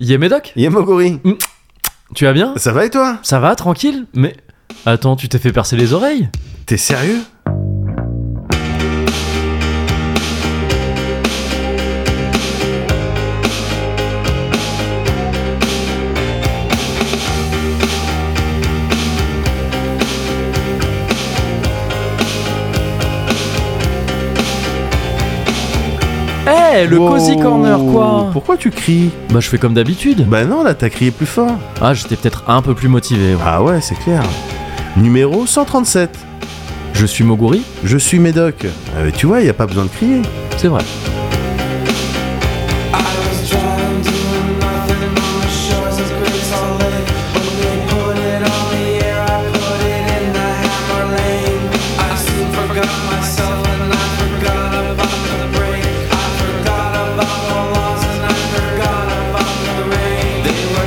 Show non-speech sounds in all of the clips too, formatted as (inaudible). Yemedoc Yamoguri, Tu vas bien ça va et toi Ça va, tranquille Mais. Attends, tu t'es fait percer les oreilles T'es sérieux Eh, le Cozy Wow. Corner, quoi Pourquoi tu cries Bah, je fais comme d'habitude. Bah non, là, t'as crié plus fort. Ah, j'étais peut-être un peu plus motivé. ouais. Ah ouais, c'est clair. Numéro 137. Je suis Moguri Je suis Médoc. Ah, mais tu vois, y a pas besoin de crier. C'est vrai.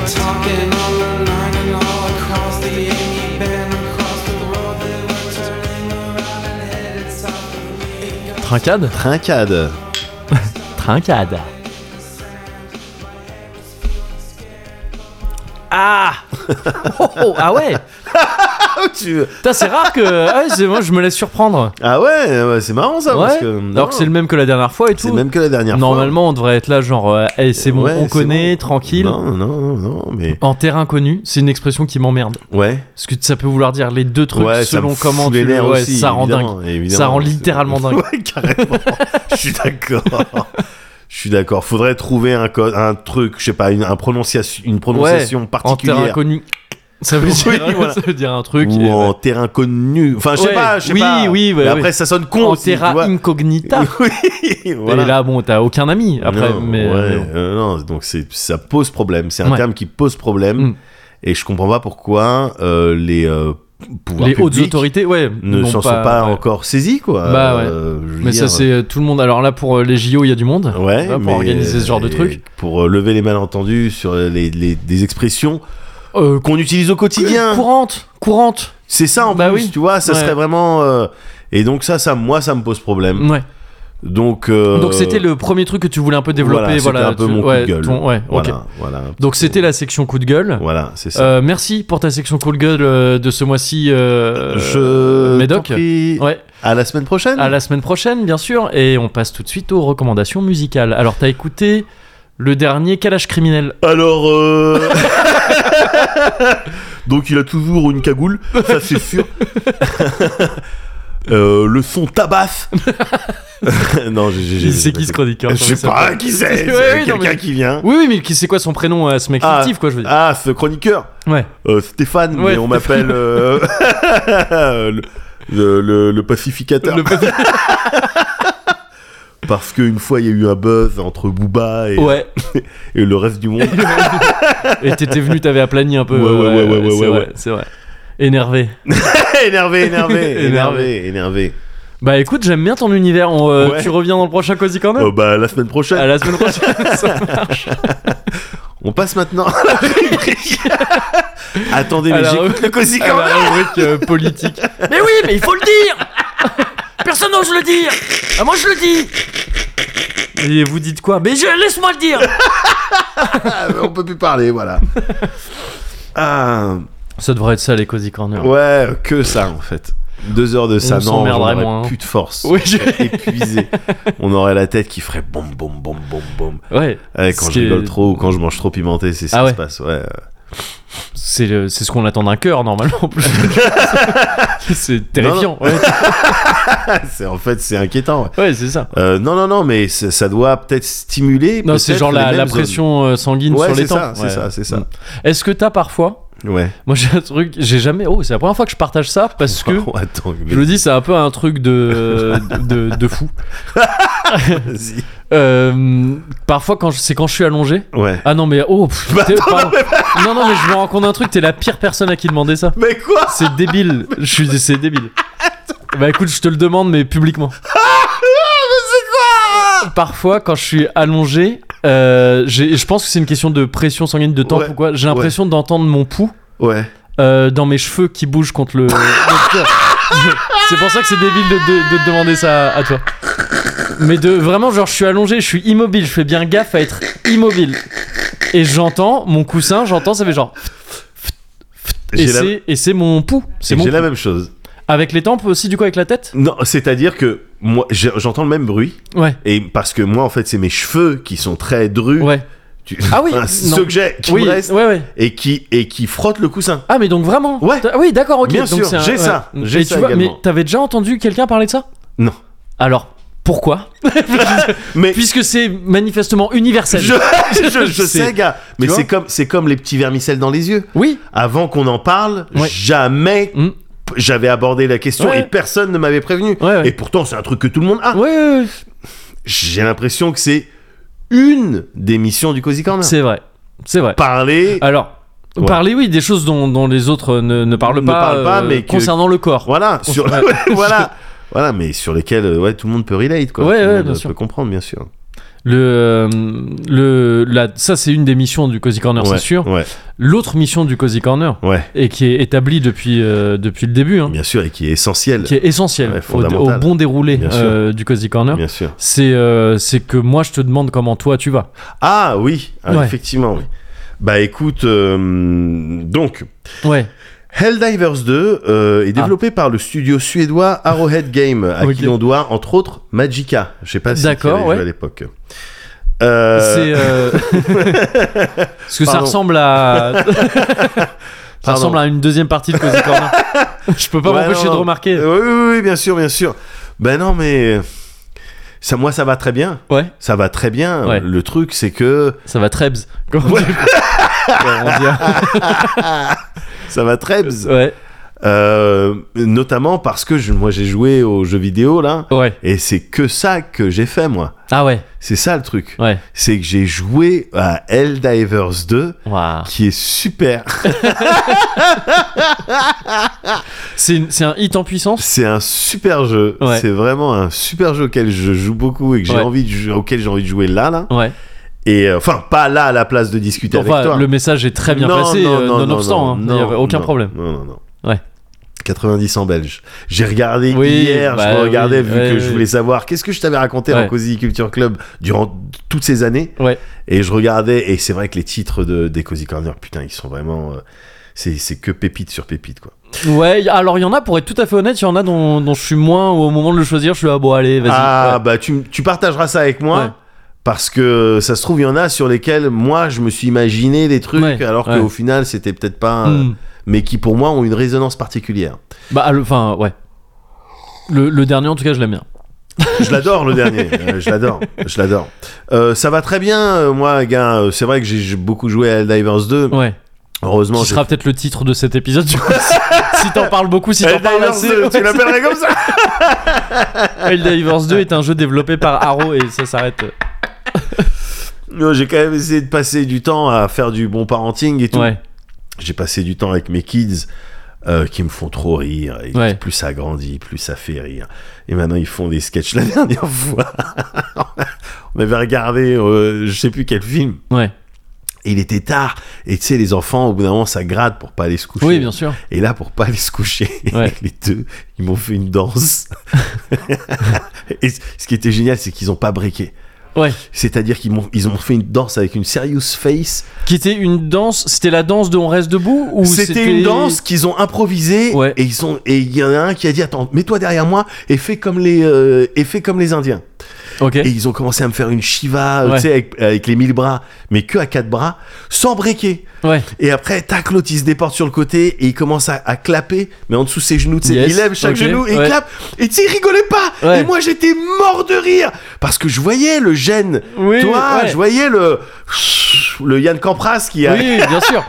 Talking on the line and all across the 80 band, across the road, they were turning around and headed south of me. Trincade Trincade. Trincade. Ah Oh, oh, Ah ouais Ah, tu... Putain, c'est rare que. Ah ouais, c'est- moi, je me laisse surprendre. ah ouais, euh, c'est marrant ça. ouais. parce que, non, Alors que c'est le même que la dernière fois et c'est tout. le même que la dernière Normalement, on devrait être là, genre, euh, eh, c'est bon, Ouais, on c'est connaît, bon. tranquille. Non, non, non, non, mais. En terrain connu, c'est une expression qui m'emmerde. Ouais. Parce que ça peut vouloir dire les deux trucs ouais, ça selon me comment fout tu les nerfs le. Ouais, aussi, ça rend dingue. évidemment, évidemment. Ça rend (laughs) littéralement dingue. Ouais, carrément. Je suis d'accord. Je suis d'accord. Faudrait trouver un, co- un truc, je sais pas, une, un prononciation, une prononciation En terrain particulière. connu, ça veut, (laughs) Oui, dire, (laughs) voilà. ça veut dire un truc. et ou en ouais. terrain connu. Enfin, je sais Ouais, pas, je sais oui, pas. oui, ouais, Mais ouais. après, ça sonne con. En aussi, tu terra vois. incognita. (laughs) Oui, voilà. Ah Et là, bon, t'as aucun ami après. Non, mais, ouais, mais bon. euh, non, donc c'est ça pose problème. C'est un Ouais. terme qui pose problème. Mm. Et je comprends pas pourquoi euh, les euh, pouvoirs les hautes publics autorités, ouais, ne n'ont s'en sont pas ouais. encore saisis, quoi. Bah ouais. Euh, je veux Mais ça, dire, c'est euh, tout le monde. Alors là, pour euh, les JO, il y a du monde. Ouais, Voilà, pour mais- organiser ce genre de truc. Pour euh, lever les malentendus sur les, les- des expressions Euh, qu'on utilise au Oh. quotidien. courante, courante. C'est ça en Bah plus, oui. tu vois, ça Ouais. serait vraiment. euh, Et donc ça, ça, moi, ça me pose problème. Ouais. Donc. euh, Mm. Donc c'était le premier truc que tu voulais un peu développer. Voilà, c'était Voilà. un peu tu- mon coup ouais, de gueule. ton- ouais, Voilà, ok. voilà. Donc c'était la section coup de gueule. Voilà, c'est ça. Euh, merci pour ta section coup de gueule euh, de ce mois-ci, euh, je. Médoc. t'en prie. Ouais, À la semaine prochaine. à la semaine prochaine, bien sûr. Et on passe tout de suite aux recommandations musicales. Alors, t'as écouté le dernier Kalash criminel Alors. euh, (laughs) Donc il a toujours une cagoule, ça c'est sûr. (laughs) Euh, le son tabasse. (laughs) non, j'ai- j'ai. j'ai- C'est qui ce chroniqueur Je Comment il sais pas s'appelle qui c'est. Ouais, c'est ouais, non, Quelqu'un mais- qui vient. Oui, oui, mais qui- c'est quoi son prénom à ce mec Ah. fictif, quoi, je veux dire Ah, ce chroniqueur. Ouais. Euh, Stéphane, Ouais, mais on Stéphane. m'appelle. euh, (laughs) le, le- le- le pacificateur. Le (laughs) petit- Parce qu'une fois, il y a eu un buzz entre Booba et, Ouais. et le reste du (laughs) monde. Et t'étais venu, t'avais aplani un peu. Ouais, ouais, ouais, ouais, ouais, c'est ouais, vrai, ouais. C'est vrai. Énervé. énervé, énervé, Énervé. énervé, énervé. Bah écoute, j'aime bien ton univers. On, euh, Ouais. Tu reviens dans le prochain Cozy Corner Euh, bah, la semaine prochaine. À la semaine prochaine. (laughs) ça marche. On passe maintenant à la (laughs) rubrique. Attendez, mais Alors, j'écoute le cosy à la rubrique (laughs) euh, politique. (laughs) Mais oui, mais il faut le dire Personne n'ose le dire Ah, Moi je le dis Et vous dites quoi Mais je- laisse-moi le dire Ah, On peut plus (laughs) parler, voilà. Ah, Ça devrait être ça les Cozy Corner. ouais, que ça en fait. Deux heures de ça, non, on s'emmerderait aurait moins, hein. plus de force. Oui, je- (laughs) épuisé. On aurait la tête qui ferait boum, boum, boum, boum, boum. Ouais, Ouais, quand Ce je qui est- rigole trop ou quand je mange trop pimenté, c'est Ah ça qui ouais. se passe. (laughs) Ouais. c'est le- c'est ce qu'on attend d'un cœur normalement. en (laughs) plus. c'est terrifiant. Ouais, Ah, C'est- en fait, c'est inquiétant. ouais. ouais, c'est ça. Euh, non, non, non, mais ça ça doit peut-être stimuler. Non, c'est peut-être genre la, les la mêmes- pression euh, sanguine Ouais, sur les c'est temps. ça, c'est Ouais. Mm. ça, c'est ça. Est-ce que t'as parfois Ouais. Moi j'ai un truc, j'ai jamais. Oh, c'est la première fois que je partage ça parce que. (laughs) Attends, Je le dis, c'est un peu un truc de, de, de fou. vas-y. Euh, parfois, quand je- c'est quand je suis allongé. Ouais. Ah non, mais oh, pff, Bah t'es- attends, pardon. Non, non, mais je me rends compte d'un truc, t'es la pire personne à qui demander ça. Mais quoi C'est débile. Je suis, c'est débile. Bah écoute, je te le demande, mais (laughs) publiquement. Ah, Parfois, quand je suis allongé, euh, j'ai- je pense que c'est une question de pression sanguine de temps Ouais, ou quoi. J'ai l'impression d'entendre mon pouls Ouais. euh, dans mes cheveux qui bougent contre le. le cœur. c'est pour ça que c'est débile de, de- de te demander ça à toi. Mais de vraiment, genre, je suis allongé, je suis immobile, je fais bien gaffe à être immobile. Et j'entends mon coussin, j'entends, ça fait genre. Et J'ai la- c'est, et c'est mon pouls. C'est et mon j'ai la pouls. même chose. Avec les tempes aussi, du coup, avec la tête Non, c'est-à-dire que moi, j'ai- j'entends le même bruit, Ouais. et parce que moi, en fait, c'est mes cheveux qui sont très drus. Ouais. Tu- Ah oui, (laughs) Enfin, non. ceux que j'ai, qui oui, me restent, ouais, ouais. et qui, et qui frottent le coussin. Ah, mais donc vraiment Ouais. T'as- ah Oui, d'accord, ok. Bien donc sûr, c'est un- j'ai ça, j'ai Et ça tu vois, également. mais t'avais déjà entendu quelqu'un parler de ça Non. Alors, pourquoi Mais Puisque c'est manifestement universel. je, (laughs) je, je C'est- sais, gars. Mais vois c'est comme, c'est comme les petits vermicelles dans les yeux. Oui, Avant qu'on en parle, Ouais. jamais Mm. p- j'avais abordé la question Ouais. et personne ne m'avait prévenu. Ouais, ouais. Et pourtant, c'est un truc que tout le monde a. ouais, ouais, ouais. J'ai l'impression que c'est une des missions du Cozy Corner. c'est vrai. C'est vrai. Parler. Alors, Ouais. parler, oui, des choses dont, dont les autres ne, ne parlent Ne pas, euh, parlent pas, mais que- concernant le corps. Voilà, sur, Ouais. (laughs) (laughs) voilà, voilà, mais sur lesquels euh, ouais, tout le monde peut relate, quoi. Ouais, tout le ouais, monde bien euh, sûr. peut comprendre, bien sûr. Le, euh, le, la- ça, c'est une des missions du Cozy Corner, ouais, c'est sûr. Ouais, L'autre mission du Cozy Corner, ouais, et qui est établie depuis, euh, depuis le début, hein, bien sûr, et qui est essentiel. qui est essentielle Ouais, au, fondamentale. au bon déroulé Bien euh, du Cozy Corner, Bien sûr. c'est euh, c'est que moi, je te demande comment toi tu vas. Ah oui, ah, Ouais. effectivement, oui. Bah écoute, euh, donc, Ouais, Helldivers 2 euh, est développé par le studio suédois Arrowhead Game, à Ah. Ok. qui l'on doit, entre autres, Magica. Je sais pas si tu y D'accord, avais joué ouais. à l'époque. Euh, c'est. (laughs) euh, Parce que ça Pardon. ressemble (laughs) à. (laughs) ça Pardon. ressemble à une deuxième partie de Cozy (laughs) Corner. je peux pas Ouais, m'empêcher non, de non. remarquer. Oui, oui, oui, bien sûr, bien sûr. Ben non, mais ça, moi, ça va très bien. Ouais. Ça va très bien. Ouais. Le truc, c'est que Ça va Trebs. Comme on dit. Comme on dit. ça va très bzz. Ouais, Euh, notamment parce que je- moi, j'ai joué aux jeux vidéo là, ouais. et c'est que ça que j'ai fait moi. Ah ouais, C'est ça le truc. ouais. C'est que j'ai joué à Helldivers 2, Waouh. qui est super. (laughs) C'est une- c'est un hit en puissance C'est un super jeu. Ouais. C'est vraiment un super jeu auquel je joue beaucoup et que j'ai Ouais. envie de jou- auquel j'ai envie de jouer là là. Ouais. Et euh, enfin, pas là à la place de discuter avec Enfin, toi. le message est très bien Non, passé, non, euh, non, nonobstant. non, hein. Il n'y non, avait aucun non, problème. Non, non, non. Ouais. 90 en belge. J'ai regardé Oui, hier, bah je me oui, regardais vu ouais, que ouais. je voulais savoir qu'est-ce que je t'avais raconté Ouais. en Cozy Culture Club durant toutes ces années. Ouais. Et je regardais, et c'est vrai que les titres de, des Cozy Corner, putain, ils sont vraiment. euh, c'est c'est que pépite sur pépite, quoi. Ouais, y- alors il y en a, pour être tout à fait honnête, il y en a dont, dont je suis moins, au moment de le choisir, je suis là, bon, allez, vas-y. Ah, bah tu, m- tu partageras ça avec moi. Ouais. Parce que ça se trouve, il y en a sur lesquels moi je me suis imaginé des trucs, Ouais, alors ouais. qu'au final c'était peut-être pas. Ouais. euh, Hmm. Mais qui pour moi ont une résonance particulière. Bah, le- enfin, ouais. Le, le dernier, en tout cas, je l'aime bien. Je l'adore le dernier, Euh, je l'adore, je l'adore. Euh, ça va très bien, euh, moi, gars. euh, C'est vrai que j'ai j'ai beaucoup joué à Helldivers 2. Ouais. Heureusement, Ce j'ai- sera peut-être le titre de cet épisode, du coup. (laughs) si- si t'en parles beaucoup, si t'en parles Helldivers assez. 2, tu ouais, l'appellerais (laughs) comme ça Helldivers 2 est un jeu développé par Arrow et ça s'arrête. euh, Non, J'ai quand même essayé de passer du temps à faire du bon parenting et tout. Ouais, J'ai passé du temps avec mes kids. euh, qui me font trop rire et Ouais. plus ça grandit plus ça fait rire et maintenant ils font des sketchs la (laughs) dernière fois on avait regardé euh, je sais plus quel film ouais. et il était tard et tu sais les enfants au bout d'un moment ça gratte pour pas aller se coucher Oui, bien sûr. Et là, pour pas aller se coucher, (laughs) Ouais. les deux, ils m'ont fait (laughs) une danse. et c- ce qui était génial, c'est qu'ils ont pas breaké. Ouais. C'est-à-dire qu'ils m'ont, ils ont fait une danse avec une serious face. Qui était une danse. C'était la danse de On reste debout ou C'était une danse qu'ils ont improvisée. Ouais. Et ils ont, et il y en a un qui a dit, attends, mets-toi derrière moi et fais comme les, euh, et fais comme les Indiens. Ok. Et ils ont commencé à me faire une shiva, euh, Ouais. tu sais, avec, avec les mille bras, mais que à quatre bras, sans breaker. Ouais. Et après, tac, l'autre, il se déporte sur le côté et il commence à, à clapper, mais en dessous de ses genoux, tu sais, Yes, il lève ok, chaque genou et ouais. il clappe. Et tu sais, il rigolait pas. Ouais. Et moi, j'étais mort de rire parce que je voyais le gène. Oui, Toi, ouais. je voyais le le Yann Campras qui a Oui, bien (laughs) sûr.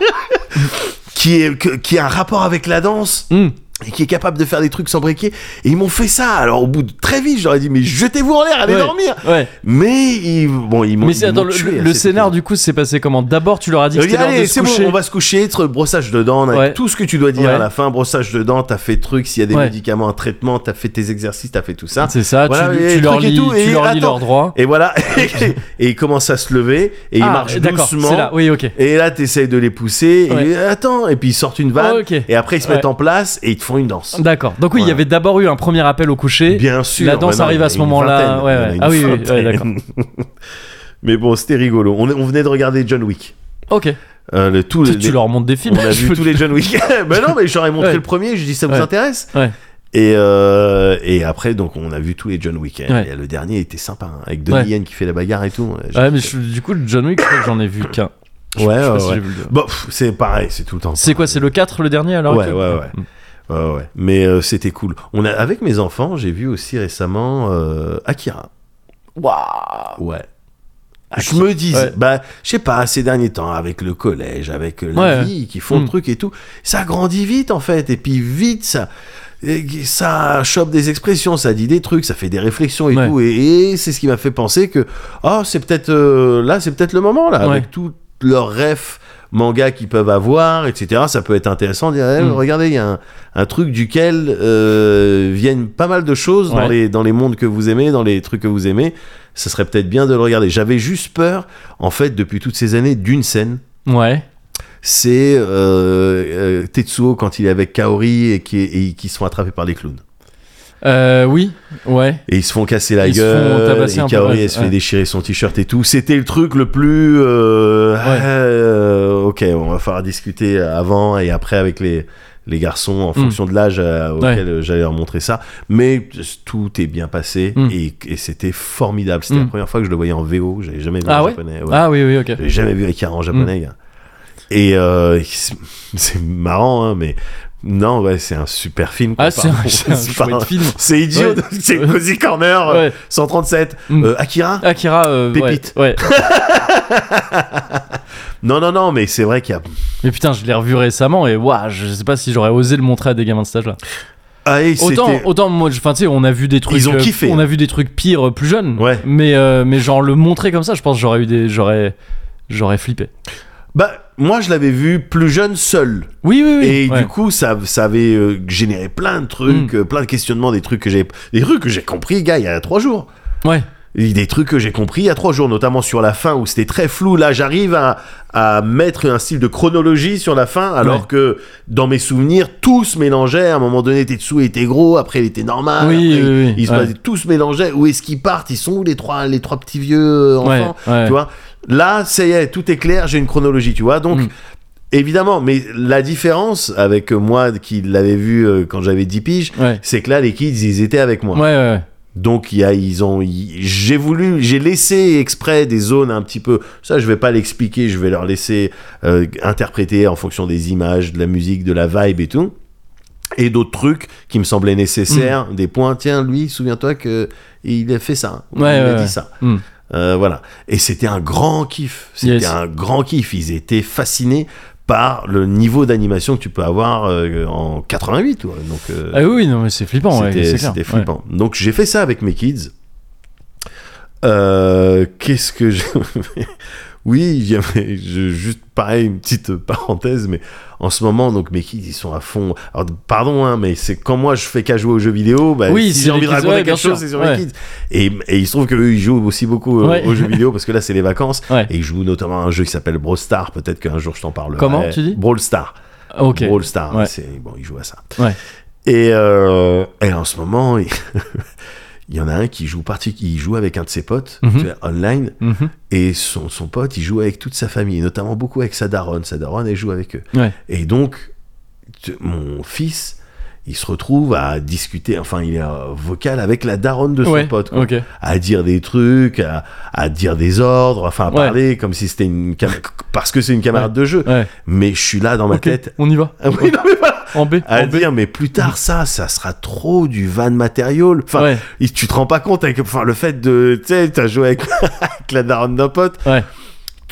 qui est que- qui a un rapport avec la danse Hmm. et qui est capable de faire des trucs sans briquet. Et ils m'ont fait ça. Alors au bout de très vite, j'aurais dit mais jetez-vous en l'air, allez Ouais. dormir. Ouais. Mais ils, bon, ils m'ont Mais c'est- ils attends, m'ont le, tué hein, le- à le cette scénar occasion. du coup s'est passé comment D'abord tu leur as dit que Euh, c'était l'heure de allez, se c'est bon, coucher. on va se coucher, tr- brossage de dents, avec Ouais. tout ce que tu dois dire Ouais. à la fin, brossage de dents, t'as fait truc, s'il y a des Ouais. médicaments, un traitement, t'as fait tes exercices, t'as fait tout ça. C'est ça, tu- hein. Voilà, tu, et leur truc et lis, tout, tu et leur lis attends. leurs droits. Et (laughs) voilà, (laughs) et ils commencent à se lever, et ils Ah, marchent d'accord, doucement. c'est là, oui, ok. Et là, t'essayes de les pousser, Ouais. et attends, et puis ils sortent une vanne, Oh, ok. et après ils se Ouais. mettent en place, et ils te font une danse. D'accord. Donc oui, il y Ouais. avait d'abord eu un premier appel au coucher. Bien sûr. La danse maintenant, il y arrive en à a ce une moment-là. vingtaine, Ouais, il y en a ouais. une Ah oui, oui, oui, (laughs) vingtaine. d'accord. Mais bon, c'était rigolo. On, on venait de regarder John Wick. Ok. Euh, le- tous les- tu leur montres des films. on (laughs) a je vu peux- tous les John Wick. (laughs) ben non, mais j'aurais montré Ouais. le premier, je dis ça vous Ouais. intéresse Ouais. Et, euh, et après, donc, on a vu tous les John Wick. Ouais. Et le dernier était sympa, hein, avec Donnie Ouais. Yen qui fait la bagarre et tout. J'ai- Ouais, mais je- du coup, le John Wick, je crois que j'en ai vu qu'un. Je- je Ouais, sais pas ouais, si ouais. j'ai vu le deux. Bon, pff, c'est pareil, c'est tout le temps. C'est quoi, c'est le 4 le dernier alors Ouais, ouais, ouais. Ouais, ouais. Mais euh, c'était cool. On a, avec mes enfants, j'ai vu aussi récemment euh, Akira. Waouh Ouais. Je me dis, Ah, Ouais. bah, je sais pas, ces derniers temps, avec le collège, avec euh, la Ouais. vie, qui font Mm. le truc et tout, ça grandit vite en fait. Et puis vite, ça, et ça chope des expressions, ça dit des trucs, ça fait des réflexions et Ouais. tout. Et, et c'est ce qui m'a fait penser que, oh, c'est peut-être euh, là, c'est peut-être le moment là, Ouais. avec tous leurs refs manga qu'ils peuvent avoir, etc. Ça peut être intéressant de dire, eh, Mm. regardez, il y a un, un truc duquel euh, viennent pas mal de choses dans, Ouais. les, dans les mondes que vous aimez, dans les trucs que vous aimez. Ça serait peut-être bien de le regarder. J'avais juste peur, en fait, depuis toutes ces années, d'une scène. Ouais. C'est euh, euh, Tetsuo quand il est avec Kaori et qui, et qui se font attraper par les clowns. Euh, oui, ouais. Et ils se font casser la Ils se font gueule. tabasser un et peu, Kaori, ouais. elle se Ouais. fait déchirer son t-shirt et tout. C'était le truc le plus. euh, euh, ok, on va falloir discuter avant et après avec les, les garçons Mm. en fonction de l'âge euh, auquel euh, j'allais leur montrer ça. Mais tout est bien passé Mm. et, et c'était formidable. C'était la Mm. première fois que je le voyais en VO. J'avais jamais vu Ah en ouais japonais. Ouais. Ah Mm. oui, oui, ok. J'ai jamais vu Akira en japonais, gars. Et euh, (laughs) c'est- c'est marrant, hein, mais non, ouais, c'est un super film. Ah, quoi. c'est un, c'est un (laughs) C'est pas- chouette film. C'est idiot, Ouais. (laughs) c'est Cozy Corner euh, Ouais. 137. Mm. Euh, Akira Akira, euh, ouais, Pépite. Ouais. Non, non, non, mais c'est vrai qu'il y a. Mais putain, je l'ai revu récemment et waouh, je sais pas si j'aurais osé le montrer à des gamins de stage là. Ah, et Autant, c'était- autant moi, je- enfin, tu sais, on a vu des trucs. Ils ont euh, kiffé. On a vu des trucs pires euh, plus jeunes. Ouais. Mais, euh, mais genre le montrer comme ça, je pense que j'aurais eu des, j'aurais, j'aurais flippé. Bah, moi, je l'avais vu plus jeune seul. Oui, oui, oui. Et ouais. Mm. du coup, ça, ça avait euh, généré plein de trucs, euh, plein de questionnements, des trucs que j'ai. Des trucs que j'ai compris, gars, il y a trois jours. Ouais. Et Des trucs que j'ai compris il y a trois jours, notamment sur la fin où c'était très flou. Là, j'arrive à, à mettre un style de chronologie sur la fin, alors Ouais. que dans mes souvenirs, tout se mélangeait. À un moment donné, Tetsu était gros, après il était normal. Oui, après, oui, oui, Ils ah, se ouais. basaient- tout se mélangeait. Où est-ce qu'ils partent Ils sont où les trois, les trois petits vieux euh, enfants Ouais, ouais. Tu vois Là, ça y est, tout est clair, j'ai une chronologie, tu vois. Donc, Mm. évidemment, mais la différence avec moi qui l'avais vu euh, quand j'avais 10 piges, Ouais. c'est que là, les kids, ils étaient avec moi. Ouais, ouais, Donc il y a, ils ont, ils- j'ai voulu, j'ai laissé exprès des zones un petit peu. Ça, je vais pas l'expliquer, je vais leur laisser euh, interpréter en fonction des images, de la musique, de la vibe et tout. Et d'autres trucs qui me semblaient nécessaires, Mm. des points. Tiens, lui, souviens-toi que il a fait ça, Ouais, il a ouais, dit ouais. ça. Mm. Euh, voilà. Et c'était un grand kiff. C'était Yes. un grand kiff. Ils étaient fascinés par le niveau d'animation que tu peux avoir euh, en 88. toi. Donc euh, Ah oui, non, mais c'est flippant. ouais, c'était c'est clair. c'était flippant. Donc j'ai fait ça avec mes kids. Euh, Qu'est-ce que je... (laughs) oui, j'avais- je- juste pareil une petite parenthèse, mais en ce moment donc mes kids ils sont à fond. Alors pardon hein, mais c'est quand moi je fais qu'à jouer aux jeux vidéo, bah, Oui, c'est si j'ai les envie de kids, raconter ouais, bien quelque sûr, chose c'est sur ouais. mes kids. Et, et il se trouve que eux, ils jouent aussi beaucoup euh, Ouais. aux jeux (laughs) vidéo parce que là c'est les vacances Ouais. et ils jouent notamment à un jeu qui s'appelle Brawl Stars. Peut-être qu'un jour je t'en parlerai. Comment, tu dis Brawl Stars. Ah, Ok. Brawl Stars, Ouais. c'est bon, il joue à ça. Ouais. Et, euh, et en ce moment, il (laughs) il y en a un qui joue parti, il joue avec un de ses potes Mhm. tu vois, online, Mhm. et son, son pote, il joue avec toute sa famille, notamment beaucoup avec sa daronne. Sa daronne, elle joue avec eux. Ouais. Et donc, tu- mon fils, il se retrouve à discuter, enfin, il est euh, vocal avec la daronne de son Ouais, pote. quoi ok. à dire des trucs, à, à dire des ordres, enfin à Ouais. parler comme si c'était une cam- parce que c'est une camarade de jeu. Ouais. Mais je suis là dans ma Ok, (laughs) tête. On y va. Ah oui, non, mais voilà. En B. À en B. dire, mais plus tard, ça, ça sera trop du van matériel. Enfin, Ouais. et tu te rends pas compte avec, enfin, le fait de, tu sais, t'as joué avec, (laughs) avec la daronne d'un pote. Ouais.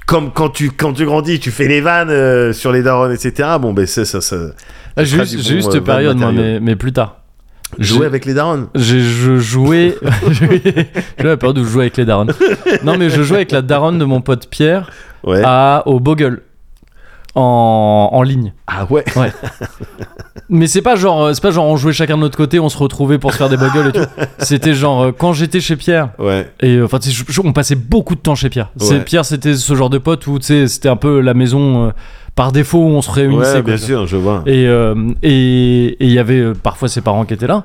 Comme quand tu, quand tu grandis, tu fais les vannes euh, sur les darons, etc. Bon, ben, c'est ça, ça. Ah, J'ai sera eu- du j'ai bon, eu cette euh, van période, moi, matériel. mais, mais plus tard. Jouer J'ai- avec les darons. J'ai- je jouais. (laughs) J'ai eu la période où je jouais avec les darons. Non, mais je jouais avec la daronne de mon pote Pierre Ouais. Ah, à, au Bogle. En, en ligne. ah ouais. Mais c'est pas genre euh, c'est pas genre on jouait chacun de notre côté, on se retrouvait pour se faire des bogueules et tout. (laughs) C'était genre euh, quand j'étais chez Pierre Ouais. et euh, enfin tu sais, je- je- on passait beaucoup de temps chez Pierre. C'est Ouais. Pierre c'était ce genre de pote où tu sais c'était un peu la maison euh, par défaut où on se réunissait Ouais, quoi. bien sûr, je vois. Et euh, et- et il y avait euh, parfois ses parents qui étaient là.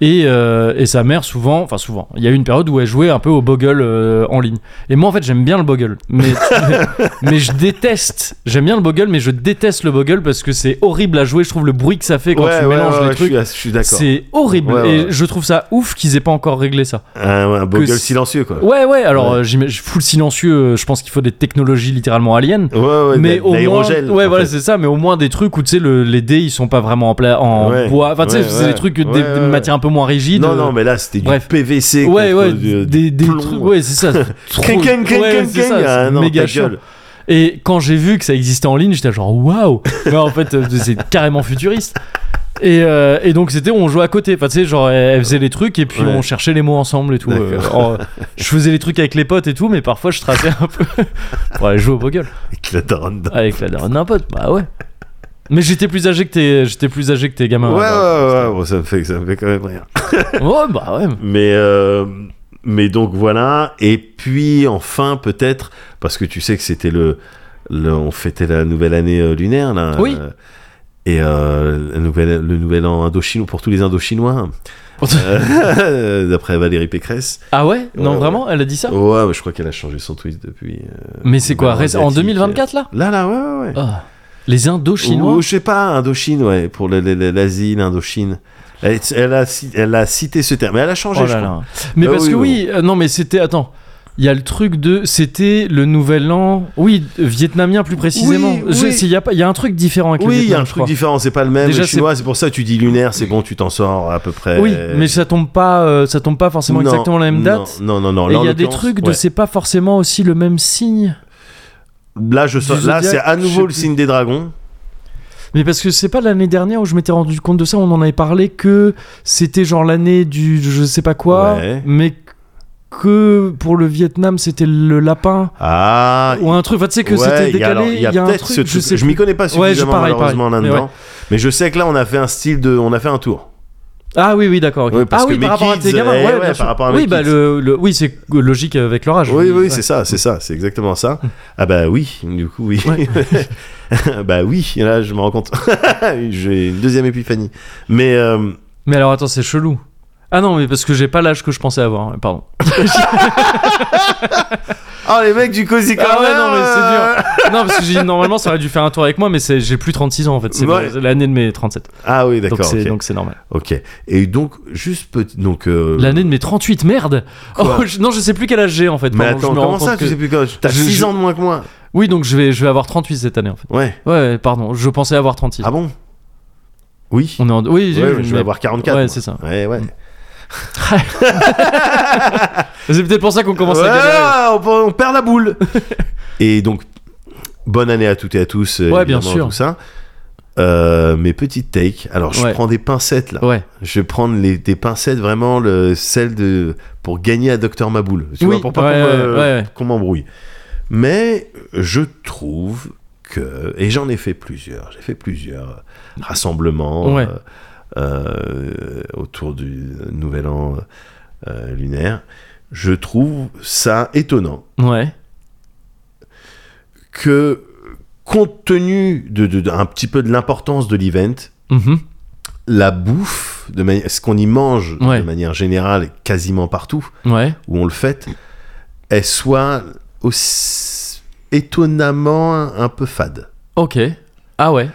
Et, euh, et sa mère, souvent, enfin souvent, il y a eu une période où elle jouait un peu au bogle euh, en ligne. Et moi, en fait, j'aime bien le bogle. Mais, (laughs) mais je déteste. J'aime bien le bogle, mais je déteste le bogle parce que c'est horrible à jouer. Je trouve le bruit que ça fait quand ouais, tu ouais, mélanges ouais, les ouais, trucs. Je suis, je suis d'accord. C'est horrible. Ouais, ouais, Et ouais. je trouve ça ouf qu'ils aient pas encore réglé ça. Un, Ah, un beau que gueule c'est- silencieux, quoi. Ouais, ouais, alors Ouais. euh, j'imagine- je fous le silencieux, euh, je pense qu'il faut des technologies littéralement aliens. Ouais, ouais, mais de- au moins, l'aérogel, ouais, en voilà, fait. c'est ça. Mais au moins des trucs où tu sais, le- les dés ils sont pas vraiment en, pla- en Ouais. bois. Enfin, tu sais, Ouais, c'est ouais. des trucs des, Ouais, ouais, des ouais. matières un peu moins rigides. Non, non, mais là, c'était du Bref. PVC. Ouais, contre ouais, du- des, des plomb. trucs. Ouais, c'est ça. (laughs) c'est trop- Cling, cling, cling, ouais, cling, c'est cling. ça, c'est Ah non, méga ta chiant. gueule. Et quand j'ai vu que ça existait en ligne, j'étais genre (laughs) waouh Mais en fait, euh, c'est carrément futuriste. Et, euh, et donc c'était on jouait à côté, enfin tu sais genre elle elle faisait les trucs et puis Ouais. on cherchait les mots ensemble et tout. Euh, en- je faisais les trucs avec les potes et tout, mais parfois je traçais un (laughs) peu pour aller jouer au bogle Avec la daronne dedans. avec la daronne d'un pote. Bah ouais. Mais j'étais plus âgé que tes j'étais plus âgé que tes gamins. Ouais, ouais, bah, ouais, bon, ça me fait, ça me fait quand même rien. Ouais, bah ouais. Mais, euh, mais donc voilà. Et puis enfin, peut-être, parce que tu sais que c'était le, le- On fêtait la nouvelle année euh, lunaire, là. Oui. euh, et euh, la nouvelle- le nouvel an indochinois pour tous les indochinois, euh, (laughs) d'après Valérie Pécresse. Ah ouais Non Ouais, vraiment, elle a dit ça. Ouais, mais je crois qu'elle a changé son tweet depuis. euh, Mais c'est quoi Bah, reste- en asiatique, 2024 là Là, là, ouais, ouais, ouais. Ah. Les Indos chinois. Ou, je sais pas, Indochine, ouais, pour le- le- le- l'Asie, l'Indochine. Elle, elle a, ci- elle a cité ce terme, mais elle a changé, Oh je là crois. là. Mais Ah parce oui, que oui, oui, euh, non mais c'était attends. Il y a le truc de c'était le nouvel an, oui, euh, vietnamien plus précisément. Oui, Je- oui. c'est- Il y a pas il y a un truc différent (laughs) avec le Oui, il y a Vietnam, un je truc crois. différent, c'est pas le même. Déjà, le chinois, c'est pour ça que tu dis lunaire, c'est bon, tu t'en sors à peu près. Oui, mais ça tombe pas euh, ça tombe pas forcément Non, exactement la même date. Non, non, non. non. Et Là, il y en a des l'occurrence, trucs de ouais. c'est pas forcément aussi le même signe. Là, je sors- du là, zodiaque, c'est à je nouveau sais le plus. signe des dragons. Mais parce que c'est pas l'année dernière où je m'étais rendu compte de ça, on en avait parlé que c'était genre l'année du je sais pas quoi, Ouais. mais que pour le Vietnam c'était le lapin Ah. ou un truc, enfin tu sais que ouais, c'était il y a- alors, décalé, il y a, un peut-être truc, ce je truc. sais Je m'y plus. connais pas Ouais, je- suffisamment pareil, malheureusement pareil. Mais là-dedans, mais je sais que là on a fait un style de, on a fait un tour. Ah oui, oui, d'accord. ok. Ouais, parce ah que oui, mes par rapport à kids, tes gamins. eh ouais, ouais, bien par sûr. rapport à mes oui, bah, kids. le, le- oui, c'est logique avec leur âge. Oui, oui, ouais. c'est ça, c'est ça, c'est (laughs) exactement ça. Ah bah oui, du coup oui. Ouais. (laughs) bah oui, là je me rends compte. (laughs) J'ai une deuxième épiphanie. Mais euh, Mais alors, attends, c'est chelou. Ah non, mais parce que j'ai pas l'âge que je pensais avoir. hein, Pardon. (laughs) oh les mecs du cosy Ah ouais, Corner, non, mais euh, c'est dur. non, parce que j'ai dit, normalement, ça aurait dû faire un tour avec moi, mais c'est- j'ai plus 36 ans en fait. C'est Ouais. bon, l'année de mes 37. Ah oui, Donc d'accord. c'est ok. donc c'est normal. ok. Et donc juste petit, donc. euh, L'année de mes 38, merde. Quoi Oh, je- non, je sais plus quel âge j'ai en fait. Mais pardon, je attends, me rends comment ça compte Tu que- sais plus quoi T'as Je- 6 je- ans de moins que moi. Oui, donc je vais je vais avoir 38 cette année en fait. Ouais. Ouais, pardon, je pensais avoir 36. Ah bon Oui. On est en... Oui, Ouais, oui, je mais- vais avoir 44. Ouais, moi. c'est ça. Ouais, ouais. C'est peut-être pour ça qu'on commence Ouais, à galérer. on, on perd la boule. (laughs) et donc, bonne année à toutes et à tous. euh, Ouais, bien évidemment, sûr. Tout ça. Euh, mes petites takes. Alors, je Ouais. prends des pincettes là. Ouais. Je vais prendre les, des pincettes vraiment le, celles de pour gagner à Docteur Maboule. Tu Oui, vois, pour pas ouais, qu'on me- ouais, ouais. qu'on m'embrouille. Mais je trouve que et j'en ai fait plusieurs. J'ai fait plusieurs rassemblements Ouais. euh, euh, autour du Nouvel An euh, lunaire. Je trouve ça étonnant Ouais. que compte tenu de, de- de- un petit peu de l'importance de l'event, Mhm. la bouffe, de mani- ce qu'on y mange Ouais. de manière générale, quasiment partout Ouais. où on le fête, elle soit aussi étonnamment un, un peu fade. Ok. Ah ouais.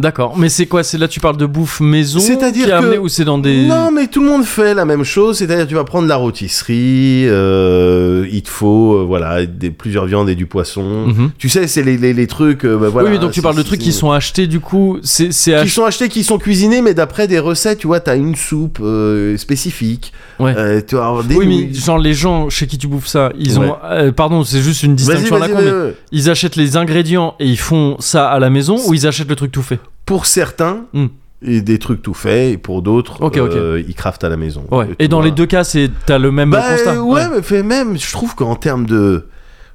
D'accord. Mais c'est quoi C'est là tu parles de bouffe maison C'est-à-dire qui est que- amenée ou c'est dans des Non, mais tout le monde fait la même chose, c'est-à-dire tu vas prendre la rôtisserie, euh, il te faut euh, voilà des, plusieurs viandes et du poisson. Mhm. Tu sais, c'est les, les- les trucs. euh, bah, voilà, Oui, oui, donc tu c'est- parles de c'est- trucs qui c'est- sont achetés du coup, c'est c'est qui ach- sont achetés, qui sont cuisinés, mais d'après des recettes, tu vois, t'as une soupe euh, spécifique. Ouais. Euh, tu vas avoir des Oui, mais nouilles. genre les gens chez qui tu bouffes ça, ils Ouais. ont euh, pardon, c'est juste une Vas-y, distinction à la vas-y, con, mais vas-y, vas-y. ils achètent les ingrédients et ils font ça à la maison ou ils achètent le truc tout fait. Pour certains, Hmm. et des trucs tout faits, et pour d'autres, Ok, ok. euh, ils craftent à la maison. Ouais. tu Et dans vois. les deux cas, c'est t'as le même bah, constat. ouais, mais fait même, je trouve qu'en termes de,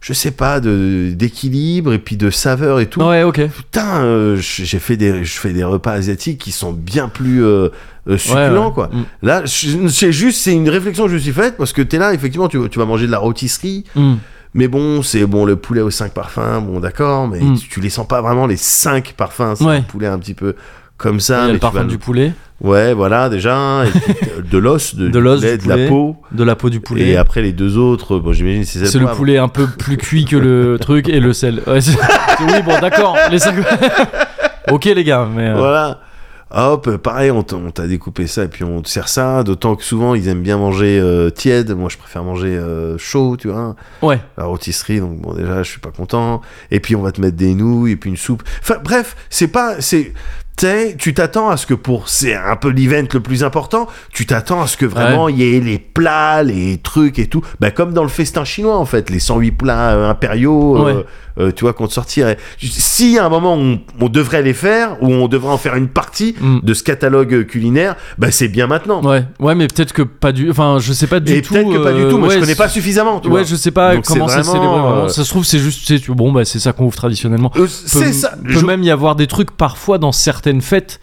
je sais pas, de d'équilibre et puis de saveur et tout, Ouais, ok. putain, euh, j'ai fait des, je fais des repas asiatiques qui sont bien plus euh, euh, Ouais, succulents, ouais. quoi. Mm. Là, je- c'est juste, c'est une réflexion que je me suis faite parce que t'es là, effectivement, tu, tu vas manger de la rôtisserie. Mm. Mais bon, c'est bon le poulet aux 5 parfums, bon d'accord, mais Mm. tu, tu les sens pas vraiment les 5 parfums, c'est Ouais. le poulet un petit peu comme Il y ça, a mais le tu vas parfum le- du poulet. Ouais, voilà, déjà. (laughs) et puis, euh, de l'os, de, De l'os, du du lait, de la poulet, peau. de la peau du poulet. Et après, les deux autres, bon, j'imagine, c'est ça. C'est le poulet un peu plus cuit que (laughs) le truc et le sel. Ouais, c'est- c'est- oui, bon, d'accord. les cinq- (laughs) ok, les gars, mais. euh, Voilà. Hop, pareil, on t- on t'a découpé ça et puis on te sert ça. D'autant que souvent, ils aiment bien manger euh, tiède. Moi, je préfère manger euh, chaud, tu vois. ouais. La rôtisserie, donc bon, déjà, je suis pas content. Et puis, on va te mettre des nouilles et puis une soupe. Enfin, bref, c'est pas. c'est tu sais, tu t'attends à ce que pour. C'est un peu l'event le plus important. Tu t'attends à ce que vraiment il y ait les plats, les trucs et tout. Bah, comme dans le festin chinois, en fait, les 108 plats euh, impériaux, euh, Ouais. euh, tu vois, qu'on te sortirait. Si à un moment on, on devrait les faire, ou on devrait en faire une partie Mm. de ce catalogue culinaire, bah, c'est bien maintenant. Ouais, ouais, mais peut-être que pas du. Enfin, je sais pas du et tout. peut-être que pas du euh, tout. Moi, ouais, je connais c'est- pas suffisamment. Tu vois. Ouais, je sais pas Donc, comment c'est ça se célèbre vraiment, vraiment. euh, Ça se trouve, c'est juste, c'est bon, bah c'est ça qu'on ouvre traditionnellement. Euh, Peut- C'est ça. Peut Je- même y avoir des trucs parfois dans certaines fêtes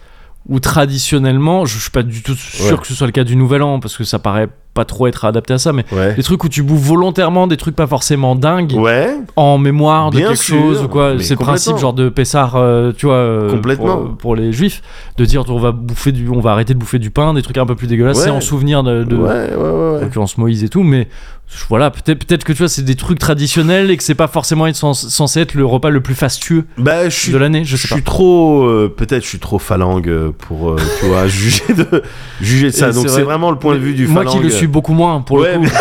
où traditionnellement, je je suis pas du tout sûr Ouais. que ce soit le cas du Nouvel An parce que ça paraît pas trop être adapté à ça, mais Ouais. des trucs où tu bouffes volontairement des trucs pas forcément dingues Ouais, en mémoire de Bien quelque sûr, chose ou quoi. mais C'est le principe complètement. genre de Pessar, euh, tu vois, euh, Complètement. Pour, pour les Juifs, de dire on va bouffer du, on va arrêter de bouffer du pain, des trucs un peu plus dégueulasses, Ouais. c'est en souvenir de, de- ouais, ouais, ouais, en ouais. l'occurrence Moïse et tout, mais je- voilà, peut-être peut que tu vois, c'est des trucs traditionnels et que c'est pas forcément être cens- censé être le repas le plus fastueux Bah, je suis, de l'année, je je sais pas. suis trop, euh, peut-être, je suis trop phalangue euh, (laughs) pour, euh, tu vois, juger de, juger de ça. Et Donc c'est c'est vrai. vraiment le point de vue du Moi phalangue. qui le suis beaucoup moins pour Ouais, le coup.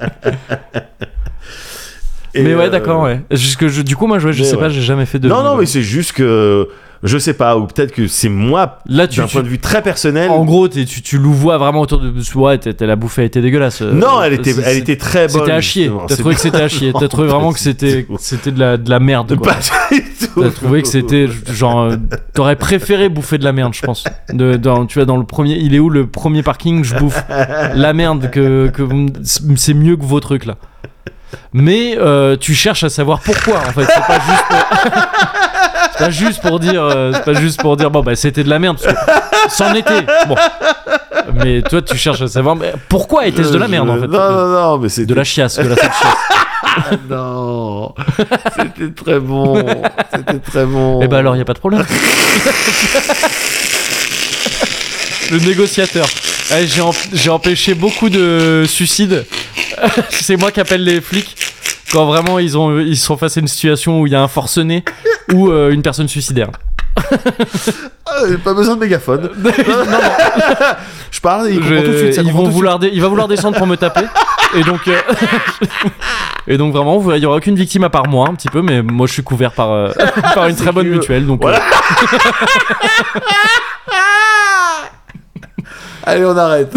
Et, Mais, ouais, euh, d'accord, ouais. Jusque je- du coup, moi, je, je mais sais ouais. pas, j'ai jamais fait de. Non, non, mais c'est juste que, je sais pas, ou peut-être que c'est moi, Là, tu. d'un tu- point de vue très personnel. En gros, t'es- tu, tu louvois vraiment autour de. Ouais, t'es- t'es- la bouffe a été dégueulasse. euh, non, elle c'est- était, elle c'est- était très bonne. C'était à chier. justement. T'as C'est trouvé que c'était à chier. (laughs) T'as trouvé vraiment que c'était- c'était c'était de la, de la merde. quoi. pas du tout. T'as trouvé que c'était genre euh, t'aurais préféré bouffer de la merde, je pense. De, dans, tu vois dans le premier, il est où le premier parking Je bouffe la merde que, que vous me- c'est mieux que vos trucs là. Mais euh, tu cherches à savoir pourquoi en fait. C'est pas juste pour, (laughs) c'est pas juste pour dire euh, c'est pas juste pour dire bon bah c'était de la merde parce que c'en était. Bon. Mais toi tu cherches à savoir mais pourquoi était-ce de la Euh, Je- merde en fait Non, non, non, mais c'est De la chiasse, de la sale chiasse. (laughs) Non, c'était très bon. (laughs) C'était très bon. Eh ben alors, il a pas de (laughs) problème. Le négociateur. Eh, j'ai, emp- j'ai empêché beaucoup de suicides. (laughs) C'est moi qui appelle les flics quand vraiment ils, ont, ils sont face à une situation où il y a un forcené ou euh, une personne (laughs) suicidaire. Ah, j'ai pas besoin de mégaphone. Je parle, il comprend Je- tout de suite. ça ils comprend vont tout de vouloir dé- il va vouloir descendre pour me taper. Et donc, euh, (laughs) et donc vraiment, vous- il y aura aucune victime à part moi, un petit peu, mais moi je suis couvert par, euh, (laughs) par une C'est très bonne cute. mutuelle. Donc, euh, Voilà. suite. Allez, on arrête.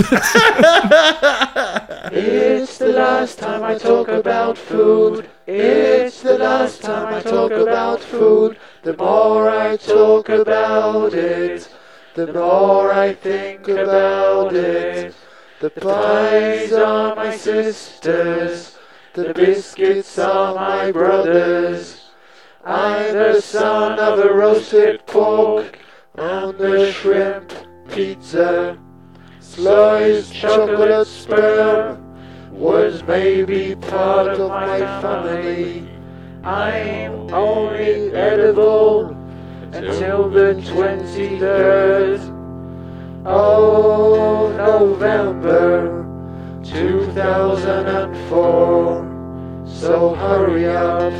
It's the last time I talk about food. It's the last time I talk about food. The more I talk about it, the more I think about it. The pies are my sisters, the biscuits are my brothers. I'm the son of a roasted pork and a shrimp pizza. Sliced chocolate sperm was maybe part of my family. I'm only edible until the 23rd of November 2004. So hurry up.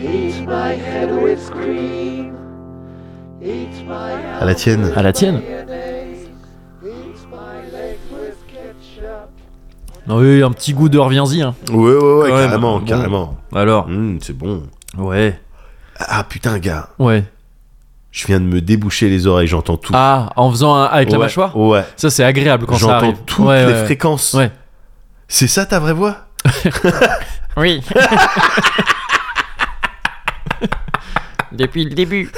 Eat my head with cream. Eat my À la tienne. à la tienne. mayonnaise. Eat my leg with ketchup. Ah Oui, un petit goût de reviens-y. hein. Ouais, ouais, ouais, Quand même. carrément, Bon. carrément. Alors, Hum, c'est bon. ouais, Ah putain, gars, ouais. je viens de me déboucher les oreilles, j'entends tout. Ah, en faisant un- avec la Ouais, mâchoire Ouais. Ça, c'est agréable quand ça J'entends arrive. toutes Ouais, les ouais. fréquences. Ouais. C'est ça ta vraie voix Oui. (laughs) Depuis le début.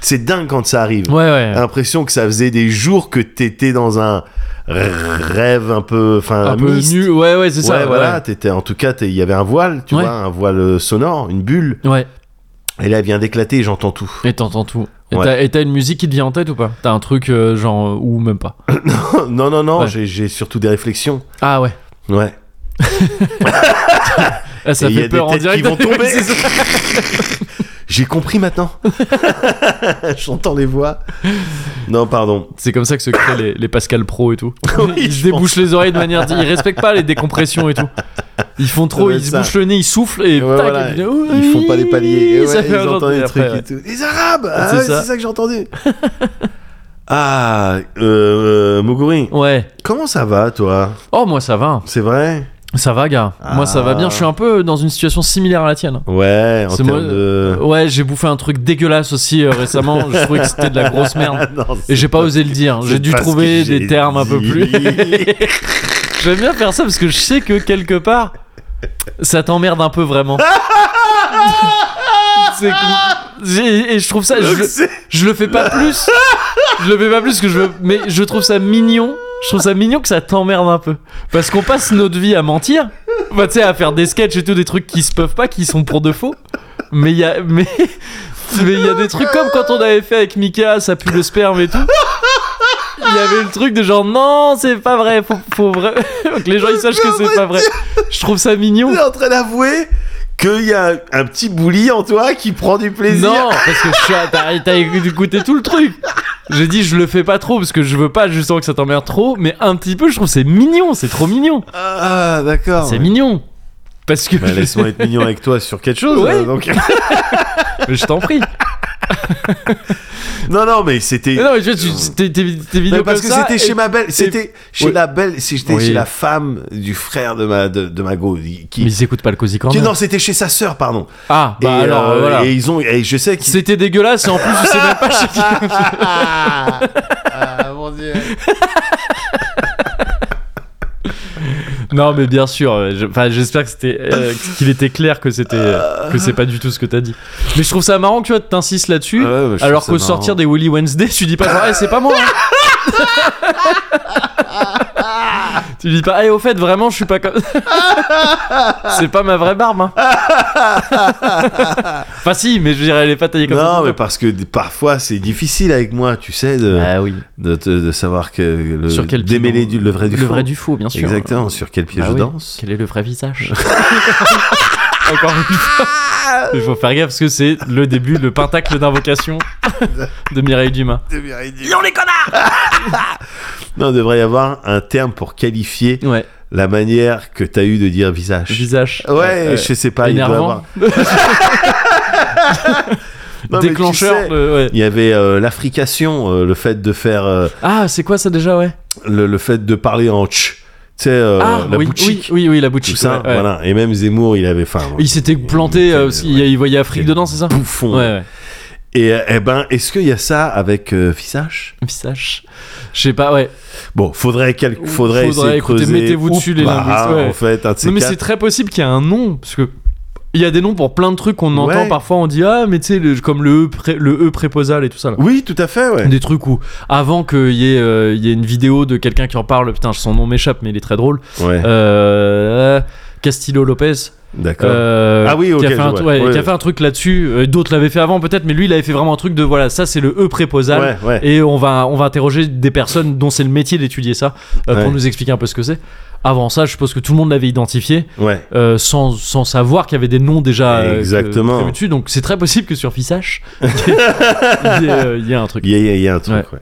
C'est dingue quand ça arrive. Ouais, ouais. L'impression que ça faisait des jours que t'étais dans un rêve un peu, enfin, un peu mist. nu. Ouais, ouais, c'est Ouais, ça. ouais. voilà, t'étais, en tout cas, t'es- il y avait un voile, tu Ouais. vois, un voile sonore, une bulle. Ouais, (laughs) Et là, elle vient d'éclater et j'entends tout. et t'entends tout. Et Ouais. t'as- Et t'as une musique qui te vient en tête ou pas T'as un truc euh, genre euh, ou même pas non, non, non, Ouais. j'ai- j'ai surtout des réflexions. Ah ouais. Ouais. Ah, ça Et il y a fait des peur en têtes qui direct. (laughs) vont tomber. C'est ça. J'ai (laughs) compris maintenant. (laughs) J'entends les voix. Non, pardon. (laughs) C'est comme ça que se créent les, les Pascal Pro et tout. Oui, ils se je pense. débouchent les oreilles de manière. Ils respectent pas les décompressions et tout. Ils font trop, doit ils être se ça. bouchent le nez, ils soufflent et Et ouais, tac, voilà. et puis, oh, Ils font pas les paliers. Et ouais, ça fait ils un entendent ordre, des et trucs après, et tout. Les Arabes Ah C'est ouais, ça. C'est ça que j'ai entendu. (laughs) ah, euh, euh, Moguri, ouais. Ouais. comment ça va, toi Oh, moi ça va. C'est vrai Ça va, gars. Moi ça va bien. Je suis un peu dans une situation similaire à la tienne. Ouais, en C'est termes moi- euh, (laughs) de... Ouais, j'ai bouffé un truc dégueulasse aussi euh, récemment. je trouvais que c'était de la grosse merde. Ah Non, hein. Et c'est (laughs) j'ai pas osé le dire. J'ai c'est dû pas ce trouver que j'ai des termes un peu dit. (laughs) plus. J'aime bien faire ça parce que je sais que quelque part, ça t'emmerde un peu vraiment. C'est que- j'ai- Et je trouve ça. Donc Je, (laughs) c'est- je le fais pas plus. Je le fais pas plus que je veux. Mais je trouve ça mignon. Je trouve ça mignon que ça t'emmerde un peu. Parce qu'on passe notre vie à mentir. Bah, tu sais, à faire des sketchs et tout, des trucs qui se peuvent pas, qui sont pour de faux. Mais il y a. Mais. Mais il y a des trucs comme quand on avait fait avec Mika, ça pue le sperme et tout. Il y avait le truc de genre non, c'est pas vrai, faut, faut vra- (laughs) que les gens ils sachent que c'est pas vrai. Je trouve ça mignon. T'es en train d'avouer qu'il y a un petit bouli en toi qui prend du plaisir. Non, parce que je suis à- t'as t'as écouté tout le truc. J'ai dit je le fais pas trop parce que je veux pas justement que ça t'emmerde trop, mais un petit peu je trouve que c'est mignon, c'est trop mignon, Ah, d'accord. c'est mignon. Parce que Bah, Laisse-moi être mignon avec toi sur quelque chose. Ouais. euh, (laughs) donc... je t'en prie. (laughs) non, non, mais c'était... Mais non mais tu vois, tu- t'es- t'es t'es vidéo Mais euh, bah, parce comme que ça c'était et- chez ma belle, c'était chez Oui. la belle, si j'étais Oui. chez la femme du frère de ma de, de ma go, qui, Mais ils écoutent pas le cosy qui- corner. non, c'était chez sa sœur, pardon. Ah bah et, alors euh, voilà. et ils ont, et je sais qu'ils C'était dégueulasse et en plus je sais même pas (laughs) chez qui. Ah, Non, mais bien sûr. euh, je- Enfin, j'espère que c'était, euh, qu'il était clair que c'était, euh, que c'est pas du tout ce que t'as dit. Mais je trouve ça marrant que tu vois, t'insistes là-dessus. Ah Ouais, ouais, je alors trouve qu'au ça sortir des Willy Wednesday, tu dis pas, genre, Eh, c'est pas (laughs) moi. hein. tu dis pas, eh, au fait, vraiment, je suis pas comme. (laughs) c'est pas ma vraie barbe. (laughs) hein. enfin, si, mais je dirais, elle est pas taillée comme ça. non, mais parce que d- parfois c'est difficile avec moi, tu sais, de, Ah oui. de, te- de savoir que le, Sur quel démêler pied- du, le vrai du Le faux. vrai du faux, bien sûr. Exactement, sur quel pied Bah je oui. danse. Quel est le vrai visage (laughs) Encore une fois. Il faut faire gaffe parce que c'est le début, le pentacle (laughs) d'invocation de Mireille Dumas. (laughs) Non, il devrait y avoir un terme pour qualifier Ouais, la manière que t'as eu de dire visage. visage. Euh, Ouais, je sais pas, il doit y énervant. avoir. Non, mais tu Déclencheur. sais, de- ouais. Il y avait euh, l'affrication, euh, le fait de faire, euh, Ah, c'est quoi ça déjà, ouais le, le fait de parler en tch, tu sais, euh, Ah, la oui, boutique, oui, oui, oui, la boutique. tout ça, ouais, ouais. voilà. Et même Zemmour, il avait faim. Il s'était planté, euh, aussi, il, ouais. il voyait Afrique Et dedans, c'est ça bouffon. Ouais, ouais. Et euh, eh ben, est-ce qu'il y a ça avec euh, visage Visage. Je sais pas, ouais. Bon, faudrait quel... Ouh, faudrait, faudrait, essayer de écoutez, creuser. mettez-vous ou dessus, les pas, linguistes, ouais. En fait, un de ces Non, mais c'est quatre. très possible qu'il y a un nom, parce que il y a des noms pour plein de trucs qu'on entend Ouais. parfois, on dit ah, mais tu sais, le- comme le e, pré- le e préposal et tout ça. Là. Oui, tout à fait, ouais. Des trucs où, avant qu'il y, ait, euh, il y ait une vidéo de quelqu'un qui en parle, putain, son nom m'échappe, mais il est très drôle. Ouais, Euh, Castillo Lopez. d'accord. euh, Ah oui, ok, qui, a fait je un, vois. tru- ouais, Ouais, qui a ouais. fait un truc là-dessus. Euh, D'autres l'avaient fait avant, peut-être, mais lui, il avait fait vraiment un truc de voilà, ça, c'est le E préposal. ouais, ouais. Et on va, on va interroger des personnes dont c'est le métier d'étudier ça euh, pour Ouais. nous expliquer un peu ce que c'est. Avant ça, je pense que tout le monde l'avait identifié ouais. euh, sans, sans savoir qu'il y avait des noms déjà euh, que- Exactement. prévus dessus. Donc c'est très possible que sur Fissache, (laughs) il y ait- il y, ait, euh, il y ait un truc. Il y, a- il y a- il y a un truc, Ouais. ouais.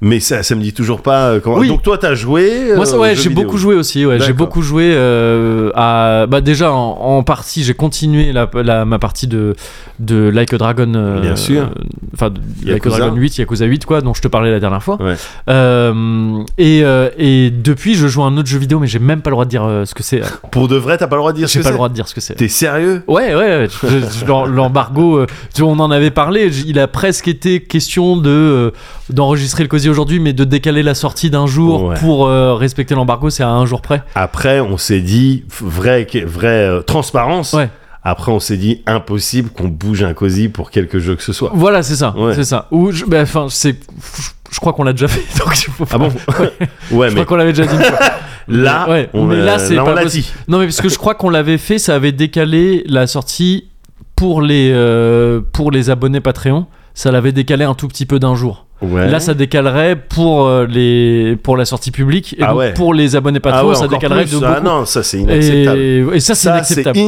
Mais ça, ça me dit toujours pas. euh, comment- Oui. Donc toi, t'as joué. euh, Moi, ça, aux ouais, jeux j'ai vidéo. beaucoup joué aussi. Ouais, j'ai D'accord. beaucoup joué euh, à. Bah, déjà, en, en partie, j'ai continué la, la- ma partie de, de Like a Dragon. euh, Bien sûr. euh, Enfin, de Like a Yakuza. Dragon 8, Yakuza 8, quoi, dont je te parlais la dernière fois. Ouais. Euh, et, euh, et depuis, je joue à un autre jeu vidéo, mais j'ai même pas le droit de dire euh, ce que c'est. Pour de vrai, t'as pas le droit de dire (laughs) ce J'ai que pas le c'est. droit de dire ce que c'est. T'es sérieux Ouais, ouais, ouais, je- je- l'em- l'embargo, euh, tu vois, on en avait parlé, j- il a presque été question de euh, d'enregistrer le cosy aujourd'hui, mais de décaler la sortie d'un jour Ouais. pour euh, respecter l'embargo, c'est à un jour près. Après, on s'est dit f- vrai, que- vrai euh, transparence. Ouais. Après, on s'est dit impossible qu'on bouge un cosy pour quelque jeu que ce soit. Voilà, c'est ça, Ouais. c'est ça. Ou, je- bah, enfin, c'est, je crois qu'on l'a déjà fait, (laughs) donc il faut Ah bon (laughs) Ouais, Je mais crois qu'on l'avait déjà dit. une (laughs) fois. là, Ouais, on mais l'a- là, c'est on pas l'a possible. dit. Non, mais parce que je crois qu'on l'avait fait, ça avait décalé la sortie pour les, euh, pour les abonnés Patreon. ça l'avait décalé un tout petit peu d'un jour. Ouais. Là, ça décalerait pour, euh, les, pour la sortie publique et Ah donc ouais. pour les abonnés patrons, ah ouais, ça encore décalerait plus. de Ah beaucoup. non, ça c'est inacceptable. et, et ça, c'est ça c'est inacceptable.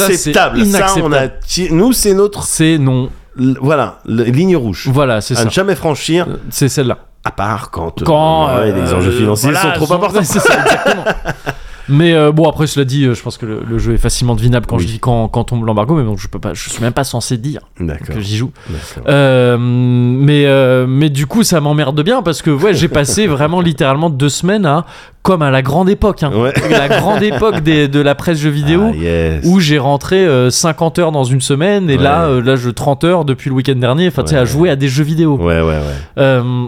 inacceptable. Ça, c'est Ça, on a ti- nous c'est notre C'est non. l- voilà l- ligne rouge Voilà, c'est à ça. ne jamais franchir C'est celle-là. à part quand, euh, Quand ouais, euh, les enjeux financiers voilà, sont trop sont- importants. C'est ça, exactement. (laughs) Mais euh, bon, après, cela dit, euh, je pense que le, le jeu est facilement devinable quand Oui. je dis quand, quand tombe l'embargo, mais bon, je peux pas, je suis même pas censé dire D'accord. que j'y joue. d'accord. Euh, mais, euh, mais du coup, ça m'emmerde bien parce que ouais, j'ai (laughs) passé vraiment littéralement deux semaines à, comme à la grande époque, hein. Ouais. la grande époque des- de la presse jeux vidéo. Ah, yes. Où j'ai rentré euh, 50 heures dans une semaine et là, Ouais. euh, là je 30 heures depuis le week-end dernier, enfin tu sais, Ouais. à jouer à des jeux vidéo. Ouais ouais ouais. Euh,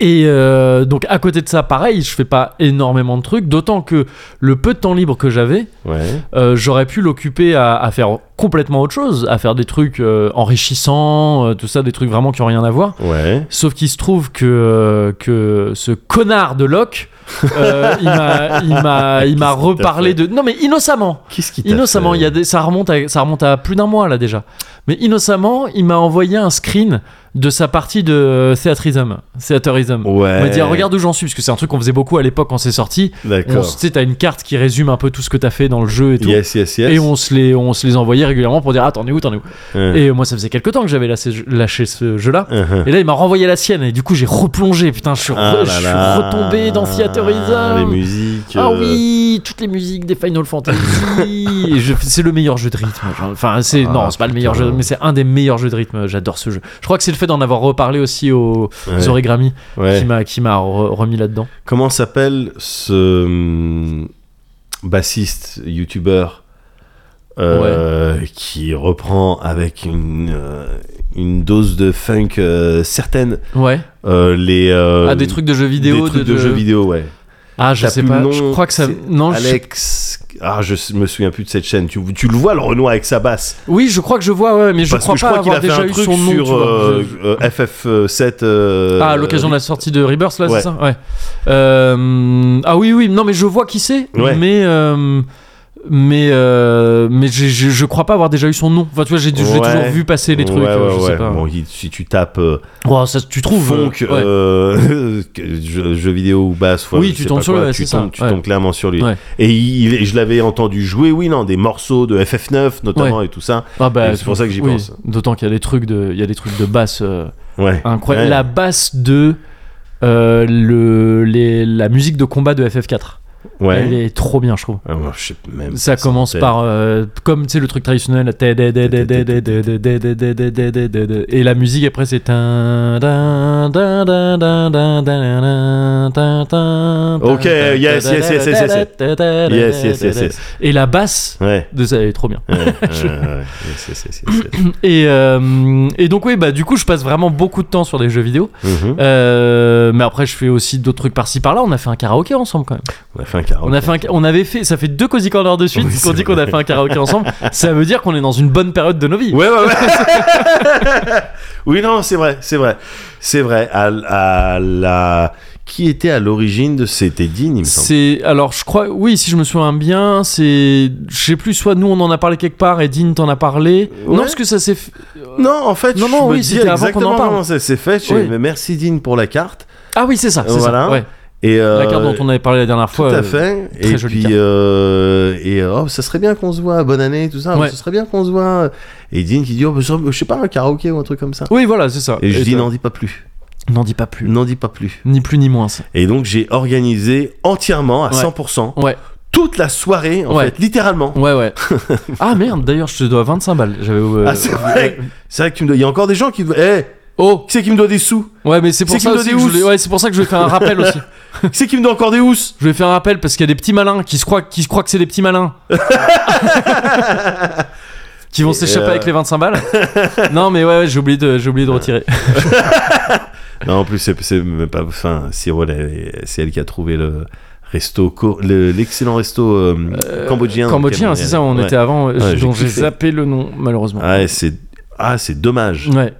et euh, donc à côté de ça, pareil, je fais pas énormément de trucs, d'autant que le peu de temps libre que j'avais, Ouais. euh, j'aurais pu l'occuper à, à faire complètement autre chose, à faire des trucs euh, enrichissants, euh, tout ça, des trucs vraiment qui ont rien à voir. Ouais. Sauf qu'il se trouve que, euh, que ce connard de Locke, euh, il m'a- (laughs) il m'a il m'a Qu'est-ce qu'il t'a reparlé fait de... Non mais innocemment Qu'est-ce qui t'a Innocemment, fait il y a des, ça, remonte à, ça remonte à plus d'un mois là déjà. Mais innocemment, il m'a envoyé un screen de sa partie de euh, Theaterism. Theaterism. Ouais. On m'a dit, ah, regarde où j'en suis, parce que c'est un truc qu'on faisait beaucoup à l'époque quand c'est sorti. On D'accord. s- Tu sais, t'as une carte qui résume un peu tout ce que t'as fait dans le jeu et tout. Yes yes yes. Et on se, les, on se les envoyait régulièrement pour dire, ah, t'en es où, t'en es où. Hein. Et moi, ça faisait quelques temps que j'avais lâché, lâché ce jeu-là. Hein, hein. Et là, il m'a renvoyé la sienne, et du coup, j'ai replongé. Putain, je suis, re- Ah je là suis là. Ah, retombé dans Theaterism. Les musiques. Ah euh, oui, toutes les musiques des Final Fantasy. Et (laughs) je- c'est le meilleur jeu de rythme. genre. Enfin, c'est Ah, non, c'est pas le meilleur putain. jeu, mais c'est un des meilleurs jeux de rythme. J'adore ce jeu. Je crois que c'est le fait d'en avoir reparlé aussi aux Ouais. origami ouais. qui m'a qui m'a re- remis là-dedans. Comment s'appelle ce hum, bassiste youtubeur euh, qui reprend avec une, euh, une dose de funk euh, certaine Ouais. euh, les euh, ah, des trucs de jeux vidéo. des trucs de, jeux vidéo ouais Ah, je T'as sais plus pas. le nom, je crois que ça. c'est Non. je- Alex ah je s- me souviens plus de cette chaîne tu, tu le vois le Renoir avec sa basse Oui, je crois que je vois. Ouais, mais je parce crois que je pas crois qu'il avoir a fait déjà un eu truc son nom. tu sur vois. euh, Je- euh, FF7 euh, Ah, à l'occasion de la sortie de Rebirth, là, ouais. c'est ça Ouais. Euh, ah oui, oui, non, mais je vois qui c'est, Ouais. mais. euh, mais euh, mais j'ai- j'ai- je crois pas avoir déjà eu son nom. Enfin, tu vois, j'ai j'ai Ouais. toujours vu passer les trucs. Ouais, euh, ouais, je sais ouais. pas. Bon, il- si tu tapes euh, Oh, ça, tu trouves funk, euh, ouais. euh, (laughs) que- jeu, jeu vidéo ou basse. Oui, je tu sais tombes pas sur quoi, le- ouais, Tu, c'est tombes, ça, tu ouais. tombes clairement sur lui. Ouais. Et il- il- je l'avais entendu jouer, oui, non, des morceaux de FF9 notamment et tout ça. Ah bah, c'est pour ça que j'y oui. pense. D'autant qu'il y a des trucs de, il y a des trucs de basse euh, Ouais. incroyables. Ouais. La basse de euh, le, les- la musique de combat de FF4. Ah, Elle Ouais. est trop bien, je trouve. Ah, moi, je sais même Ça pas si commence c'est- par euh, comme tu sais le truc traditionnel et la musique après c'est OK Yes, yes, yes, Hein. yes. et la basse Ouais. de ça elle est trop bien ouais, ouais, ouais. Yes, yes, yes, yes, yes. et euh, et donc oui bah du coup je passe vraiment beaucoup de temps sur des jeux vidéo (laughs) Mhm. Euh, mais après je fais aussi d'autres trucs par-ci par-là on a fait un karaoké ensemble quand même On a fait un karaoké. On, a fait un ca- on avait fait, ça fait deux Cozy Corner de suite Oui, c'est qu'on dit qu'on a vrai. fait un karaoké ensemble. Ça veut dire qu'on est dans une bonne période de nos vies. Ouais, ouais, ouais. (laughs) oui, non, c'est vrai, c'est vrai. C'est vrai. À, à la... Qui était à l'origine de cet digne, il me semble. C'est alors je crois oui si je me souviens bien c'est je sais plus soit nous on en a parlé quelque part et Dean t'en a parlé Ouais. non parce que ça s'est fait- Non, en fait, Non, je non, me oui, dis c'était avant qu'on en exactement parle. comment ça s'est fait. Je- Oui. mais Merci Dean pour la carte. ah oui c'est ça c'est Voilà. ça ouais. Et, euh, la carte dont on avait parlé la dernière Tout fois à euh, fait. très et jolie puis, carte. euh, et oh, ça serait bien qu'on se voit. Bonne année, tout ça. Ouais. Ça serait bien qu'on se voit. Et Dean qui dit, oh, bah, ça- je sais pas, un karaoké ou un truc comme ça. oui voilà c'est ça Et je dis, ça- n'en dis pas plus. n'en dis pas plus N'en dis pas plus. ni plus ni moins ça. Et donc, j'ai organisé entièrement, à Ouais. 100%, ouais toute la soirée, en Ouais. fait, littéralement. ouais (laughs) ouais ah merde d'ailleurs je te dois 25 balles j'avais euh, Ah, c'est vrai. ouais. C'est vrai que tu me dois. Il y a encore des gens qui. Eh, oh qui c'est qui me doit des sous ouais mais c'est pour C'est ça qu'il aussi doit que des je voulais- housses. ouais c'est pour ça que je vais faire un (laughs) rappel aussi Qui c'est qui me doit encore des housses Je vais faire un rappel parce qu'il y a des petits malins qui se croient, qui se croient que c'est des petits (laughs) malins. qui vont s'échapper euh, avec les 25 (laughs) balles. non, mais ouais, ouais, j'ai oublié, de- j'ai oublié de retirer. (laughs) Non, en plus, c'est c'est même pas. Enfin, Cyril, elle- c'est elle qui a trouvé le resto, co- le- l'excellent resto euh, cambodgien. dans Cambodgien, lequel c'est ça, on Ouais. était avant, euh, Ouais, j'ai dont j'ai kiffé. zappé le nom, malheureusement. Ouais, c'est. Ah, c'est dommage. Ouais.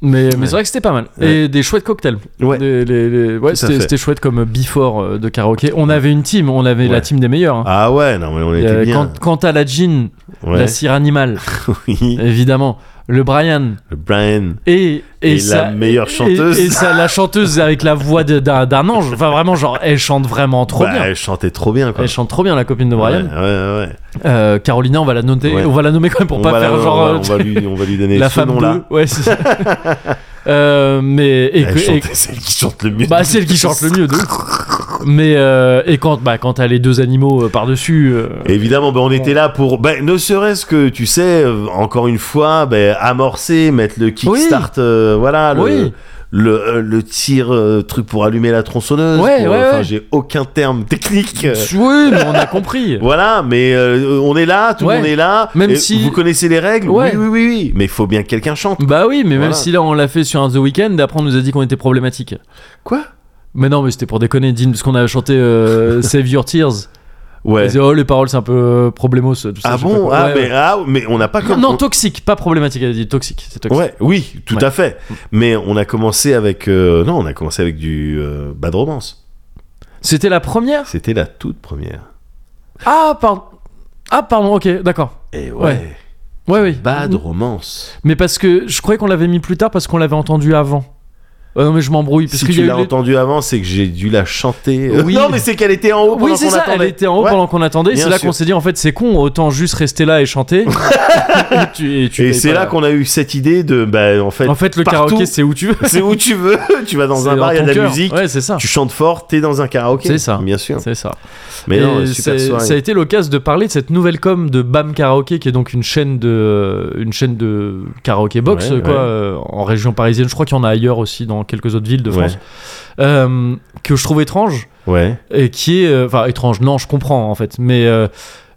Mais, mais Ouais. c'est vrai que c'était pas mal. Ouais. Et des chouettes cocktails. Ouais. Des- les- les- ouais, Tout à c'était fait. c'était chouette comme Before euh, de karaoké. On avait une team, on avait Ouais. la team des meilleurs. hein. Ah ouais, non, mais on Et, était euh, bien. quant, quant à la gin, Ouais. la cire animale, (laughs) Oui. évidemment. le Brian Le Brian et, et est ça- la meilleure chanteuse. Et, et ça, la chanteuse avec la voix de- d'un d'un ange. Enfin, vraiment, genre, elle chante vraiment trop Bah, bien. Elle chantait trop bien, quoi. Elle chante trop bien, la copine de Brian. Ouais, ouais, ouais. Euh, Carolina, on va la noter. Ouais. On va la nommer quand même pour On pas va la- faire genre on va, euh, on va lui, on va lui donner la ce femme nom-là. 2. Ouais, c'est (laughs) ça. Euh, mais et, Elle que- chante- et- (laughs) C'est elle qui chante le mieux. bah c'est elle qui (laughs) chante le mieux de ouf. mais euh, et quand bah quand t'as les deux animaux euh, par dessus Évidemment, ben, on était là pour, ben, ne serait-ce que, tu sais, euh, encore une fois, ben, amorcer, mettre le kickstart, euh, voilà, le, Oui. le, euh, le tir, euh, truc pour allumer la tronçonneuse. Ouais, pour- ouais, enfin, ouais. J'ai aucun terme (laughs) technique. euh, oui mais on a (laughs) compris Voilà, mais euh, on est là, tout le Ouais. monde est là. Même et si- Vous connaissez les règles Ouais. Oui, oui, oui, oui. Mais il faut bien que quelqu'un chante. bah oui mais même Voilà. si là on l'a fait sur un The Weeknd après on nous a dit qu'on était problématique Quoi mais non mais c'était pour déconner Dean parce qu'on a chanté euh, (laughs) Save Your Tears Ouais. Ils disaient, oh les paroles c'est un peu problémos tout ça, Ah je sais pas bon quoi. ah, Ouais, mais, ouais. ah, mais on n'a pas non, comme- on- toxique pas problématique elle a dit toxique c'est toxique Ouais, oui, tout Ouais. à fait. Mais on a commencé avec euh, non, on a commencé avec du euh, Bad Romance. c'était la première C'était la toute première. ah pardon ah pardon ok d'accord Et ouais, Ouais. ouais oui Bad Romance. Mais parce que je croyais qu'on l'avait mis plus tard parce qu'on l'avait entendu avant. Ah non mais je m'embrouille parce si qu'il y tu a eu l'as les- entendu avant, c'est que j'ai dû la chanter. Oui. (laughs) non, mais c'est qu'elle était en haut pendant Oui c'est qu'on ça, attendait. elle était en haut Ouais. pendant qu'on attendait. Bien C'est là sûr. qu'on s'est dit en fait c'est con, autant juste rester là et (laughs) chanter. et tu- tu Et payes c'est pas là la- qu'on a eu cette idée de bah en fait, En fait le partout, karaoké c'est où tu veux. (laughs) c'est où tu veux, (laughs) tu vas dans C'est un bar, il y a ton de la cœur. musique. Ouais c'est ça. Tu chantes fort, t'es dans un karaoké. C'est ça. Bien sûr. C'est ça. Mais Et non, c'est- super soirée. ça a été l'occasion de parler de cette nouvelle com de Bam Karaoké qui est donc une chaîne de une chaîne de karaoké box Ouais, quoi ouais. euh, en région parisienne. Je crois qu'il y en a ailleurs aussi dans quelques autres villes de Ouais. France Euh, que je trouve étrange. Ouais. et qui est euh, enfin étrange non je comprends en fait mais euh,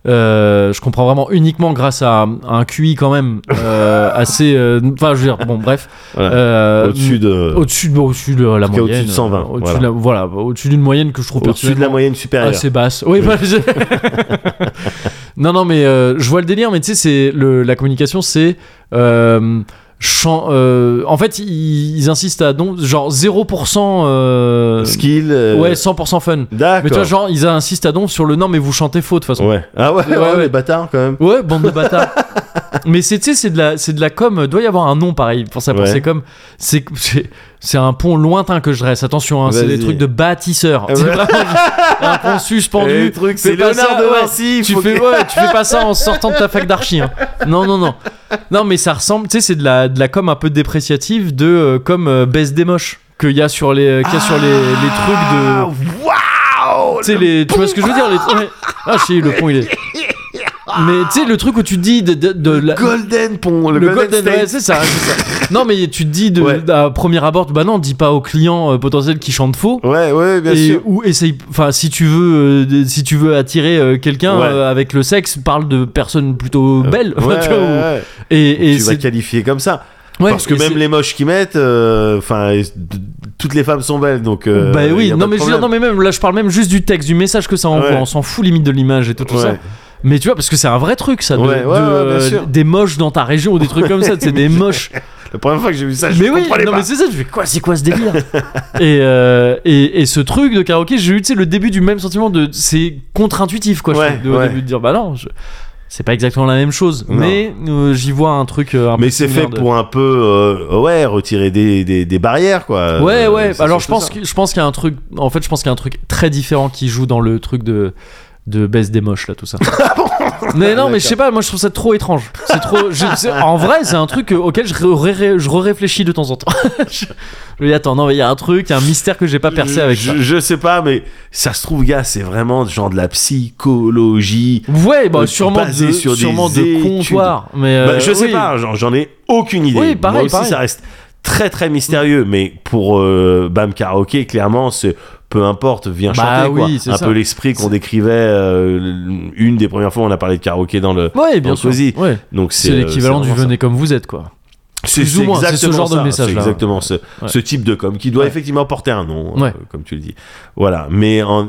euh, je comprends vraiment uniquement grâce à, à un QI quand même (laughs) euh, assez euh, enfin je veux dire bon bref Voilà. Euh, Au-dessus de au-dessus de au-dessus de la En tout cas, moyenne au-dessus de 120, au-dessus de la- voilà, au-dessus d'une moyenne que je trouve au-dessus de la personnellement moyenne supérieure. assez basse oui, (laughs) bah, je- (laughs) non non mais euh, je vois le délire mais tu sais c'est le la communication c'est euh, chan- euh, en fait ils, ils insistent à donc genre 0% euh, Skill. euh, ouais 100% fun D'accord. mais tu vois, genre, ils insistent à donf sur le non, mais vous chantez faux de toute façon. Ouais. Ah ouais, Ouais, ouais, ouais. les bâtards quand même. Ouais, bande de (laughs) bâtards. mais c'est, tu sais, c'est de la, c'est de la com. euh, Doit y avoir un nom pareil pour ça. Pour Ouais. ces coms. c'est comme, c'est, c'est un pont lointain que je dresse. Attention, hein, c'est des Vas-y. trucs de bâtisseurs. Ouais. C'est vraiment juste un pont suspendu. le truc, Fais c'est pas Léonard ça, de ouais. Vinci. Tu faut fais, que- ouais, tu fais pas ça en sortant de ta fac d'archi. hein. Non, non, non. Non, mais ça ressemble, tu sais, c'est de la, de la com un peu dépréciative de euh, comme euh, baisse des moches qu'il y a sur les, euh, qu'il y a sur les, les trucs de. Ah, Waouh Tu sais, les- tu vois ce que je veux dire les... ouais. Ah, si, le pont, il est. Mais tu sais, le truc où tu te dis de. de, de la- Golden Pond, le, le Golden, State. ouais, c'est ça, c'est ça. Non, mais tu te dis de, Ouais. à premier abord, bah non, dis pas aux clients euh, potentiels qui chantent faux. Ouais, ouais, bien Et, sûr. ou essaye, enfin, si tu veux, euh, si tu veux attirer euh, quelqu'un Ouais. Euh, euh, avec le sexe, parle de personnes plutôt belles. Ouais, Enfin, (laughs) tu vois, ou- ouais, ouais. Et, et tu vas c'est- qualifier comme ça. ouais, Parce que et même c'est- les moches qui mettent, euh, enfin, et- d- toutes les femmes sont belles, donc. euh, bah y oui, a non pas de mais, je veux dire, non problème. mais même là je parle même juste du texte, du message que ça envoie, Ouais. on s'en fout limite de l'image et tout, tout ça. Ouais. Mais tu vois, parce que c'est un vrai truc, ça, de, Ouais, ouais, de, ouais, bien euh, sûr. des moches dans ta région ou des trucs comme ça, c'est (laughs) des moches. La première fois que j'ai vu ça, je mais oui, comprenais non, pas. mais c'est ça, je fais quoi, c'est quoi ce délire et, euh, et, et ce truc de karaoké, j'ai eu, tu sais, le début du même sentiment de. C'est contre-intuitif, quoi, je Ouais, trouve, de, au ouais. début de dire, bah non, je- c'est pas exactement la même chose, Non. mais euh, j'y vois un truc euh, un peu Mais c'est fait similaire de- pour un peu, euh, ouais, retirer des, des, des barrières, quoi. Ouais, Euh, ouais. c'est Alors je surtout pense, ça. que, je pense qu'il y a un truc. En fait, je pense qu'il y a un truc très différent qui joue dans le truc de de baisse des moches là, tout (laughs) ça. Ah mais non, mais je sais pas. Moi, je trouve ça trop étrange. C'est trop. je- c'est- en vrai, c'est un truc auquel je, ré- ré- je réfléchis de temps (laughs) en temps. je je me dis attends, non, mais il y a un truc, il y a un mystère que j'ai pas percé Je- avec je, ça. je sais pas, mais ça se trouve, gars, c'est vraiment genre de la psychologie. Ouais, bah Euh, sûrement basé de, sur des sûrement de études. comptoir, mais euh, Bah, je sais oui. pas, j'en, j'en ai aucune idée. Oui, pareil, Moi aussi, pareil. ça reste très très mystérieux, mais pour euh, Bam Karaoke, clairement, c'est peu importe, viens Bah chanter. quoi. oui, c'est Un ça. peu l'esprit qu'on C'est- décrivait euh, une des premières fois où on a parlé de karaoké dans le. Ouais, bien Donc, sûr. vas-y. Ouais. Donc c'est, C'est euh, l'équivalent c'est du vraiment venez comme vous êtes quoi. ça. C'est, plus ou c'est moins, c'est ce exactement genre de ça, message-là, C'est ouais. exactement ce, Ouais. ce type de com qui doit Ouais. effectivement porter un nom, Ouais. euh, comme tu le dis. Voilà. Mais en-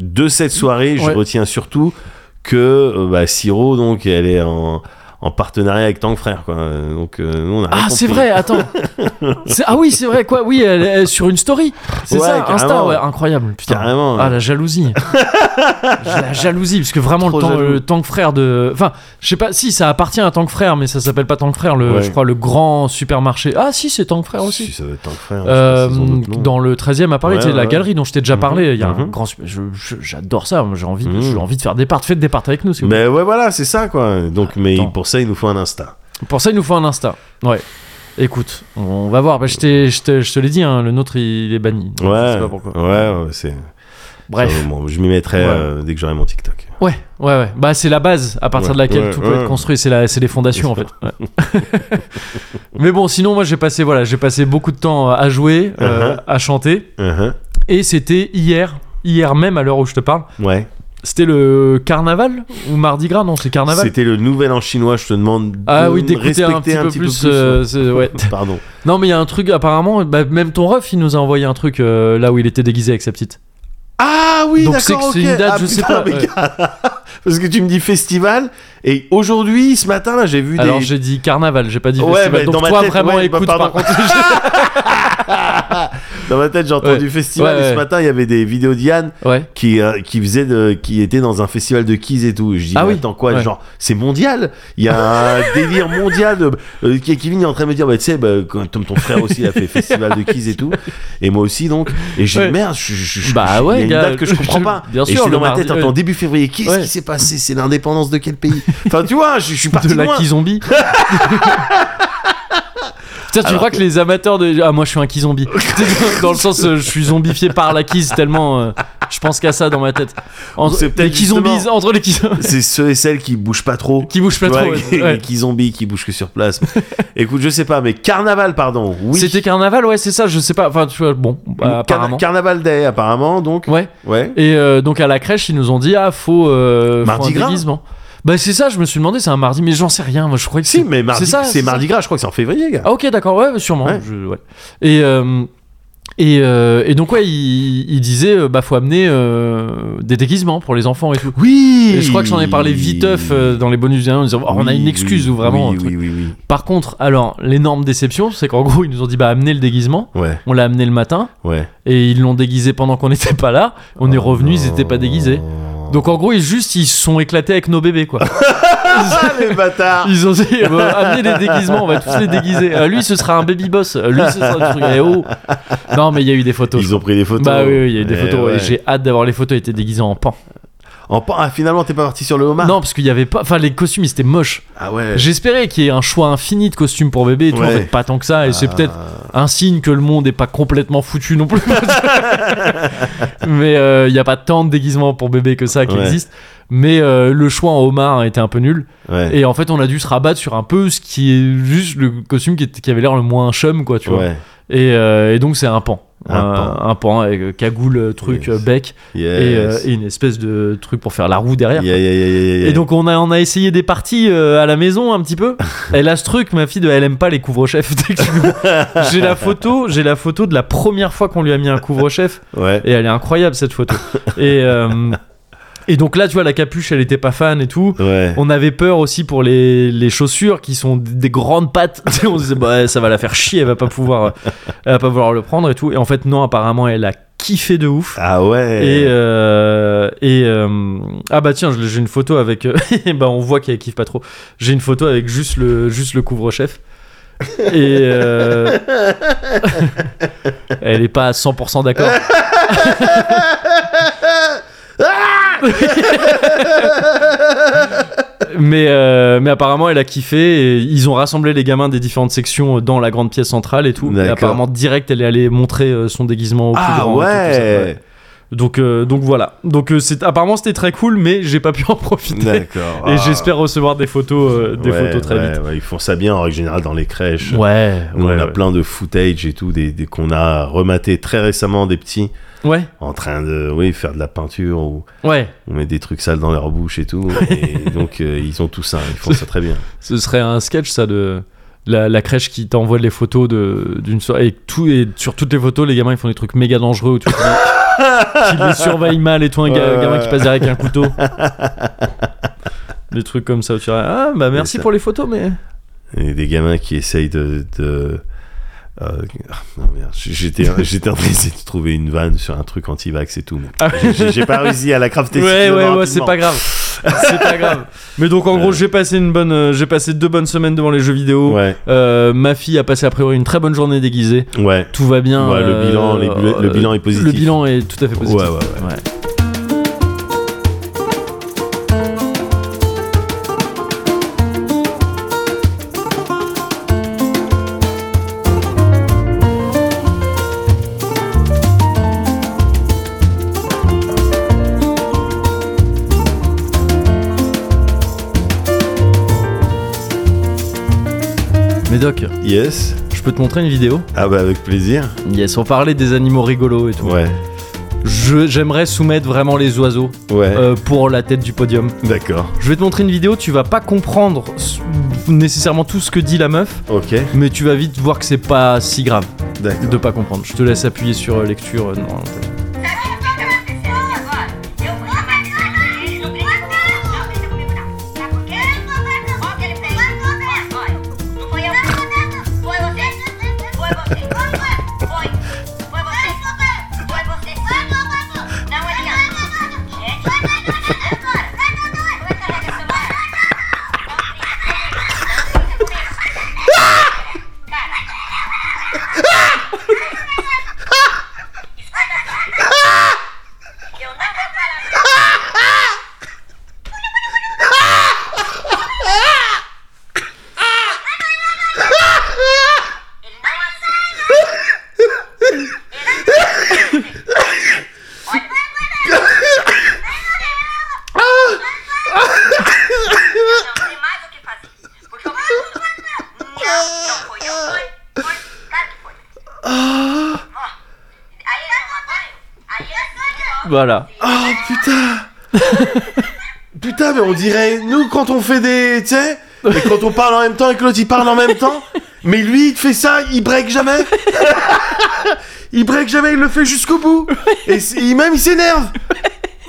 de cette soirée, je Ouais. retiens surtout que euh, bah, Siro, donc, elle est en, en partenariat avec Tang Frère, quoi. Euh, Donc, euh, nous, on a rien Ah, compris. c'est vrai, (laughs) attends. C'est- Ah oui, c'est vrai, quoi. Oui, elle est sur une story. C'est Ouais, ça, Insta, carrément. ouais, incroyable. Putain. Carrément. Ah, la (laughs) jalousie. la jalousie, parce que vraiment, le Trop tank, jaloux. le tank frère de. Enfin, je sais pas, si ça appartient à Tank Frère, mais ça s'appelle pas Tank Frère, le, Ouais. je crois, le grand supermarché. Ah, si, c'est Tank Frère aussi. Si, ça doit être Tang Frère. hein, je sais Euh, pas s'ils ont d'autres noms. dans le 13 e à Paris, Ouais, tu sais, la ouais. galerie dont je t'ai déjà Mhm. parlé, il y a un Mhm. grand. super- je- je- J'adore ça, moi, j'ai envie, de- Mhm. j'ai envie de faire des parts. Faites des parts avec nous, si vous Mais ouais, voilà, c'est ça, quoi. Donc, mais Attends. pour ça, il nous faut un Insta. Pour ça, il nous faut un Insta. Ouais. Écoute, on va voir. Bah, je, t'ai- je te, je te l'ai dit, hein, le nôtre, il est banni. Ouais. Je sais pas pourquoi. Ouais, ouais, c'est. Bref. ça, bon, je m'y mettrai Ouais. euh, dès que j'aurai mon TikTok. Ouais, ouais, ouais. Bah, c'est la base à partir Ouais, de laquelle ouais, tout peut ouais. être construit. C'est la- c'est les fondations, en fait. Ouais. (laughs) Mais bon, sinon, moi, j'ai passé, voilà, j'ai passé beaucoup de temps à jouer, euh, Uh-huh. à chanter. Uh-huh. Et c'était hier, hier même, à l'heure où je te parle. Ouais. C'était le carnaval ou Mardi Gras Non, c'est carnaval. C'était le nouvel an chinois, je te demande de Ah oui, me d'écouter un respecter petit peu plus. euh, c'est- (laughs) ouais. Pardon. Non, mais il y a un truc, apparemment, bah, même ton ref, il nous a envoyé un truc euh, là où il était déguisé avec sa petite. Ah oui, Donc, d'accord. c'est que c'est ok. une date, Ah, je sais putain, pas, mais ouais. gars, (laughs) Parce que tu me dis festival, et aujourd'hui, ce matin, là, j'ai vu Alors des. j'ai dit carnaval, j'ai pas dit Ouais, festival. mais Donc dans ma toi tête, vraiment ouais, bah, écoute par pardon. contre. (laughs) Dans ma tête, j'ai entendu festival, Ouais, et ouais. ce matin, il y avait des vidéos d'Yann ouais. qui, euh, qui faisait de, qui était dans un festival de keys et tout. Et je dis, Ah mais oui, attends quoi, ouais. genre, c'est mondial. Il y a (laughs) un délire mondial. De, euh, Kevin est en train de me dire, bah, tu sais, bah, quand- comme ton frère aussi a fait festival de keys et tout. Et moi aussi, donc. Et j'ai dit, Ouais. merde, je, je- je- Bah je- ouais, il y a une gars, date que je comprends je- pas. bien et sûr, j'étais le dans ma mardi, tête, ouais. attends, début février, qu'est-ce Ouais. qui s'est passé C'est l'indépendance de quel (laughs) pays Enfin, tu vois, je, je suis parti de la loin. qui (laughs) zombie. Putain, tu Alors crois que... que- les amateurs de ah moi je suis un qui (laughs) zombie dans le sens euh, je suis zombifié par la quise tellement euh, je pense qu'à ça dans ma tête entre C'est peut-être les qui zombies justement- entre les qui C'est ceux et celles qui bougent pas trop. (laughs) qui bougent pas Tu vois, trop (laughs) qui, ouais. Ouais. qui zombie, qui bougent que sur (laughs) place. Écoute, je sais pas, mais carnaval, pardon. Oui. c'était carnaval ouais c'est ça je sais pas enfin tu vois bon bah, Carna- apparemment Carnaval Day, apparemment, donc. ouais Ouais. Et euh, donc à la crèche, ils nous ont dit ah faut, euh, faut Mardi un gras déguisement. Bah c'est ça, je me suis demandé, c'est un mardi, mais j'en sais rien. Moi je croyais que Si, c'est- mais mardi, c'est ça, c'est mardi gras, je crois que c'est en février, gars. Ah ok, d'accord, ouais, bah, sûrement. Ouais. je- ouais. Et euh, et, euh, et donc ouais, il, il disait euh, bah faut amener euh, des déguisements pour les enfants et tout. Oui. Et je crois que j'en ai parlé viteuf euh, dans les bonus derniers en disant oh, on a Oui, une excuse oui, ou vraiment. un Oui, truc. oui, oui, oui. Par contre, alors l'énorme déception, c'est qu'en gros ils nous ont dit bah amenez le déguisement. Ouais, On l'a amené le matin (laughs) ouais. et ils l'ont déguisé pendant qu'on (laughs) n'était pas là. On est Oh revenu, ils non. n'étaient pas déguisés. Oh. Donc en gros, ils juste ils se sont éclatés avec nos bébés (laughs) quoi. (laughs) Ah, les bâtards Ils ont dit euh, bah, amenez des déguisements, on va tous les déguiser. Euh, lui ce sera un baby boss, Euh, lui ce sera un truc. Eh oh. Non mais il y a eu des photos. Ils ont pris des photos. Bah oui, oui, il y a eu des Eh photos ouais. et j'ai hâte d'avoir les photos. Ils étaient déguisés en pan. En pan- Ah, finalement, t'es pas parti sur le homard Non parce qu'il y avait pas, enfin les costumes ils étaient moches. Ah ouais. J'espérais qu'il y ait un choix infini de costumes pour bébé. Et tout, Ouais. en fait, pas tant que ça. Et c'est Ah. peut-être un signe que le monde est pas complètement foutu non (laughs) plus. Mais euh, il n'y a pas tant de déguisements pour bébé que ça qui Ouais. existe. Mais euh, le choix en homard était un peu nul. Ouais. Et en fait, on a dû se rabattre sur un peu ce qui est juste le costume qui, était- qui avait l'air le moins chum, quoi, tu vois. Ouais. Et, euh, et donc, c'est un pan. Un pan. un pan avec euh, cagoule, euh, truc, Yes. euh, bec Yes. et, euh, et une espèce de truc pour faire la roue derrière. Yeah, yeah, yeah, yeah, yeah. Et donc on a, on a essayé des parties euh, à la maison un petit (laughs) peu. Elle a ce truc, ma fille, de, elle aime pas les couvre-chefs. (laughs) j'ai la photo, j'ai la photo de la première fois qu'on lui a mis un couvre-chef Ouais. et elle est incroyable cette photo. Et euh, et donc là, tu vois, la capuche, elle était pas fan et tout. Ouais. On avait peur aussi pour les, les chaussures qui sont d- des grandes pattes. (laughs) Tu sais, on se disait bah ça va la faire chier, elle va pas pouvoir, euh, elle va pas vouloir le prendre et tout. Et en fait non, apparemment elle a kiffé de ouf. Ah ouais. Et, euh, et euh, ah bah tiens, je- j'ai une photo avec. euh, (laughs) bah on voit qu'elle kiffe pas trop. J'ai une photo avec juste le juste le couvre-chef. Et euh, (laughs) elle est pas à 100% d'accord. (laughs) mais, euh, mais apparemment, elle a kiffé. Et ils ont rassemblé les gamins des différentes sections dans la grande pièce centrale et tout. Et D'accord. apparemment, direct, elle est allée montrer euh, son déguisement au plus Ah grand et tout, tout ça, ouais. ouais. Donc, euh, donc voilà. Donc euh, c'est apparemment c'était très cool, mais j'ai pas pu en profiter. D'accord. Et Ah. j'espère recevoir des photos, euh, des Ouais, photos très ouais, vite. ouais, ils font ça bien en règle générale dans les crèches. Ouais, Nous, ouais, on a ouais. plein de footage et tout, des, des- qu'on a rematé très récemment des petits ouais, en train de oui, faire de la peinture ou ouais. on met des trucs sales dans leur bouche et tout. et donc euh, ils ont tout ça, ils font ça très bien. Ce serait un sketch ça de la, la crèche qui t'envoie les photos de d'une soirée et tout et sur toutes les photos les gamins ils font des trucs méga dangereux ou tu vois, (laughs) qui les surveillent mal et toi un ga- Ouais. (laughs) gamin qui passe derrière avec un couteau. Des trucs comme ça. où Tu dirais, ah, bah merci ça- pour les photos, mais. Et des gamins qui essayent de. de- euh, ah, non, merde, j- j'étais j'étais en train d'essayer de trouver une vanne sur un truc anti-vax et tout. mais j'ai- J'ai pas réussi à la crafter. Ah Ouais, ouais, suffisamment ouais, c'est rapidement. pas grave. C'est pas grave. Mais donc, en gros, Euh. j'ai passé une bonne, euh, j'ai passé deux bonnes semaines devant les jeux vidéo. Ouais, Euh, ma fille a passé a priori une très bonne journée déguisée. ouais. Tout va bien. Ouais, le euh, bilan, les bu- le bilan est positif. Le bilan est tout à fait positif. Ouais, ouais, ouais. Mais Doc, Yes. je peux te montrer une vidéo Ah bah avec plaisir. Yes, on parlait des animaux rigolos et tout. Ouais. Je- J'aimerais soumettre vraiment les oiseaux Ouais. euh, pour la tête du podium. D'accord. Je vais te montrer une vidéo, tu vas pas comprendre s- nécessairement tout ce que dit la meuf, Ok. mais tu vas vite voir que c'est pas si grave D'accord. de pas comprendre. Je te laisse appuyer sur euh, lecture. euh, non, non, t'as- Voilà. Ah putain (laughs) Putain, mais on dirait, nous, quand on fait des. Tu sais Et quand on parle en même temps et que l'autre il parle en même temps, mais lui il te fait ça, il break jamais (laughs) Il break jamais, il le fait jusqu'au bout Et c'est- il- même il s'énerve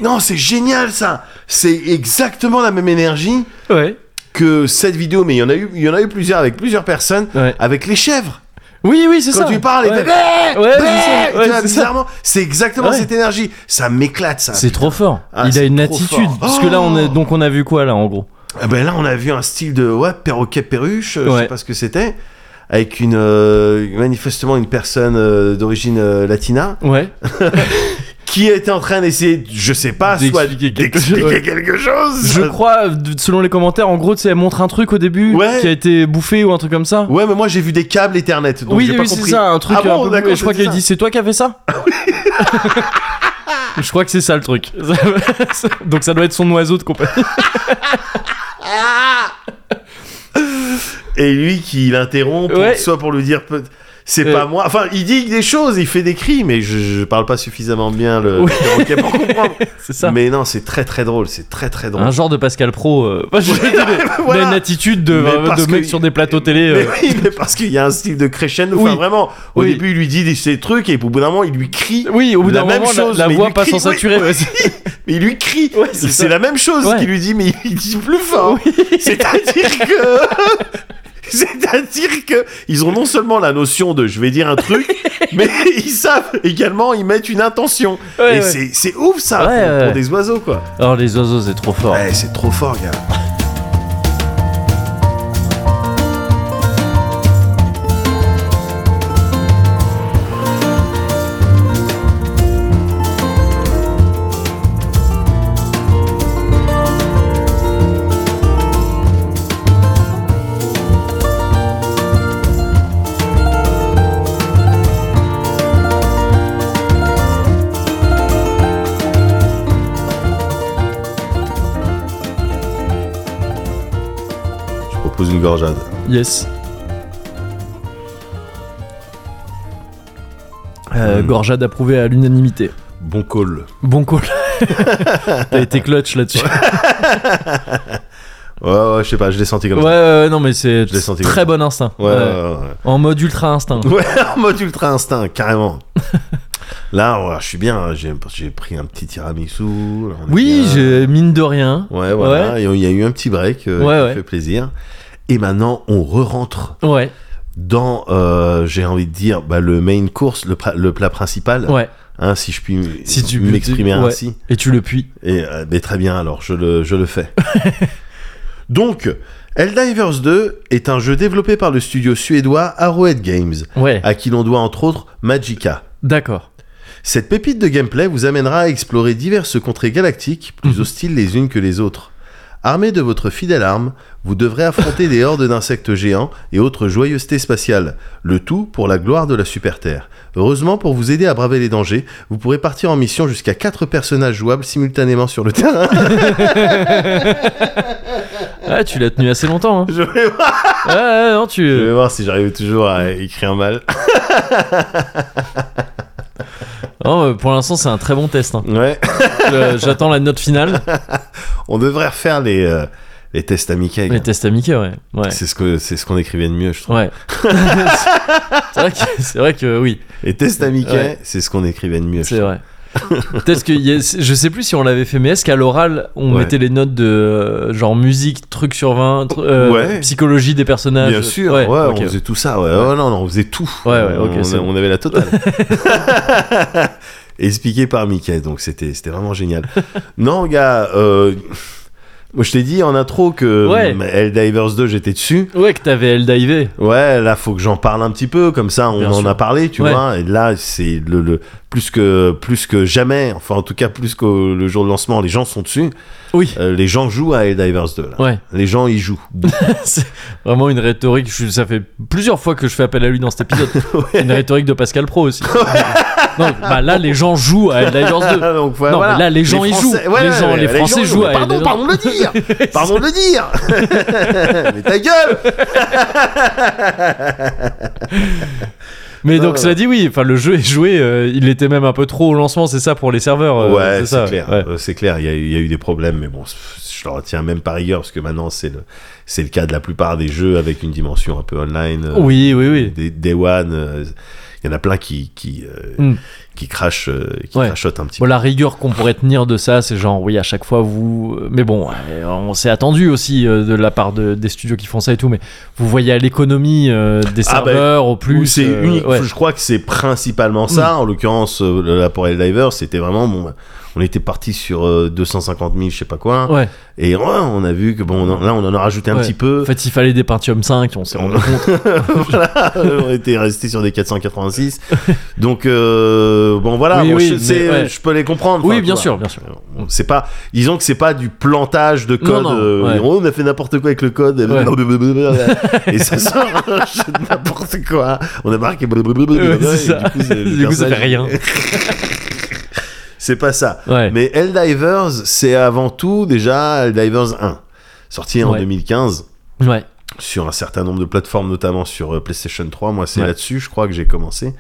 Non, c'est génial ça C'est exactement la même énergie Ouais. que cette vidéo, mais il y en a eu, il y en a eu plusieurs avec plusieurs personnes, Ouais. avec les chèvres Oui, oui, c'est ça. quand tu parles, il Ouais. fait Bleh Ouais, Bleh c'est ça. Ouais, Tu vois, c'est ça. bizarrement, c'est exactement Ouais. cette énergie. Ça m'éclate, ça. C'est trop fort. Ah, il a c'est une trop attitude. fort. Oh. Parce que là, on a, donc on a vu quoi là en gros Ah ben là, on a vu un style de ouais, perroquet perruche, euh, je Ouais. sais pas ce que c'était, avec une euh, manifestement une personne euh, d'origine euh, latina Ouais. qui était en train d'essayer, de- je sais pas, soit D'expliquer quelque d'expliquer chose, ouais. quelque chose. Je Euh, crois, d- selon les commentaires, en gros, tu sais, elle montre un truc au début Ouais. qui a été bouffé ou un truc comme ça. Ouais, mais moi j'ai vu des câbles Ethernet, donc oui, j'ai pas oui, c'est compris. ça, un truc. Ah un bon, peu- d'accord, je crois c'était qu'elle ça. Ah dit, c'est toi qui as fait ça (laughs) Je crois que c'est ça le truc. Donc (laughs) ça doit être son oiseau de compagnie. (laughs) Et lui qui l'interrompt, pour- Ouais. soit pour lui dire peut- c'est Euh. pas moi. Enfin, il dit des choses, il fait des cris, mais je, je parle pas suffisamment bien le, Ouais. le perroquet pour comprendre. C'est (laughs) ça. Mais non, c'est très très drôle, c'est très très drôle. Un genre de Pascal Pro. euh, (laughs) je veux dire, il a (laughs) Voilà. une attitude de, Mais euh, parce de mec que- sur des plateaux télé. Mais euh, oui, mais parce qu'il y a un style de crescendo. Enfin, Oui. vraiment, au Oui. début, il lui dit des- ces trucs et au bout d'un moment, il lui crie. Oui, au bout La d'un même moment, la- chose, la, mais il voix lui passe en crie, oui, saturé. ouais, c'est- Mais il lui crie. Ouais, c'est c'est ça. la même chose Ouais. qu'il lui dit, mais il dit plus fort. (laughs) C'est-à-dire que. (laughs) C'est-à-dire que ils ont non seulement la notion de je vais dire (laughs) un truc, mais ils savent également ils mettent une intention. Ouais, et ouais. c'est- c'est ouf ça Ouais, pour, ouais. pour des oiseaux quoi. (laughs) Oh, les oiseaux, c'est trop fort. Ouais, c'est trop fort gars. Je propose une gorgeade. Yes. Euh, Hmm. Gorjade approuvé à l'unanimité. Bon call. Bon (laughs) call. T'as été clutch là-dessus. Ouais ouais, je sais pas, je l'ai senti comme Ouais, ouais, ça. ouais, non, mais c'est Je l'ai senti très bon instinct. Ouais, Ouais. ouais, ouais, ouais. (laughs) En mode ultra instinct. Ouais, en mode ultra instinct, carrément. Là, ouais, je suis bien. hein, J'ai j'ai pris un petit tiramisu. là, on est Oui, bien. j'ai- mine de rien. Ouais, voilà. et Il y a eu un petit break. euh, Ouais, qui ouais. fait plaisir. Et maintenant, on re-rentre Ouais, dans, euh, j'ai envie de dire, bah, le main course, le, pra- le plat principal. ouais. Hein, si je puis m- Si tu peux- m'exprimer ouais. ainsi. Et tu le puis. Et, euh, mais très bien, alors, je le, je (laughs) le fais. Donc, Helldivers 2 est un jeu développé par le studio suédois Arrowhead Games, Ouais, à qui l'on doit entre autres Magica. d'accord. Cette pépite de gameplay vous amènera à explorer diverses contrées galactiques, plus hostiles les unes que les autres. Armé de votre fidèle arme, vous devrez affronter des hordes d'insectes géants et autres joyeusetés spatiales, le tout pour la gloire de la Super Terre. Heureusement, pour vous aider à braver les dangers, vous pourrez partir en mission jusqu'à 4 personnages jouables simultanément sur le (laughs) terrain. Ah, tu l'as tenu assez longtemps. Hein. Je vais voir, Ouais, ouais, non, tu. je vais voir si j'arrive toujours à écrire mal. Non, euh, pour l'instant, c'est un très bon test. hein. Ouais, Euh, J'attends la note finale. on devrait refaire les, euh, les tests amicaux. Les tests à Mickey, ouais. Ouais. C'est ce que- c'est ce qu'on écrivait de mieux, je trouve. Ouais. (laughs) c'est vrai que, c'est vrai que (laughs) oui, Les tests amicaux, Ouais. c'est ce qu'on écrivait de mieux. je c'est vrai. Peut-être que y a- je sais plus si on l'avait fait, mais est-ce qu'à l'oral on Ouais. mettait les notes de euh, genre musique, truc sur 20, tr- euh, Ouais. psychologie des personnages Bien sûr, ouais, ok, on faisait tout ça, ouais. Oh non, non, on faisait tout. Ouais, ouais, ok, on, c'est on bon. avait la totale. (laughs) Expliqué par Mickey, donc c'était c'était vraiment génial. non, gars, euh, moi je t'ai dit en intro que Ouais. hum, Helldivers 2, j'étais dessus. Ouais, que t'avais Eldivé. Ouais, là faut que j'en parle un petit peu, comme ça on Bien en sûr. a parlé, tu Ouais. vois. Et là c'est le, le- plus que plus que jamais, enfin en tout cas plus que le jour de lancement, les gens sont dessus. Oui, Euh, les gens jouent à Helldivers 2. là. ouais. Les gens y jouent. C'est vraiment une rhétorique. je- ça fait plusieurs fois que je fais appel à lui dans cet épisode. (laughs) Ouais. Une rhétorique de Pascal Pro (laughs) aussi. non, bah là, les gens jouent à Helldivers 2. Donc, voilà, non, voilà. mais là, les gens y Français- jouent. ouais, les, ouais, gens, ouais, les Français gens jouent jouent. à Pardon, Helldivers pardon de le dire (laughs) Pardon de le dire Mais ta gueule Mais Non, donc, ouais. cela dit, oui, enfin, le jeu est joué. euh, il était même un peu trop au lancement, c'est ça, pour les serveurs. euh, Ouais, c'est ça. clair. ouais. Euh, C'est clair, il y, a eu- il y a eu des problèmes, mais bon, je le retiens même par ailleurs, parce que maintenant, c'est le, c'est le cas de la plupart des jeux avec une dimension un peu online. euh, Oui, oui, oui. Des Day One, euh, il y en a plein qui, qui, euh, Mm. qui crachent, euh, qui Ouais. crachotent un petit Bon, la rigueur qu'on pourrait tenir de ça, c'est genre, oui, à chaque fois, vous. Mais bon, euh, on s'est attendu aussi euh, de la part de- des studios qui font ça et tout, mais vous voyez à l'économie euh, des Ah, bah, serveurs au plus. Ou c'est euh, unique. ouais. Hmm. Je crois que c'est principalement ça. En l'occurrence, euh, là pour Diver, c'était vraiment bon. On était parti sur euh, 250 000, je sais pas quoi. Ouais. Et ouais, on a vu que bon, on en- là on en a rajouté un Ouais. petit peu. En fait, il fallait des Pentium 5, on s'est On- rendu compte. (laughs) (laughs) Voilà, on était resté sur des 486. Donc euh, bon voilà, Oui, bon, oui, je, c'est- mais ouais. je peux les comprendre. Oui, Enfin, tu bien vois. sûr, bien sûr. Bon, C'est pas, disons que c'est pas du plantage de code. Non, non, euh, ouais. On a fait n'importe quoi avec le code. (laughs) (laughs) Et ça sort un jeu de n'importe quoi. On a marqué. Ouais, et c'est ça. Du coup, c'est- le Du coup, ça fait personnage- rien. (laughs) c'est pas ça. Ouais. Mais Helldivers, c'est avant tout déjà Helldivers 1, sorti en Ouais. 2015 Ouais. sur un certain nombre de plateformes, notamment sur euh, PlayStation 3. Moi, c'est Ouais. là-dessus, je crois que j'ai commencé.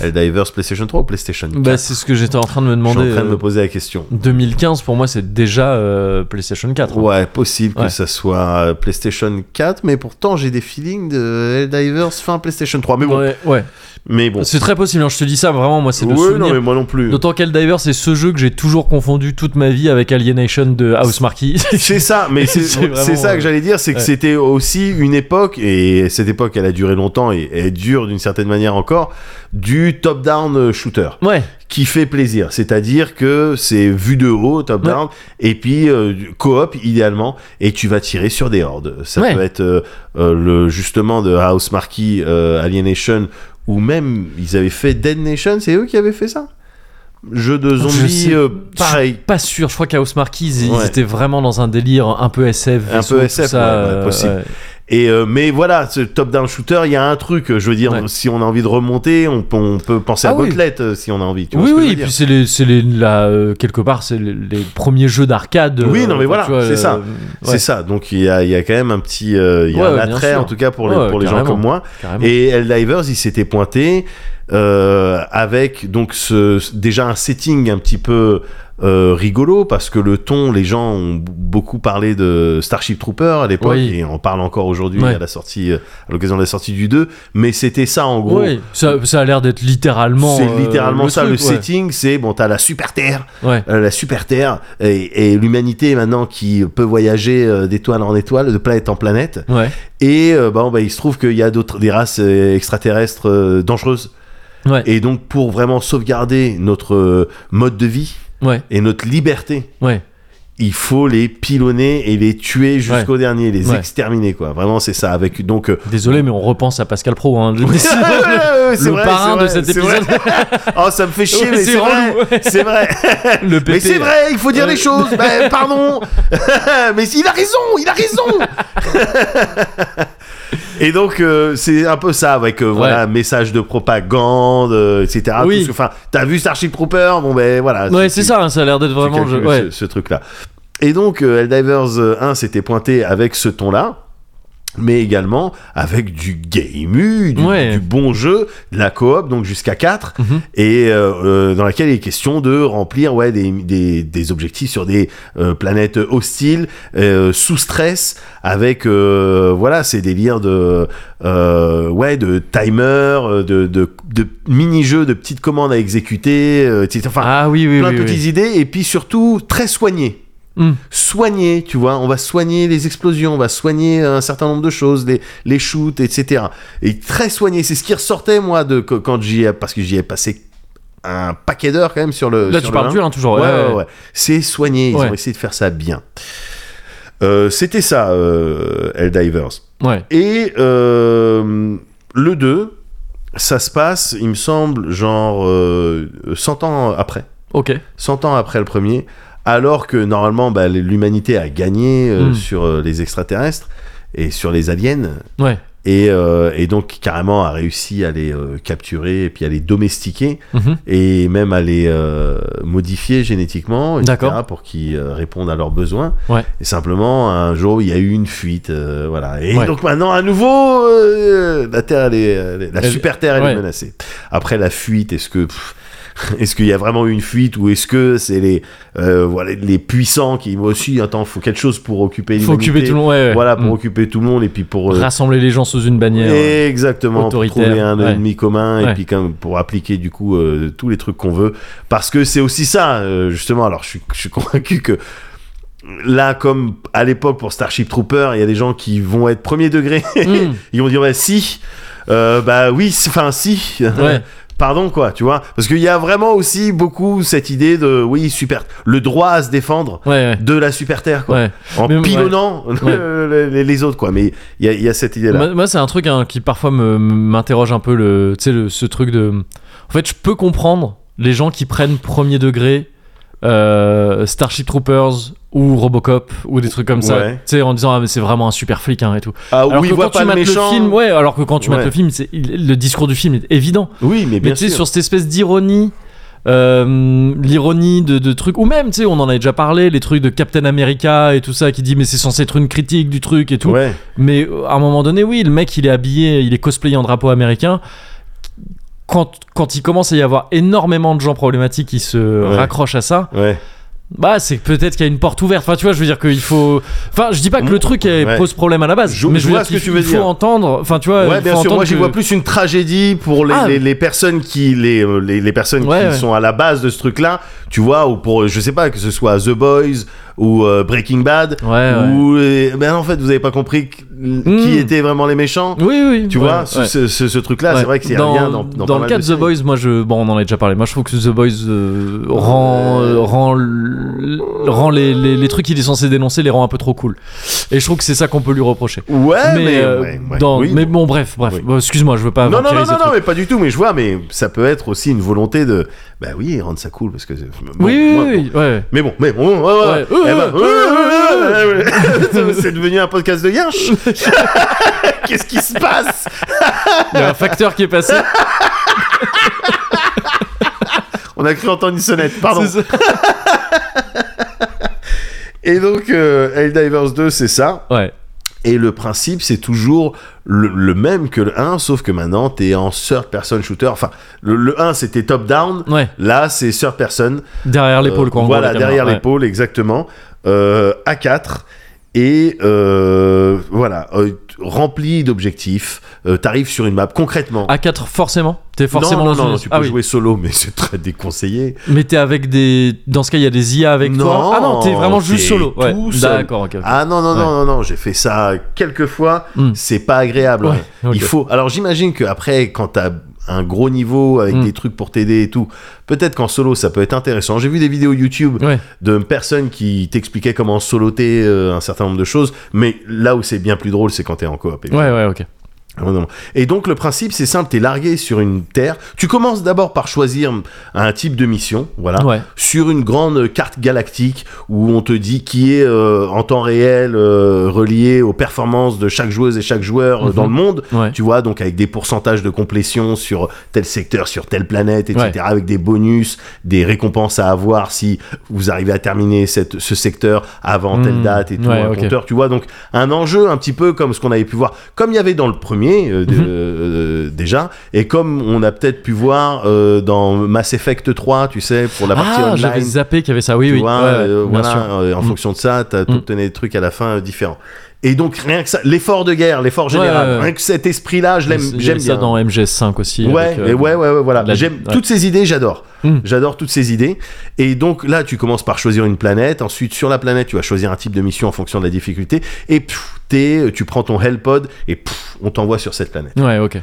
Helldivers, PlayStation 3 ou PlayStation 4 Bah, c'est ce que j'étais en train de me Je suis demander. en train de euh, me poser la question. 2015, pour moi, c'est déjà euh, PlayStation 4. hein. Ouais, possible que Ouais. ça soit euh, PlayStation 4, mais pourtant j'ai des feelings de Helldivers fin PlayStation 3. Mais bon, Ouais, ouais. mais bon. C'est très possible, hein, je te dis ça vraiment, moi c'est le Ouais, non, souvenir. mais moi non plus. D'autant qu'Eldiver c'est ce jeu que j'ai toujours confondu toute ma vie avec Alienation de House Marquis. (laughs) C'est ça, (laughs) mais c'est C'est vraiment, c'est ça que euh, j'allais dire, c'est que ouais. c'était aussi une époque, et cette époque elle a duré longtemps et elle dure d'une certaine manière encore, du top-down euh, shooter ouais, qui fait plaisir. C'est-à-dire que c'est vu de haut, top-down, et puis euh, du- coop idéalement, et tu vas tirer sur des hordes. Ça Ouais. peut être euh, euh, le justement de House Marquis, euh, Alienation, ou même ils avaient fait Dead Nation, c'est eux qui avaient fait ça Jeu de Je zombies, sais- euh, je- pareil. pas sûr, je crois qu'House Marquis ils Ouais. étaient vraiment dans un délire un peu SF. Un vaisseau, peu tout SF, ça, ouais, ouais, euh, possible. ouais. Et euh, mais voilà, ce top-down shooter, il y a un truc. euh, Je veux dire, Ouais. si on a envie de remonter, on, peut- on peut penser à Ah oui. Gauntlet euh, si on a envie. Tu vois Oui, ce que oui, je veux et dire puis c'est les, c'est les, la, euh, quelque part, c'est les, les premiers jeux d'arcade. Oui, euh, non, mais tu voilà, vois, c'est euh, ça. ouais, c'est ça. Donc il y a, il y a quand même un petit, euh, il y a Ouais, un ouais, bien attrait sûr. en tout cas pour les Ouais, pour les gens carrément. comme moi. carrément. Et Helldivers, il s'était pointé euh, avec donc ce, déjà un setting un petit peu euh, rigolo parce que le ton, les gens ont beaucoup parlé de Starship Trooper à l'époque Oui. et on parle encore aujourd'hui Ouais. à la sortie, euh, à l'occasion de la sortie du 2, mais c'était ça en gros. Ouais, ça, ça a l'air d'être littéralement. C'est euh, littéralement ça, truc, le ouais. setting, c'est bon, t'as la super Terre, Ouais. euh, la super Terre, et, et l'humanité maintenant qui peut voyager euh, d'étoile en étoile, de planète en planète, Ouais. et euh, bon, bah, il se trouve qu'il y a d'autres, des races euh, extraterrestres euh, dangereuses, Ouais. et donc pour vraiment sauvegarder notre euh, mode de vie Ouais. et notre liberté, Ouais. il faut les pilonner et les tuer jusqu'au dernier, les Ouais. exterminer, quoi. Vraiment, c'est ça, avec (laughs) donc... euh, Désolé, mais on repense à Pascal Pro. (laughs) Hein. Le, ouais, ouais, c'est le vrai, parrain c'est de vrai, cet c'est vrai. épisode. (laughs) Oh, ça me fait chier, Ouais, mais c'est c'est vrai. relou, ouais. C'est vrai. le PT. Mais c'est vrai, il faut dire Ouais. les (laughs) choses. Ben, pardon. mais il a raison, il a raison. (laughs) Et donc euh, c'est un peu ça avec euh, voilà message de propagande, euh, etc. Oui. Tout ce que- Enfin, t'as vu Starship Trooper Bon ben voilà. Ouais, tu- c'est tu- ça, hein, ça a l'air d'être tu vraiment. calcules je- ouais. ce, truc là. Et donc euh, Helldivers euh, 1 s'était pointé avec ce ton là. Mais également avec du game, du, Ouais. du bon jeu, de la coop, donc jusqu'à 4 Mhm. et euh, euh, dans laquelle il est question de remplir ouais, des, des, des objectifs sur des euh, planètes hostiles, euh, sous stress, avec euh, voilà ces délires de euh, ouais de timer, euh, de, de, de mini-jeux, de petites commandes à exécuter, euh, etc. Enfin, ah oui, oui, plein oui. de oui. petites idées, et puis surtout très soigné. Mm. Soigné, tu vois, on va soigner les explosions, on va soigner euh, un certain nombre de choses, les, les shoots, etc. Et très soigné, c'est ce qui ressortait moi de qu- quand j'y ai, parce que j'y ai passé un paquet d'heures quand même sur le. Là, sur tu le parles un. du 1 toujours. Ouais, ouais, ouais, ouais. ouais. C'est soigné, ils Ouais. ont essayé de faire ça bien. Euh, C'était ça, euh, Helldivers. Ouais. Et euh, le 2, ça se passe, il me semble, genre euh, 100 ans après. Ok. 100 ans après le premier, alors que normalement bah, l'humanité a gagné euh, Mm. sur euh, les extraterrestres et sur les aliens, Ouais. et, euh, et donc carrément a réussi à les euh, capturer et puis à les domestiquer Mhm. et même à les euh, modifier génétiquement, etc., D'accord. pour qu'ils euh, répondent à leurs besoins. Ouais. Et simplement, un jour, il y a eu une fuite, euh, voilà. Et Ouais. donc maintenant, à nouveau, euh, la Terre, elle est, elle est- la Elle- super Terre, elle ouais. est menacée. Après la fuite, est-ce que pff, (laughs) est-ce qu'il y a vraiment eu une fuite ou est-ce que c'est les euh, voilà les puissants qui moi aussi attends faut quelque chose pour occuper Faut l'humanité. occuper tout le monde. Ouais, ouais. voilà pour Mm. occuper tout le monde et puis pour euh, Rassembler les gens sous une bannière. ouais. Exactement, pour Autoritaire, trouver un ouais. ennemi commun Ouais. et puis comme pour appliquer du coup euh, tous les trucs qu'on veut. Parce que c'est aussi ça, euh, justement. Alors je suis, je suis (laughs) convaincu que là, comme à l'époque pour Starship Trooper, il y a des gens qui vont être premier degré. (laughs) Mm. Ils vont dire, bah si, euh, bah oui, c'est- enfin si. (laughs) Ouais. Pardon quoi, tu vois. Parce qu'il y a vraiment aussi beaucoup cette idée de, oui, super, le droit à se défendre Ouais, ouais. de la super Terre, quoi. Ouais. En Mais- ouais. pilonnant (laughs) les, les autres, quoi. Mais il y a, il y a cette idée-là. Moi, moi, c'est un truc hein, qui parfois me- m'interroge un peu, le, tu sais, le- ce truc de... En fait, je peux comprendre les gens qui prennent premier degré euh, Starship Troopers ou Robocop ou des trucs comme ça, Ouais. tu sais, en disant ah mais c'est vraiment un super flic hein, et tout. Ah Alors oui, que voit quand pas tu le mates le méchant. film, ouais, alors que quand tu mates Ouais. le film, c'est il- le discours du film est évident. Oui, mais bien mais tu sais, sûr. sur cette espèce d'ironie, euh, l'ironie de, de trucs, ou même, tu sais, on en avait déjà parlé, les trucs de Captain America et tout ça, qui dit, mais c'est censé être une critique du truc et tout. Ouais. Mais euh, à un moment donné, oui, le mec, il est habillé, il est cosplayé en drapeau américain. Quand, quand il commence à y avoir énormément de gens problématiques qui se Ouais. raccrochent à ça, Ouais. bah c'est peut-être qu'il y a une porte ouverte. Enfin, tu vois, je veux dire qu'il faut. Enfin, je dis pas que le truc elle, Mm. Ouais. pose problème à la base, Je- mais je je veux vois dire ce que qu'il tu veux il faut dire. entendre. Enfin, tu vois, ouais, il bien faut sûr. entendre Moi, j'y que- vois plus une tragédie pour les, Ah. les, les personnes qui les, euh, les, les personnes Ouais, qui ouais. sont à la base de ce truc-là. Tu vois, ou pour euh, je sais pas que ce soit The Boys ou euh, Breaking Bad. Ouais, ouais. Ou les- ben en fait, vous avez pas compris que- qui étaient vraiment les méchants. Oui, oui. Tu Hmm. ouais, vois, ce, ouais. ce, ce- ce truc-là, Ouais. c'est vrai que c'est dans, rien dans, dans, pas le mal cas de de The séries. Boys, moi je bon on en a déjà parlé. Moi je trouve que The Boys euh, rend euh, rend l- rend les, les, les trucs qu'il est censé dénoncer les rend un peu trop cool. Et je trouve que c'est ça qu'on peut lui reprocher. Ouais, Ah, mais, euh, ouais, ouais. dans- Oui, mais bon bref bref. Oui. Bon, Excuse-moi, je veux pas. Non, non, non, vampiriser non, le non, truc. mais pas du tout, mais je vois, mais ça peut être aussi une volonté de. Bah oui, rendre ça cool, parce que. bon, oui, moi- oui, oui, ouais. (laughs) Mais bon, mais bon, ouais, ouais, Ouais. Eh ben, Ouais, ouais, ouais, ouais, (laughs) ouais. c'est devenu un podcast de yinche. Qu'est-ce qui se passe Il y a un facteur qui est passé. On a cru entendre une sonnette, (laughs) pardon. C'est ça. Et donc, euh, Helldivers 2, c'est ça. Ouais. Et le principe, c'est toujours le, le même que le 1, sauf que maintenant, t'es en third person shooter. Enfin, le, le 1, c'était top down. Ouais, Là, c'est third person. derrière l'épaule, quoi. Euh, en gros, Voilà, la caméra, derrière ouais. l'épaule, exactement. Euh, à 4. Et euh, voilà, euh, t- rempli d'objectifs. Euh, T'arrives sur une map concrètement. A4, forcément. T'es Ah, forcément non, dans non, une- non, tu peux ah, oui. Ah. jouer solo, (laughs) mais c'est très déconseillé. Mais t'es avec des. Dans ce cas, il y a des IA avec Non, toi. Ah non, t'es vraiment juste t'es solo. Ouais. tout seul. D'accord, ok. ok. Ah non, non, non, non, non, j'ai fait ça quelques fois. Hmm. C'est pas agréable. Ouais, ok. ouais. Il faut. Alors j'imagine que après, quand t'as un gros niveau avec Mm. des trucs pour t'aider et tout, peut-être qu'en solo ça peut être intéressant. J'ai vu des vidéos YouTube Ouais. de personnes qui t'expliquaient comment soloter euh, un certain nombre de choses, mais là où c'est bien plus drôle, c'est quand t'es en coop. évidemment. Ouais, ouais, ok. Non, non. Et donc le principe c'est simple, t'es largué sur une terre. Tu commences d'abord par choisir un type de mission, voilà Ouais. sur une grande carte galactique où on te dit qui est euh, en temps réel euh, relié aux performances de chaque joueuse et chaque joueur euh, Mhm. dans le monde. Ouais. Tu vois, donc avec des pourcentages de complétion sur tel secteur, sur telle planète, etc. Ouais. Avec des bonus, des récompenses à avoir si vous arrivez à terminer cette, ce secteur avant telle Mhm. date et tout, Ouais, un ok. compteur. Tu vois, donc un enjeu un petit peu comme ce qu'on avait pu voir, comme il y avait dans le premier euh, de- Mhm. euh, déjà, et comme on a peut-être pu voir euh, dans Mass Effect 3, tu sais, pour la partie Ah, j'avais online zappé qu'il y avait ça. Oui, tu oui. vois, Ouais, ouais, euh, bien voilà, sûr. euh, en Mm. fonction de ça, t'as- Mm. t'obtenais des trucs à la fin euh, différents. Et donc rien que ça, l'effort de guerre, l'effort général, ouais, ouais. rien que cet esprit-là, je l'aime, Il y j'aime avait ça bien. dans MGS5 aussi. Ouais, avec, euh, mais ouais, ouais, ouais, voilà. la- J'aime ouais. toutes ces idées, j'adore. Mm. J'adore toutes ces idées. Et donc là, tu commences par choisir une planète. Ensuite, sur la planète, tu vas choisir un type de mission en fonction de la difficulté. Et pff, t'es- euh, tu prends ton Hellpod et pff, on t'envoie sur cette planète. Ouais, ok.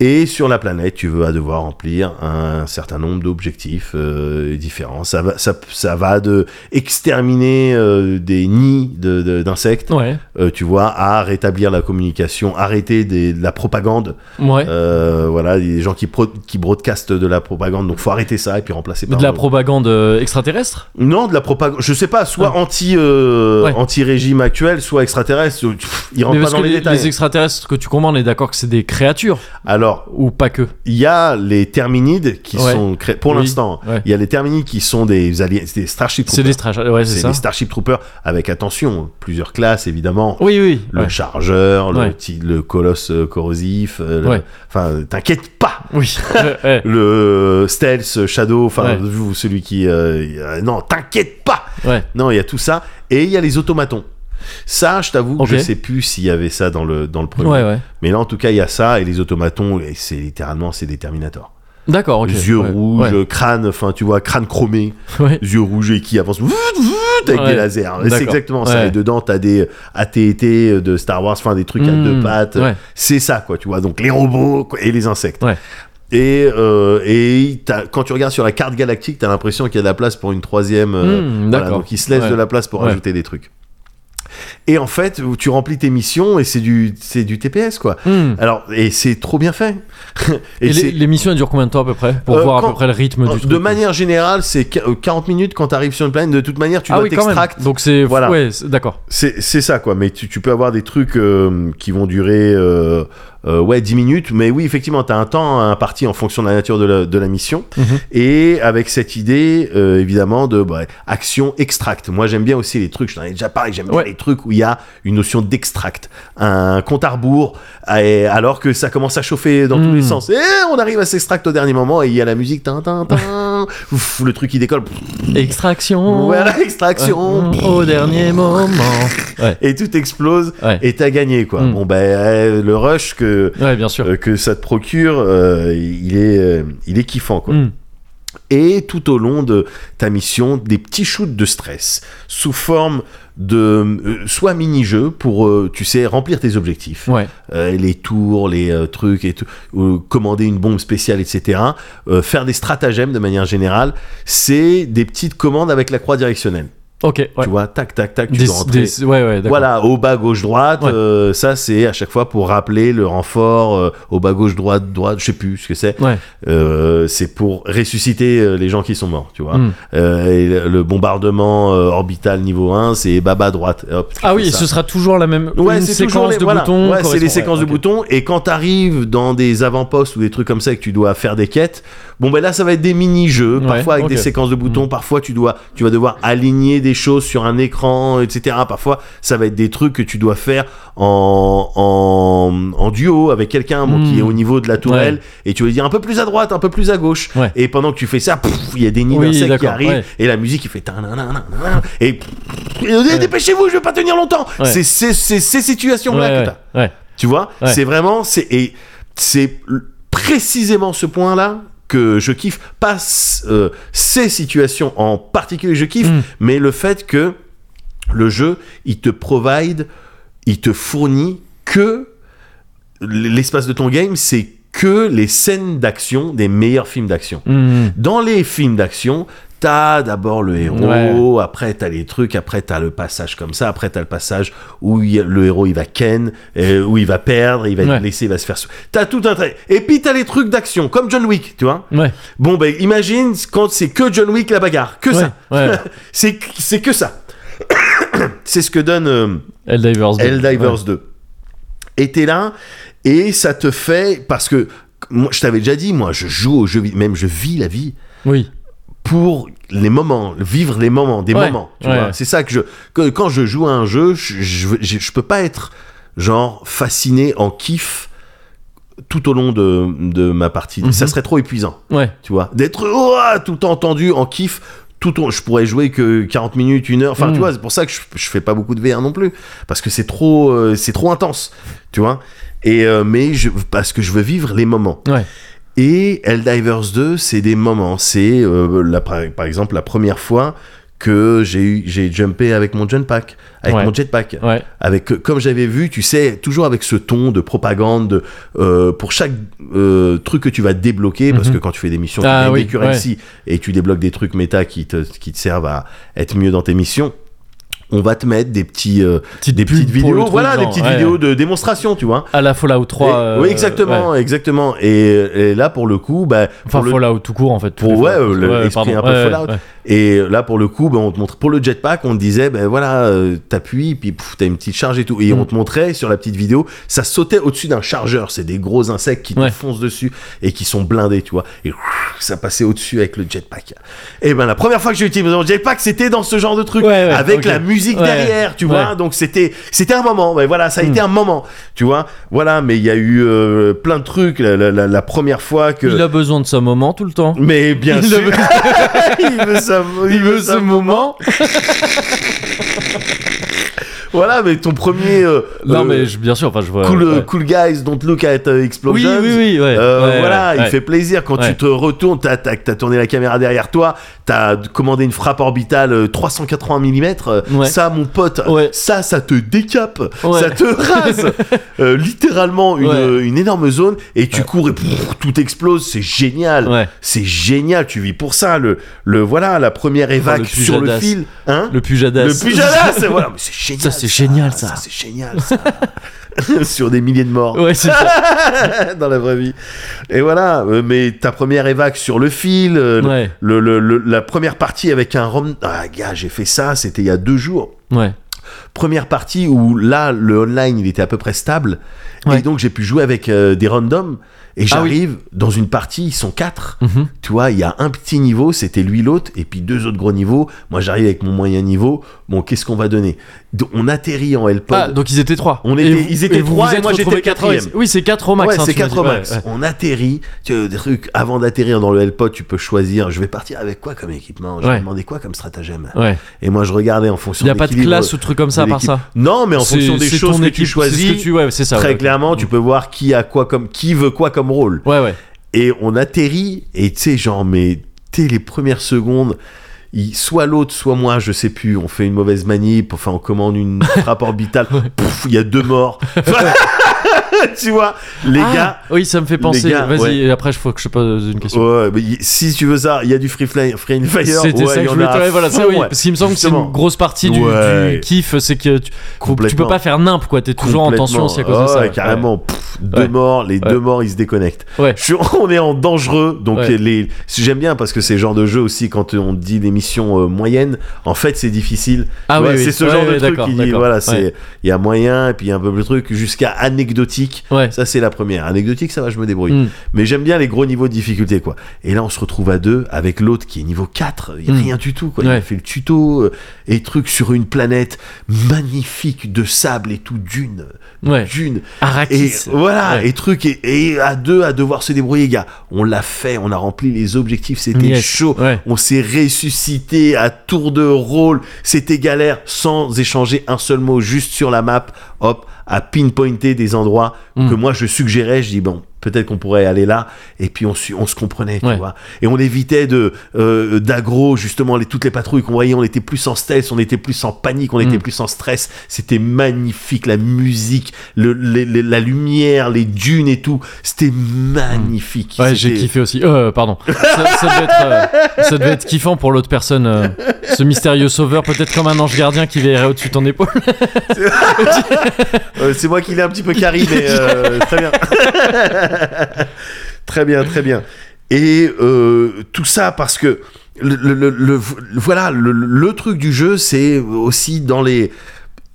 Et sur la planète, tu vas devoir remplir un certain nombre d'objectifs euh, différents. Ça va, ça, ça va de exterminer euh, des nids de- de- d'insectes, Ouais. euh, tu vois, à rétablir la communication, arrêter des- de la propagande. Ouais. Euh, voilà, il y a des gens qui, pro- qui broadcastent de la propagande, donc faut arrêter ça et puis remplacer Mais par de la propagande euh, extraterrestre non de la propagande. Je sais pas, soit anti euh, Ouais. anti régime actuel, soit extraterrestre. Pff, Ils rentrent Mais pas parce dans que les, les, détails. les extraterrestres que tu commandes, on est d'accord que c'est des créatures Alors ou pas que il y a les terminides qui Ouais. sont créés pour Oui. l'instant. Ouais. Il y a les terminides qui sont des aliens, des Starship C'est Troopers. des straches. Ouais, c'est C'est ça. des Starship Troopers avec attention, plusieurs classes évidemment. Oui, oui. Le ouais. chargeur, le, Ouais. petit- le colosse euh, corrosif, euh, le- Ouais. enfin t'inquiète pas, (laughs) Oui. Euh, ouais. le stealth, shadow, enfin Ouais. vous, celui qui, euh, euh, non t'inquiète pas, Ouais. non il y a tout ça et il y a les automatons. Ça, je t'avoue, que Ok. je sais plus s'il y avait ça dans le dans le premier, Ouais, ouais. mais là en tout cas il y a ça et les automatons et c'est littéralement c'est des Terminators. D'accord, ok. yeux ouais. rouges, Ouais. crâne, enfin tu vois, crâne chromé, Ouais. yeux rouges et qui avance vout, vout, avec Ouais. des lasers. Et D'accord. C'est exactement ça. Ouais. Et dedans, t'as des AT&T de Star Wars, enfin des trucs à Mmh. deux pattes. Ouais. C'est ça, quoi, tu vois. Donc les robots quoi, et les insectes. Ouais. Et, euh, et t'as- quand tu regardes sur la carte galactique, t'as l'impression qu'il y a de la place pour une troisième. euh, Mmh, voilà, d'accord. donc ils se laissent Ouais. de la place pour Ouais. ajouter des trucs. Et en fait, tu remplis tes missions et c'est du, c'est du TPS, quoi. Hmm. Alors, et c'est trop bien fait. (laughs) Et, c'est- les, les missions elles durent combien de temps à peu près Pour Euh, voir quand- à peu près le rythme du de truc. manière générale, c'est qu- euh, 40 minutes quand tu arrives sur une planète. De toute manière, tu ah dois oui, quand même. t'extract. Donc c'est. Voilà. Ouais, c'est- (clears throat) d'accord. C'est c'est ça, quoi. Mais tu, tu peux avoir des trucs euh, qui vont durer euh, euh, ouais, 10 minutes. Mais oui, effectivement, tu as un temps à imparti en fonction de la nature de la, de la mission. Mhm. Et avec cette idée, euh, évidemment, de bah, action extract. Moi, j'aime bien aussi les trucs, je t'en ai déjà parlé, j'aime bien Ouais. les trucs où il y a une notion d'extract. Un compte à rebours, et- alors que ça commence à chauffer dans tous Mhm. les sens. Et on arrive à s'extract au dernier moment et il y a la musique. Tin, tin, (laughs) tin. Ouf, le truc qui décolle. Extraction. Voilà, extraction. Ouais. Au dernier moment. Ouais. Et tout explose Ouais. et t'as gagné quoi. Mm. Bon ben euh, le rush que Ouais, bien sûr. euh, que ça te procure, euh, il est euh, il est kiffant quoi. Hmm. Et tout au long de ta mission, des petits shoots de stress sous forme de euh, soit mini-jeu pour euh, tu sais remplir tes objectifs Ouais. euh, les tours les euh, trucs et tout ou commander une bombe spéciale etc Euh, faire des stratagèmes de manière générale c'est des petites commandes avec la croix directionnelle Ok. Ouais. tu vois tac tac tac tu Des- dois rentrer des- ouais, ouais, d'accord. voilà, au bas gauche-droite, Ouais. euh, ça c'est à chaque fois pour rappeler le renfort euh, au bas gauche-droite, droite, je sais plus ce que c'est. Ouais. Euh, c'est pour ressusciter euh, les gens qui sont morts, tu vois. Hmm. Euh, et le- le bombardement euh, orbital niveau 1, c'est bas-bas droite. Hop, tu Ah fais oui, ça. ce sera toujours la même Ouais, une c'est toujours séquence les- de voilà. boutons. Ouais, c'est correspond- les séquences ouais, ok. de boutons. Et quand t'arrives dans des avant-postes ou des trucs comme ça et que tu dois faire des quêtes, Bon, ben là, ça va être des mini-jeux, Ouais, parfois avec ok. Mm. des séquences de boutons, parfois tu dois, tu vas devoir aligner des choses sur un écran, etc. Parfois, ça va être des trucs que tu dois faire en, en, en duo avec quelqu'un bon, Mm. qui est au niveau de la tourelle, Ouais. et tu vas lui dire un peu plus à droite, un peu plus à gauche. Ouais. Et pendant que tu fais ça, pouf, il y a des nids Oui, d'insectes qui d'accord, arrivent, ouais. et la musique, il fait tananana, et, pff, et on dit, euh, dépêchez-vous, je vais pas tenir longtemps. Ouais. C'est c'est- c'est ces situations-là que ouais, t'as. ouais. Tu vois, Ouais. c'est vraiment c'est et c'est l- précisément ce point-là que je kiffe, pas s- euh, ces situations en particulier je kiffe, Mm. mais le fait que le jeu, il te provide, il te fournit que l'espace de ton game, c'est que les scènes d'action des meilleurs films d'action. Mm. Dans les films d'action, t'as d'abord le héros, après t'as les trucs, après t'as le passage comme ça, après t'as le passage où il y a- le héros il va ken, euh, où il va perdre, il va Ouais. être blessé, il va se faire. sou- T'as tout un trait. Et puis t'as les trucs d'action, comme John Wick, tu vois. Ouais, Bon ben imagine quand c'est que John Wick la bagarre, que ouais, ça, ouais. (laughs) c'est c'est que ça. (coughs) C'est ce que donne. euh, Helldivers 2. Helldivers 2. Et t'es là, et ça te fait. Parce que, moi, je t'avais déjà dit, moi, je joue aux jeux vidéo, même je vis la vie Ouais. Oui. pour les moments, vivre les moments, des Ouais, moments. tu ouais. vois. C'est ça que je. que- quand je joue à un jeu, je, je, je- je peux pas être, genre, fasciné en kiff tout au long de, de ma partie. Mhm. Ça serait trop épuisant Ouais. tu vois d'être ouah, tout le temps entendu en kiff tout au- je pourrais jouer que 40 minutes une heure enfin Mm. tu vois c'est pour ça que je, je fais pas beaucoup de VR non plus parce que c'est trop euh, c'est trop intense tu vois et euh, mais je, parce que je veux vivre les moments Ouais. et Helldivers 2 c'est des moments c'est euh, la- par par exemple la première fois que j'ai eu- j'ai jumpé avec mon jetpack avec Ouais. mon jetpack Ouais. avec euh, comme j'avais vu tu sais toujours avec ce ton de propagande de, euh, pour chaque euh, truc que tu vas débloquer parce Mhm. que quand tu fais des missions Ah tu gagnes oui, des currency et tu débloques des trucs méta qui te, qui te servent à être mieux dans tes missions on va te mettre des petits euh, des pub petites pour le vidéos truc, voilà des genre, petites ouais. vidéos de démonstration tu vois À la Fallout 3. Et- euh, oui exactement ouais. exactement et, et là pour le coup bah, Enfin, pour le- Fallout tout court en fait. tous Pour- les ouais, euh, Fallout. le- l'esprit un peu ouais, Fallout. ouais. Et là, pour le coup, ben, on te montre pour le jetpack, on te disait, ben voilà, euh, t'appuies, puis pouf, t'as une petite charge et tout. Et Mm. on te montrait sur la petite vidéo, ça sautait au-dessus d'un chargeur. C'est des gros insectes qui te Ouais. foncent dessus et qui sont blindés, tu vois. Et ouf, ça passait au-dessus avec le jetpack. Et ben la première fois que j'ai utilisé mon jetpack, c'était dans ce genre de truc, Ouais, ouais, avec ok. la musique Ouais, derrière, tu ouais. vois. Donc c'était, c'était un moment. Ben voilà, ça a Mm. été un moment, tu vois. Voilà, mais il y a eu euh, plein de trucs. La, la- la- la première fois que. Il a besoin de ce moment tout le temps. Mais bien (laughs) Il sûr, veut- (laughs) il veut ça, il veut ça moment. Voilà, mais ton premier. euh, Non, euh, mais je- bien sûr, enfin, je vois. cool, ouais. euh, cool guys, don't look at euh, Oui, explosions. oui, oui. ouais. Euh, Ouais, voilà, ouais, il ouais. fait plaisir quand Ouais. tu te retournes, t'as t'as- t'as tourné la caméra derrière toi, t'as commandé une frappe orbitale euh, 380 mm. euh, Ouais. Ça, mon pote, Ouais. ça, ça te décape, Ouais. ça te rase. Euh, littéralement, une, Ouais. euh, une énorme zone et tu cours et pff, tout explose. C'est (laughs) génial, Ouais. c'est génial. Tu vis pour ça. Le, le voilà, la première évac le sur le Pujadas. fil, hein Le Pujadas. le (laughs) Pujadas, c'est- voilà, mais c'est génial. Ça, c'est génial, ça. c'est génial, ça. (laughs) Sur des milliers de morts (laughs) Ouais, c'est ça. (laughs) dans la vraie vie. Et voilà, euh, mais ta première évac sur le fil, euh, le- Ouais. le, le- le- la première partie avec un rom. Ah, gars, j'ai fait ça, c'était il y a deux jours. Ouais. Première partie où là, le online, il était à peu près stable. Ouais. Et donc, j'ai pu jouer avec euh, des randoms. Et Ah oui. j'arrive dans une partie, ils sont quatre. Mhm. Tu vois, il y a un petit niveau, c'était lui l'autre, et puis deux autres gros niveaux. Moi, j'arrive avec mon moyen niveau. Bon, qu'est-ce qu'on va donner Donc, On atterrit en L-Pod. Ah, donc ils étaient trois. On Et était- vous- ils étaient et vous trois vous et êtes moi, j'étais retrouvés le quatrième. quatre- Oui, c'est 4 au max. ouais, hein, c'est tu m'as 4 dit. max. Ouais, ouais. On atterrit. Tu vois, des trucs, avant d'atterrir dans le L-Pod, tu peux choisir. Je vais partir avec quoi comme équipement Je vais Ouais. demander quoi comme stratagème Ouais. Et moi, je regardais en fonction Il n'y a pas de l'équilibre classe ou truc comme ça, de à part l'équipe. ça. Non, mais en C'est- fonction des c'est choses ton que équipe, tu choisis. c'est ce que tu- ouais, c'est ça. Très ouais. Mm. clairement, tu peux voir qui a quoi comme qui veut quoi comme rôle. Ouais, ouais. Et on atterrit et tu sais genre mais t'es les premières secondes, il- soit l'autre soit moi, je sais plus, on fait une mauvaise manip, enfin on (laughs) commande une frappe orbitale, pouf, il y a deux morts. (laughs) tu vois, les Ah, gars, Oui, ça me fait penser. les gars, Vas-y, ouais. et après, je faut que je pose une question. Ouais, mais y- si tu veux ça, il y a du free, fly, free and fire. C'était ouais, ça que il y je en voulais a te- à ouais, voilà, fond, ça oui, ouais. parce qu'il me semble que c'est Justement. une grosse partie du, Ouais. du kiff, c'est que tu, tu peux pas faire nimp quoi, t'es toujours en tension aussi à cause de Complètement. ça. Ouais, ouais. carrément. Pff, deux Ouais. morts, les Ouais. deux morts, ils se déconnectent. Ouais. Je suis- (laughs) on est en dangereux, donc Ouais. les. J'aime bien parce que c'est le genre de jeu aussi quand on dit des missions euh, moyennes. En fait, c'est difficile. Ah Ouais, oui, oui. c'est ce Ouais, genre ouais, de truc d'accord, qui dit d'accord. voilà, Ouais. c'est il y a moyen et puis il y a un peu plus de truc jusqu'à anecdotique anecdotique. Ouais. Ça, c'est la première. Anecdotique, ça va, je me débrouille. Mm. Mais j'aime bien les gros niveaux de difficulté, quoi. Et là, on se retrouve à deux avec l'autre qui est niveau 4. Il n'y a Mm. rien du tout, quoi. Il Ouais. a fait le tuto euh, et truc sur une planète magnifique de sable et tout, d'une. Ouais. D'une. Et Arrakis. voilà, Ouais. et truc. Et, et à deux, à devoir se débrouiller, gars. On l'a fait, on a rempli les objectifs, c'était Yes. chaud. Ouais. On s'est ressuscité à tour de rôle. C'était galère sans échanger un seul mot, juste sur la map, hop, à pinpointer des endroits Mm. que moi je suggérais. Je dis, bon, peut-être qu'on pourrait aller là. Et puis on, su- on se comprenait, tu Ouais. vois. Et on évitait de euh, d'aggro, justement, les, toutes les patrouilles qu'on voyait. On était plus en stealth, on était plus en panique, on était Mm. plus en stress. C'était magnifique, la musique, le, les- les- la lumière, les dunes et tout. C'était magnifique. Ouais, j'ai C'était- kiffé aussi. Euh, pardon. Ça, ça devait être, euh, ça devait être kiffant pour l'autre personne. euh, ce mystérieux sauveur, peut-être comme un ange gardien qui veillerait au-dessus de ton épaule. Euh, c'est moi qui l'ai (laughs) un petit peu carré, mais euh, très bien. (laughs) très bien, très bien. Et euh, tout ça parce que le, le- le- le- voilà le, le truc du jeu, c'est aussi dans les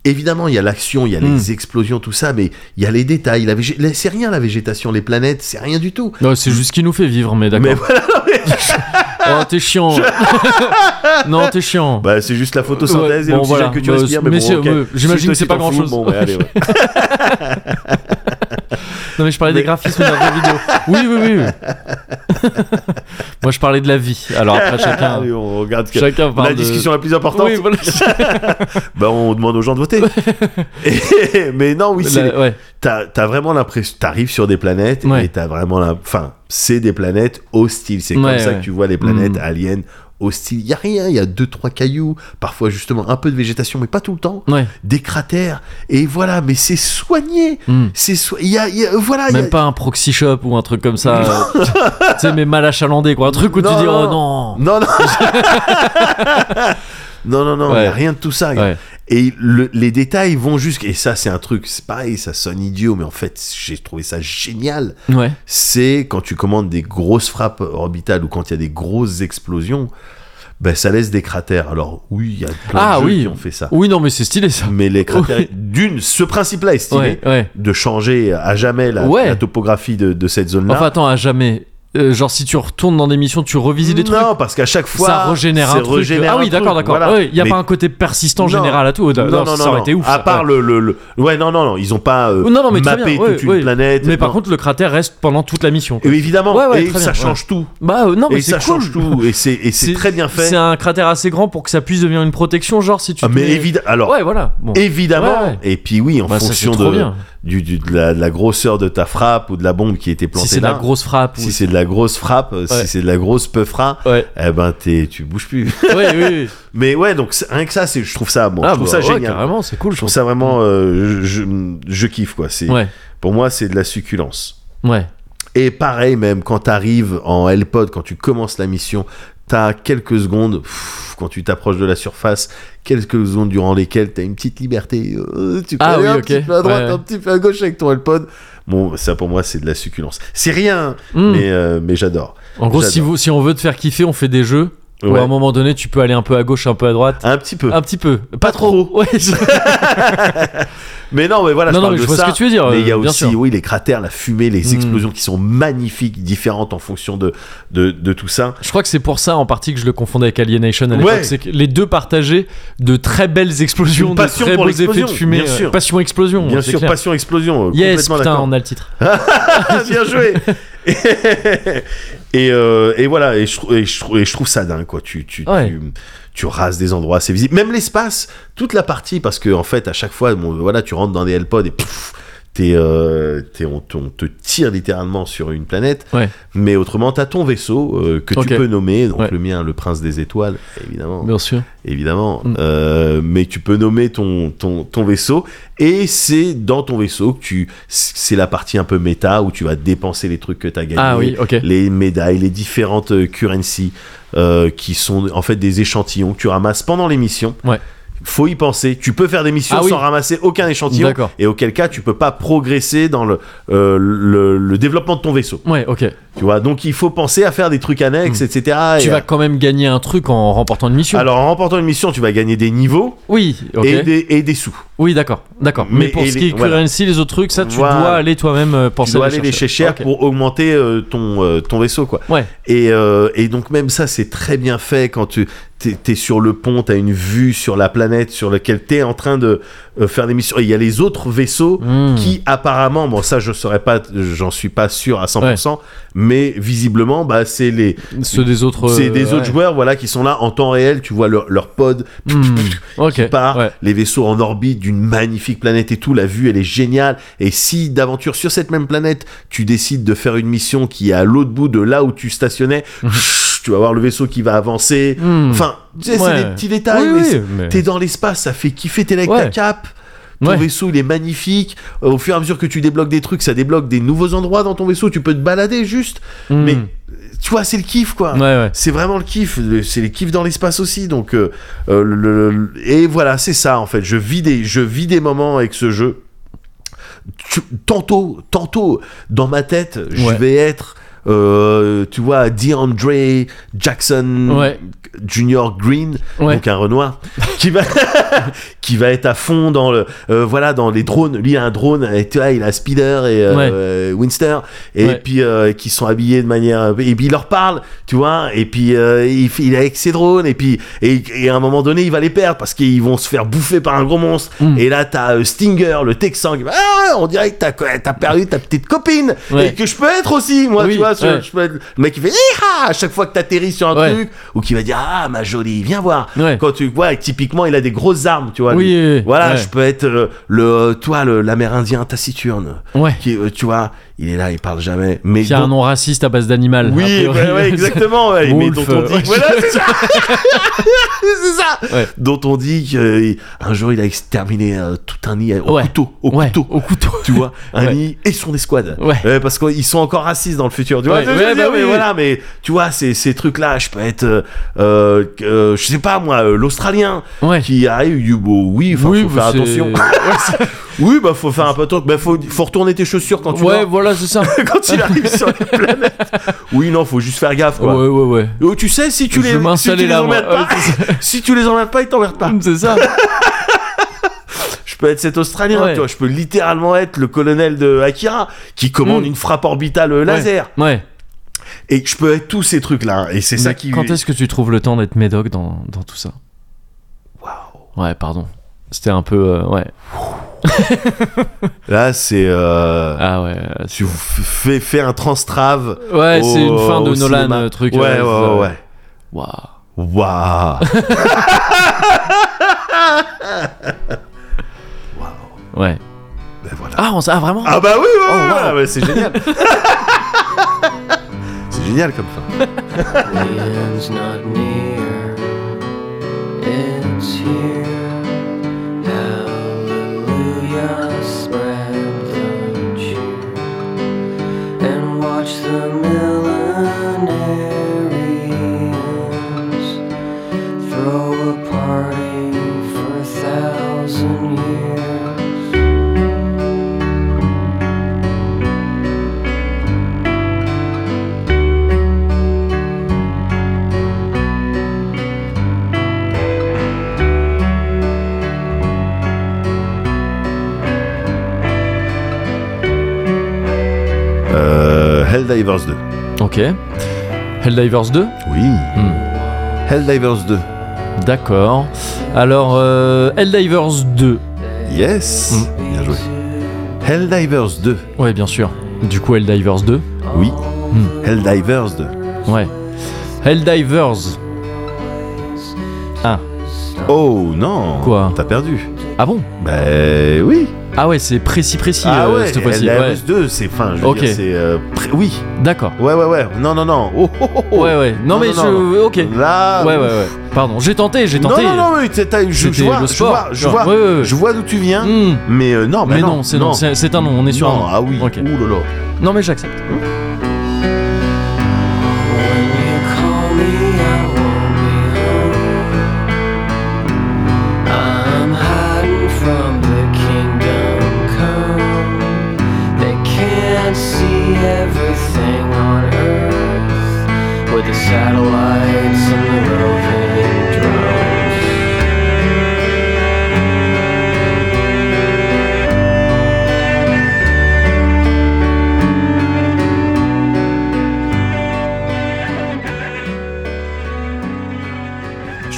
Évidemment, il y a l'action, il y a Hmm. les explosions, tout ça, mais il y a les détails. La végé- la- C'est rien la végétation, les planètes, c'est rien du tout. Non, c'est juste ce qui nous fait vivre, mais d'accord. Mais voilà, (laughs) Oh, t'es chiant. (laughs) non, t'es chiant. bah, c'est juste la photosynthèse Ouais, et bon, l'oxygène voilà. que tu Bah, respires. Mais, mais bon, c'est- ok. ouais, j'imagine Si toi, que c'est tu pas t'en fous, grand-chose. Bon, ouais, allez, ouais. Non, mais je parlais Mais- des graphismes de la vraie vidéo. Oui, oui, oui. oui. (laughs) Moi, je parlais de la vie. Alors après, chacun, Allez, on regarde ce Ah que- chacun parle La de- discussion la plus importante. Oui, (laughs) voilà. bah on demande aux gens de voter. (laughs) Et- mais non, oui, c'est- La- ouais. t'as t'as vraiment l'impression, t'arrives sur des planètes Ouais. et t'as vraiment la, enfin, c'est des planètes hostiles. C'est comme Ouais, ça ouais. que tu vois les planètes Mm. aliens hostiles. Y a rien, y a deux trois cailloux, parfois justement un peu de végétation, mais pas tout le temps, Ouais. des cratères et voilà. Mais c'est soigné, Mm. c'est soigné. Y a, y a- voilà. Ah, y a- Même pas un proxy shop ou un truc comme ça. (laughs) euh, tu sais, mais mal achalandé, quoi. Un truc où Non, tu dis, oh non, non. Non (laughs) non. non non non. y a Ouais. rien de tout ça. Ouais. Et le- les détails vont jusqu'à. Et ça, c'est un truc, c'est pareil, ça sonne idiot, mais en fait, j'ai trouvé ça génial. Ouais. C'est quand tu commandes des grosses frappes orbitales ou quand il y a des grosses explosions, ben, ça laisse des cratères. Alors, oui, il y a plein Ah de jeux oui. qui ont fait ça. Oui, non, mais c'est stylé ça. Mais les cratères, d'une, ce principe-là est stylé. Ouais, ouais. De changer à jamais la, Ouais. la topographie de, de cette zone-là. Enfin, attends, à jamais. Euh, genre, si tu retournes dans des missions, tu revises des trucs. non, parce qu'à chaque fois, ça régénère c'est un truc. régénère ah un oui, truc, d'accord, d'accord. Il voilà. y a Mais- pas un côté persistant Non. général à tout. euh, non, non, non, ça aurait non. été ouf. À ça. part Ouais. Oh, le, le, le- ouais, non, non, non, ils ont pas euh, Non, non, mais très mappé bien, ouais, toute une ouais. planète. Mais par Non. contre, le cratère reste pendant toute la mission. quoi. Et évidemment, Ouais, ouais, et très ça bien, change tout. Bah euh, non, mais et c'est ça cool. change tout. Et c'est, et c'est très bien fait. C'est un cratère assez grand pour que ça puisse devenir une protection, genre si tu. Ah, te mais mets- évidemment, alors, Ouais, voilà. Bon. évidemment. Ouais, ouais. Et puis oui, en Bah, ça, c'est fonction trop de, bien. du, du- de, la, de la grosseur de ta frappe ou de la bombe qui était plantée Si c'est de là. la grosse frappe. si c'est de la grosse frappe, euh, si Ouais. c'est de la grosse peufra, Ouais. eh ben t'es, tu bouges plus. (laughs) ou- Ouais, oui, oui. mais ouais, donc c'est- rien que ça, c'est, je trouve ça, bon, Ah, je trouve bah, ça ouais, génial. Carrément, c'est cool. je trouve ça vraiment, euh, je, je, je kiffe quoi. C'est, Ouais, pour moi, c'est de la succulence. ouais. Et pareil même, quand t'arrives en L-Pod, quand tu commences la mission, t'as quelques secondes, pff, quand tu t'approches de la surface, quelques secondes durant lesquelles t'as une petite liberté. euh, tu peux Ah aller oui, un ok. petit peu à droite, Ouais. un petit peu à gauche avec ton L-Pod. Bon, ça pour moi, c'est de la succulence. C'est rien, Hmm. mais, euh, mais j'adore. En gros, si, j'adore. vous, si on veut te faire kiffer, on fait des jeux où Ouais. Euh. à un moment donné, tu peux aller un peu à gauche, un peu à droite. Un petit peu. Un petit peu. Pas trop. Ouais, je- Mais non, mais voilà, non, je non, parle mais je de vois ça. ce que tu veux dire. Mais il y a euh, bien aussi, sûr. oui, les cratères, la fumée, les Hmm. explosions qui sont magnifiques, différentes en fonction de, de, de tout ça. Je crois que c'est pour ça en partie que je le confondais avec Alienation à l'époque. Ouais. C'est que les deux partageaient de très belles explosions, Une de passion très pour beaux l'explosion, effets de fumée. bien euh, sûr. Passion explosion. Bien c'est sûr, clair. passion explosion, euh, Yes, complètement putain, d'accord. on a le titre. Ah, (laughs) bien joué et, et, euh, et voilà et je, trou- et je trou- et je trouve ça dingue quoi tu tu, Ouais. tu tu rases des endroits c'est visible même l'espace toute la partie parce que en fait à chaque fois bon, voilà tu rentres dans des L-Pod et pouf, t'es, euh, t'es- on, te- on te tire littéralement sur une planète Ouais. mais autrement t'as ton vaisseau euh, que tu Ok. peux nommer donc Ouais. le mien le prince des étoiles évidemment Bien sûr. évidemment. Mm. Euh, mais tu peux nommer ton, ton, ton vaisseau et c'est dans ton vaisseau que tu. C'est la partie un peu méta où tu vas dépenser les trucs que tu as gagnés. Ah oui, ok. Les médailles, les différentes euh, currencies euh, qui sont en fait des échantillons que tu ramasses pendant les missions. Ouais. faut y penser. Tu peux faire des missions Ah oui. sans ramasser aucun échantillon, D'accord. et auquel cas tu peux pas progresser dans le, euh, le, le développement de ton vaisseau. Ouais, ok. Tu vois, donc il faut penser à faire des trucs annexes, Mm. etc. tu Et, vas quand même gagner un truc en remportant une mission. alors en remportant une mission, tu vas gagner des niveaux oui, ok. et, des, et des sous. Oui, d'accord, d'accord. Mais, Mais- pour et ce qui les- est voilà. currency, les autres trucs, ça, tu Voilà. dois aller toi-même euh, penser tu dois à aller les chercher Ok. pour augmenter euh, ton, euh, ton vaisseau, quoi. Ouais. Et, euh, et donc même ça, c'est très bien fait quand tu t'es, t'es sur le pont, t'as une vue sur la planète sur laquelle t'es en train de euh, faire des missions. Et il y a les autres vaisseaux Hmm. qui apparemment, bon ça je saurais pas, j'en suis pas sûr à 100%, mais visiblement, bah c'est les, Ceux des autres. c'est des euh, autres ouais. joueurs, voilà, qui sont là en temps réel. Tu vois leur, leur pod Hmm. (laughs) Ok. part, ouais. les vaisseaux en orbite d'une magnifique planète et tout, la vue elle est géniale. Et si d'aventure sur cette même planète, tu décides de faire une mission qui est à l'autre bout de là où tu stationnais, Mhm. chut, tu vas voir le vaisseau qui va avancer. Hmm. Enfin, tu sais, Ouais. c'est des petits détails, Oui, mais oui, c'est- mais- t'es dans l'espace, ça fait kiffer, t'es là avec Ouais. ta cape. Ton Ouais. vaisseau, il est magnifique. Euh, Au fur et à mesure que tu débloques des trucs, ça débloque des nouveaux endroits dans ton vaisseau. Tu peux te balader juste. Hmm. Mais tu vois, c'est le kiff, quoi Ouais, ouais. c'est vraiment le kiff le- c'est les kiffs dans l'espace aussi donc euh, euh, le- le- et voilà c'est ça en fait je vis des je vis des moments avec ce jeu Tu- tantôt tantôt dans ma tête je Ouais. vais être euh, tu vois DeAndre Jackson Ouais. Junior Green Ouais. donc un Renoir qui va (laughs) qui va être à fond dans le euh, voilà dans les drones lui il a un drone et tu vois il a Spider et euh, Winster et Ouais. puis euh, qui sont habillés de manière et puis il leur parle tu vois et puis euh, il, fait- il est avec ses drones et puis et, et à un moment donné il va les perdre parce qu'ils vont se faire bouffer par un gros monstre Mm. et là t'as euh, Stinger le Texan qui va ah, on dirait que t'as t'as perdu ta petite copine Ouais. et que je peux être aussi moi Oui, tu vois ce- ouais. je peux être- le mec qui fait Hi-ha à chaque fois que t'atterris sur un Ouais. truc ou qui va dire ah ma jolie viens voir Ouais. quand tu vois typiquement il a des grosses armes tu vois Oui, lui. oui, oui. voilà Ouais. je peux être euh, le euh, toi le l'amérindien taciturne Ouais. qui euh, tu vois il est là il parle jamais mais Qui a un dont- nom raciste à base d'animal. a oui, priori. ouais, ouais, exactement. ouais, mais dont Wolf, on euh, dit, ouais. voilà, (laughs) c'est ça. C'est ça. Ouais. Dont on dit qu'un jour il a exterminé euh, tout un nid au Ouais. couteau, au (laughs) Ouais, couteau, Au couteau. tu vois, un Ouais. nid et son escouade. Ouais. parce qu'ils sont encore racistes dans le futur, tu vois. Ouais, ce que je ouais, veux bah dire, oui, mais oui. voilà, mais tu vois, ces, ces trucs-là, je peux être, euh, euh, euh, je sais pas moi, euh, l'Australien Ouais. qui arrive, il dit, bon, oui, enfin, faut faire bah, c'est- (laughs) attention. Ouais, c'est- oui, bah, faut faire un peu attention. Bah, faut, faut retourner tes chaussures quand (laughs) tu ouais, dors. voilà, c'est ça. (laughs) quand il arrive sur la planète. Oui, non, faut juste faire gaffe, Ouais, quoi. ouais, ouais. Oh, tu sais, si tu Je les, vais si tu m'installer les là, moi. emmerdes pas, Ouais, c'est (laughs) si tu les emmerdes pas, ils t'emmerdent pas. (laughs) C'est ça. Je peux être cet Australien, Ouais. tu vois, je peux littéralement être le colonel de Akira qui commande Mm. une frappe orbitale euh, laser. Ouais. Et je peux être tous ces trucs-là. hein. Et c'est ça Mais qui. Quand est-ce que tu trouves le temps d'être médoc dans, dans tout ça Waouh. Ouais, pardon. C'était un peu. euh, ouais. Là, c'est. euh, Ah ouais. euh, Tu f- fais, fais un transtrave. Ouais, au- c'est une fin de au Nolan, cinéma. euh, truc. Ouais, euh, ouais, ouais. euh, ouais. Waouh. Waouh. Ouais. Ben (laughs) voilà. Ah, on s- ah, vraiment Ah bah oui, ouais, ouais, wow. ouais, (laughs) c'est génial. c'est génial comme fin. The end's not near, it's here. Hallelujah, spread the cheer. And watch the millenarians throw a party for a thousand years. Euh, Helldivers 2. Ok. Helldivers 2 Oui. Hmm. Helldivers 2. D'accord. Alors, euh, Helldivers 2. Yes. Hmm. Bien joué. Helldivers 2. Ouais, bien sûr. Du coup, Helldivers 2. Oui. Hmm. Helldivers 2. Ouais. Helldivers. Oh non. Quoi T'as perdu. Ah bon Ben oui. Ah ouais, c'est précis, précis euh, cette fois-ci. Ah Helldivers Ouais. 2, c'est fin. Je veux Ok. dire, c'est. euh, pré- oui. D'accord. Ouais, ouais, ouais. Non, non, non. Oh, oh, oh, oh. Ouais, ouais. Non, mais je. ok. Là. ouais, ouais, ouais. Pardon, j'ai tenté, j'ai tenté. Ah, Non, non, non, mais t'as- t'as- je, je C'était vois, le je sport. vois, je Ouais, vois, ouais, ouais. je vois d'où tu viens, Hmm. mais euh, non, bah mais non, non, c'est non, c'est c'est un nom, on est sur Non, un nom. ah oui, Ok. ouh là là. Non, mais j'accepte. When you call me, I won't be home. I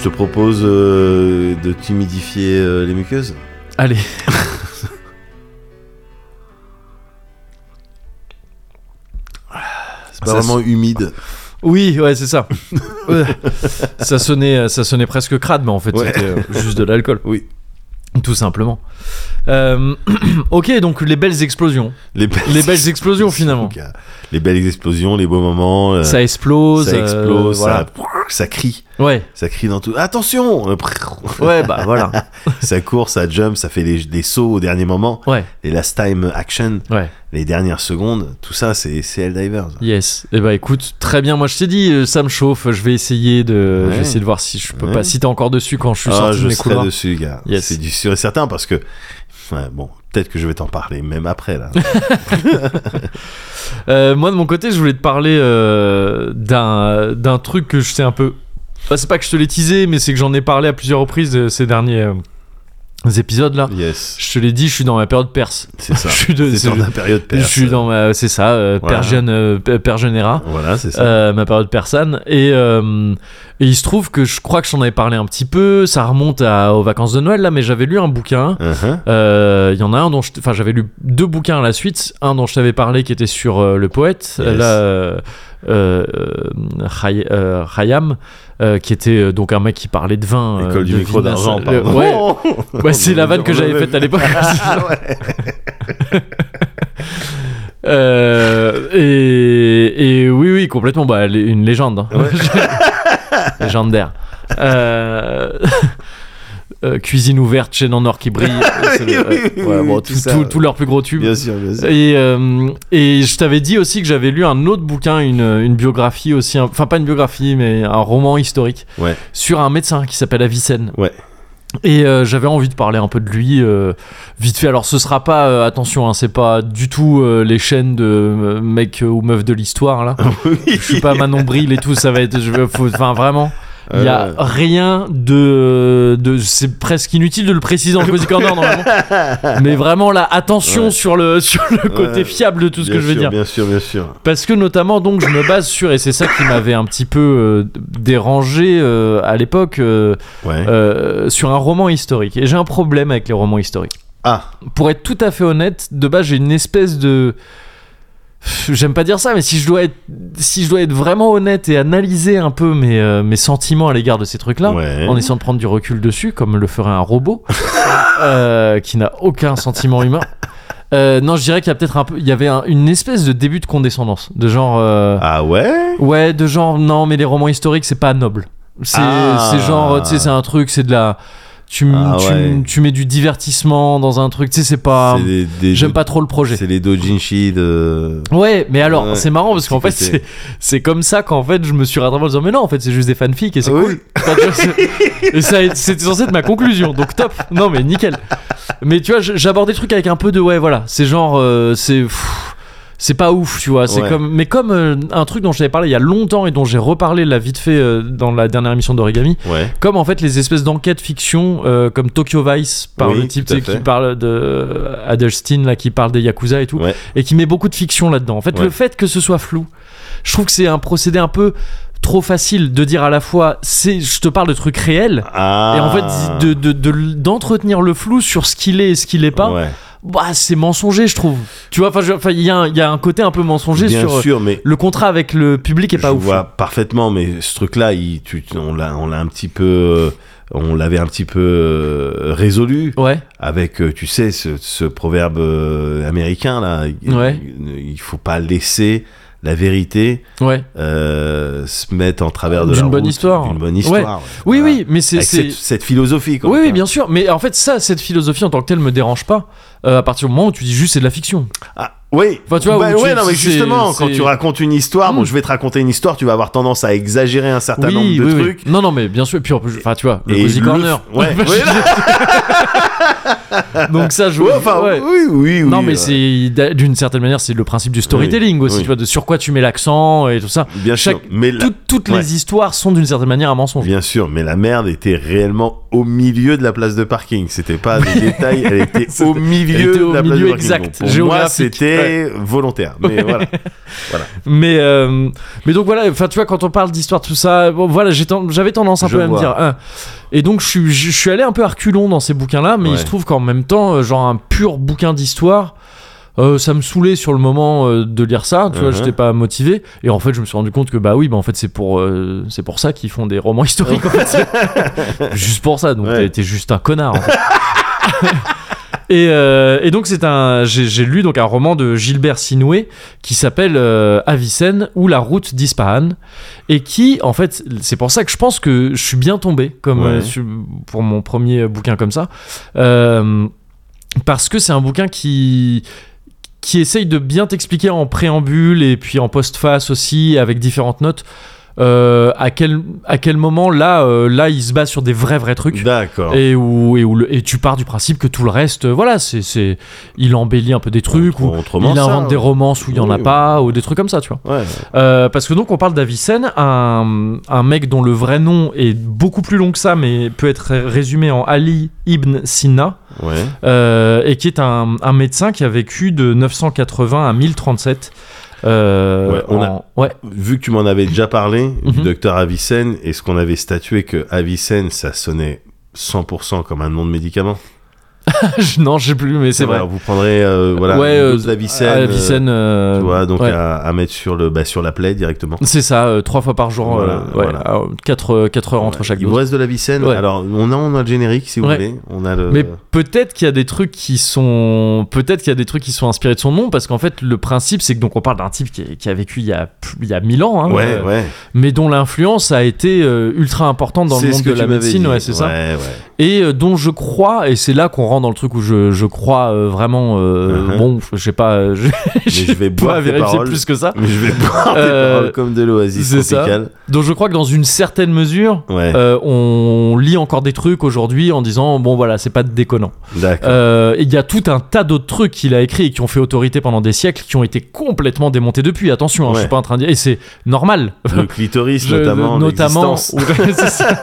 propose euh, de t'humidifier euh, les muqueuses. Allez. C'est pas Ça vraiment humide. Oui, ouais, c'est (laughs) ça. Euh, ça sonnait, ça sonnait presque crade, mais en fait, Ouais. c'était euh, juste de l'alcool. Oui. Tout simplement. Euh, (clears throat) ok, donc les belles explosions. Les belles, Les belles explosions, finalement. gars. Les belles explosions, les beaux moments. euh, ça explose. ça euh, explose, voilà. ça, ça crie. Ouais, Ça crie dans tout. Attention euh, ouais, bah voilà. (laughs) Ça court, ça jump, ça fait les, les sauts au dernier moment. (laughs) Ouais, Les last time action, ouais. les dernières secondes. Tout ça, c'est c'est Helldivers. Yes. Et bah écoute, très bien. Moi, je t'ai dit, euh, ça me chauffe. Je vais essayer de, je Ouais. vais essayer de voir si je peux Ouais. pas. Si t'es encore dessus quand je suis Ah, sorti de je mes serai couloirs. dessus, gars. Yes. C'est du sûr et certain parce que. Ouais, bon, peut-être que je vais t'en parler même (laughs) après, là. Euh, moi de mon côté, je voulais te parler euh, d'un d'un truc que je sais un peu. Bah, c'est pas que je te l'ai teasé, mais c'est que j'en ai parlé à plusieurs reprises euh, ces derniers euh, épisodes là. yes, Je te l'ai dit, je suis dans ma période perse. c'est ça. je suis de- C'est c'est- dans la période je perse. suis dans ma, c'est ça, euh, Voilà. Persian, euh, P- Persianera, Voilà, c'est ça. euh, ma période persane. Et, euh, et il se trouve que je crois que j'en avais parlé un petit peu. Ça remonte à- aux vacances de Noël là, mais j'avais lu un bouquin. Uh-huh. Euh, Il y en a un dont je- enfin j'avais lu deux bouquins à la suite, un dont je t'avais parlé qui était sur euh, le poète, Yes. euh, là euh, euh, Khay- euh, Khayyam, euh, qui était euh, donc un mec qui parlait de vin, euh, École du de micro vinasse. d'argent, Euh, pardon. ouais. Oh (laughs) Ouais, c'est la vanne que On j'avais l'avait faite à vu. l'époque. (laughs) Ah ouais. Euh, et, et oui, oui, complètement. Bah, elle est une légende. hein. (laughs) Légendaire. Euh, (laughs) euh, cuisine ouverte, chaîne en or qui brille. C'est le- (laughs) Oui, oui, oui, ouais, oui, bon, tout- tout ça, tout- ouais. Tous leurs plus gros tubes. Bien sûr, bien sûr. Et, euh, et je t'avais dit aussi que j'avais lu un autre bouquin, une, une biographie aussi, un- enfin pas une biographie, mais un roman historique Ouais. sur un médecin qui s'appelle Avicenne. Ouais. Et euh, j'avais envie de parler un peu de lui, euh, vite fait. Alors ce sera pas, euh, attention, hein, c'est pas du tout euh, les chaînes de euh, mecs ou meufs de l'histoire (laughs) là. je suis pas Manon Bril et tout, ça va être, je veux- faut- enfin vraiment. (laughs) Il y a Euh. rien de, de c'est presque inutile de le préciser en Cozy Corner (laughs) normalement. Mais vraiment là, attention Ouais. sur le sur le côté Ouais. fiable de tout ce Bien que je veux sûr, dire. Bien sûr, bien sûr. Parce que notamment, donc, je me base sur, et c'est ça qui m'avait un petit peu euh, dérangé euh, à l'époque, euh, Ouais. euh, sur un roman historique. Et j'ai un problème avec les romans historiques. Ah, Pour être tout à fait honnête, de base, j'ai une espèce de... J'aime pas dire ça, mais si je dois être, si je dois être vraiment honnête et analyser un peu mes, euh, mes sentiments à l'égard de ces trucs-là, ouais. en essayant de prendre du recul dessus, comme le ferait un robot (laughs) euh, qui n'a aucun sentiment humain. Euh, non, je dirais qu'il y a peut-être un peu, il y avait un- une espèce de début de condescendance, de genre, euh, Ah ouais ouais, de genre, non, mais les romans historiques, c'est pas noble. C'est Ah. c'est genre, tu sais, c'est un truc, c'est de la, tu, m- Ah tu, m- ouais. tu mets du divertissement dans un truc, tu sais, c'est pas, C'est des- des- Ah, j'aime pas trop le projet. C'est les dojinshi de. Ouais, mais alors, Ouais, c'est marrant parce petit qu'en fait, côté. c'est- c'est comme ça qu'en fait, je me suis rattrapé en disant, mais non, en fait, c'est juste des fanfics et c'est Oui. cool. Enfin, tu vois, c'est- et ça, c'était censé être ma conclusion, donc top. Non, mais nickel. Mais tu vois, j- j'aborde des trucs avec un peu de, ouais, voilà, c'est genre, euh, c'est. pff, C'est pas ouf, tu vois. C'est Ouais. comme, mais comme euh, un truc dont j'avais parlé il y a longtemps et dont j'ai reparlé là vite fait euh, dans la dernière émission d'Origami, Ouais. comme en fait les espèces d'enquêtes fiction euh, comme Tokyo Vice par Oui, le type tout à tu sais, qui fait. parle de euh, Adelstein là qui parle des yakuza et tout Ouais. et qui met beaucoup de fiction là-dedans. En fait, Ouais. le fait que ce soit flou, je trouve que c'est un procédé un peu trop facile de dire à la fois c'est je te parle de trucs réels Ah. et en fait de- de- de- d'entretenir le flou sur ce qu'il est et ce qu'il est pas Ouais. bah c'est mensonger je trouve tu vois enfin je- enfin, il y, a un- il y a un côté un peu mensonger Bien sur euh, sûr, mais le contrat avec le public est pas je ouf vois parfaitement, mais ce truc-là, il- tu- tu- on l'a, on l'a un petit peu, euh, on l'avait un petit peu euh, résolu ouais avec, euh, tu sais, ce, ce proverbe euh, américain là. Il, Ouais. il faut pas laisser la vérité ouais euh, se mettre en travers de D'une la bonne route, histoire. D'une bonne histoire. oui Voilà. oui mais c'est Avec c'est- cette, cette philosophie. Quoi, Oui, oui, bien sûr. Mais en fait, ça, cette philosophie en tant que telle me dérange pas. Euh, à partir du moment où tu dis juste c'est de la fiction. Ah, oui. Enfin, tu vois, Bah où tu- ouais, non, mais c'est- justement, quand c'est- tu racontes une histoire, bon, Mm. je vais te raconter une histoire, tu vas avoir tendance à exagérer Ah, un certain oui, nombre de oui, oui. trucs. Non, non, mais bien sûr. Et puis, en plus, enfin, tu vois, le Et Cozy le- (laughs) Corner. (laughs) ouais, Je- ouais, Donc ça, je. Ah. Ouais, enfin, ouais. oui, oui, euh, oui. non, mais ouais. c'est d'une certaine manière, c'est le principe du storytelling aussi, oui. tu vois, de sur quoi tu mets l'accent et tout ça. Bien chaque- sûr. Mais la- Tout- toutes Ouais. les histoires sont d'une certaine manière un mensonge. Bien sûr, mais la merde était réellement au milieu de la place de parking. C'était (laughs) pas des détails, elle était au C'était- milieu elle était au de la place milieu de parking. exact, Donc, pour moi, géographique. c'était volontaire. Mais (laughs) voilà. Mais, euh, mais donc voilà, enfin tu vois, quand on parle d'histoire, tout ça, bon, voilà, j'ai ten- j'avais tendance un Je peu à me vois. dire. hein. Et donc je suis, je suis allé un peu à reculons dans ces bouquins-là, mais Ouais. il se trouve qu'en même temps, euh, genre un pur bouquin d'histoire. euh, ça me saoulait sur le moment euh, de lire ça, tu vois, Mhm. j'étais pas motivé. Et en fait, je me suis rendu compte que bah oui, bah en fait, c'est pour, euh, c'est pour ça qu'ils font des romans historiques. en fait. (laughs) C'est juste pour ça, donc Ouais. t'es- t'es juste un connard. en fait. (laughs) et, euh, et donc, c'est un, j'ai j'ai lu donc un roman de Gilbert Sinoué qui s'appelle euh, Avicenne ou La route d'Ispahan et qui, en fait, c'est pour ça que je pense que je suis bien tombé comme Ouais. euh, sur- pour mon premier bouquin comme ça. Euh, parce que c'est un bouquin qui qui essaye de bien t'expliquer en préambule et puis en postface aussi avec différentes notes euh, à quel à quel moment là euh, là il se base sur des vrais vrais trucs D'accord. et où et où le- et tu pars du principe que tout le reste euh, voilà c'est c'est il embellit un peu des trucs ou on te il remonte ça, invente des ouais. romances où il y en a Oui, pas ou des trucs comme ça tu vois Ouais. euh, parce que donc on parle d'Avicenne, un, un mec dont le vrai nom est beaucoup plus long que ça, mais peut être résumé en Ali ibn Sina, Ouais. euh, et qui est un, un médecin qui a vécu de 980 à 1037. euh, Ouais, on a- en- ouais, (laughs) Vu que tu m'en avais déjà parlé, du Mhm. docteur Avicenne, est-ce qu'on avait statué que Avicenne, ça sonnait 100% comme un nom de médicament non, je sais plus, mais c'est vrai. Alors, Vous prendrez euh, voilà, Ouais, une euh, dose d'Avicenne. euh, Avicenne, euh, tu vois, donc ouais. à, à mettre sur, le, bah, sur la plaie directement. C'est ça, euh, trois fois par jour, Voilà, euh, ouais, voilà. alors, quatre, quatre heures entre chaque Il dose. vous reste de l'Avicenne Ouais. Alors, on a, on a le générique, si vous Ouais. voulez. On a le... Mais peut-être qu'il y a des trucs qui sont peut-être qu'il y a des trucs qui sont inspirés de son nom parce qu'en fait le principe c'est que donc on parle d'un type qui, est- qui a vécu il y a plus- il y a 1000 ans hein, ouais, euh, ouais. mais dont l'influence a été euh, ultra importante dans le C'est ce monde que de la tu m'avais médecine dit. ouais, c'est ça Ouais, ouais. et euh, dont je crois et c'est là qu'on rentre dans le truc où je, je crois euh, vraiment euh, Uh-huh. bon je sais pas euh, (laughs) je, Mais je vais peux pas boire tes vérifier paroles. plus que ça Mais je vais boire tes Euh, paroles comme de l'oasis c'est ça. tropicale. donc je crois que dans une certaine mesure Ouais, euh, on lit encore des trucs aujourd'hui en disant bon voilà c'est pas déconnant d'accord. Euh, et Il y a tout un tas d'autres trucs qu'il a écrits et qui ont fait autorité pendant des siècles, qui ont été complètement démontés depuis. Attention, hein, je Ouais. suis pas en train de dire. Et c'est normal. (laughs) Le clitoris, euh, Je- notamment. notamment- l'existence. Ouais, (laughs) c'est ça.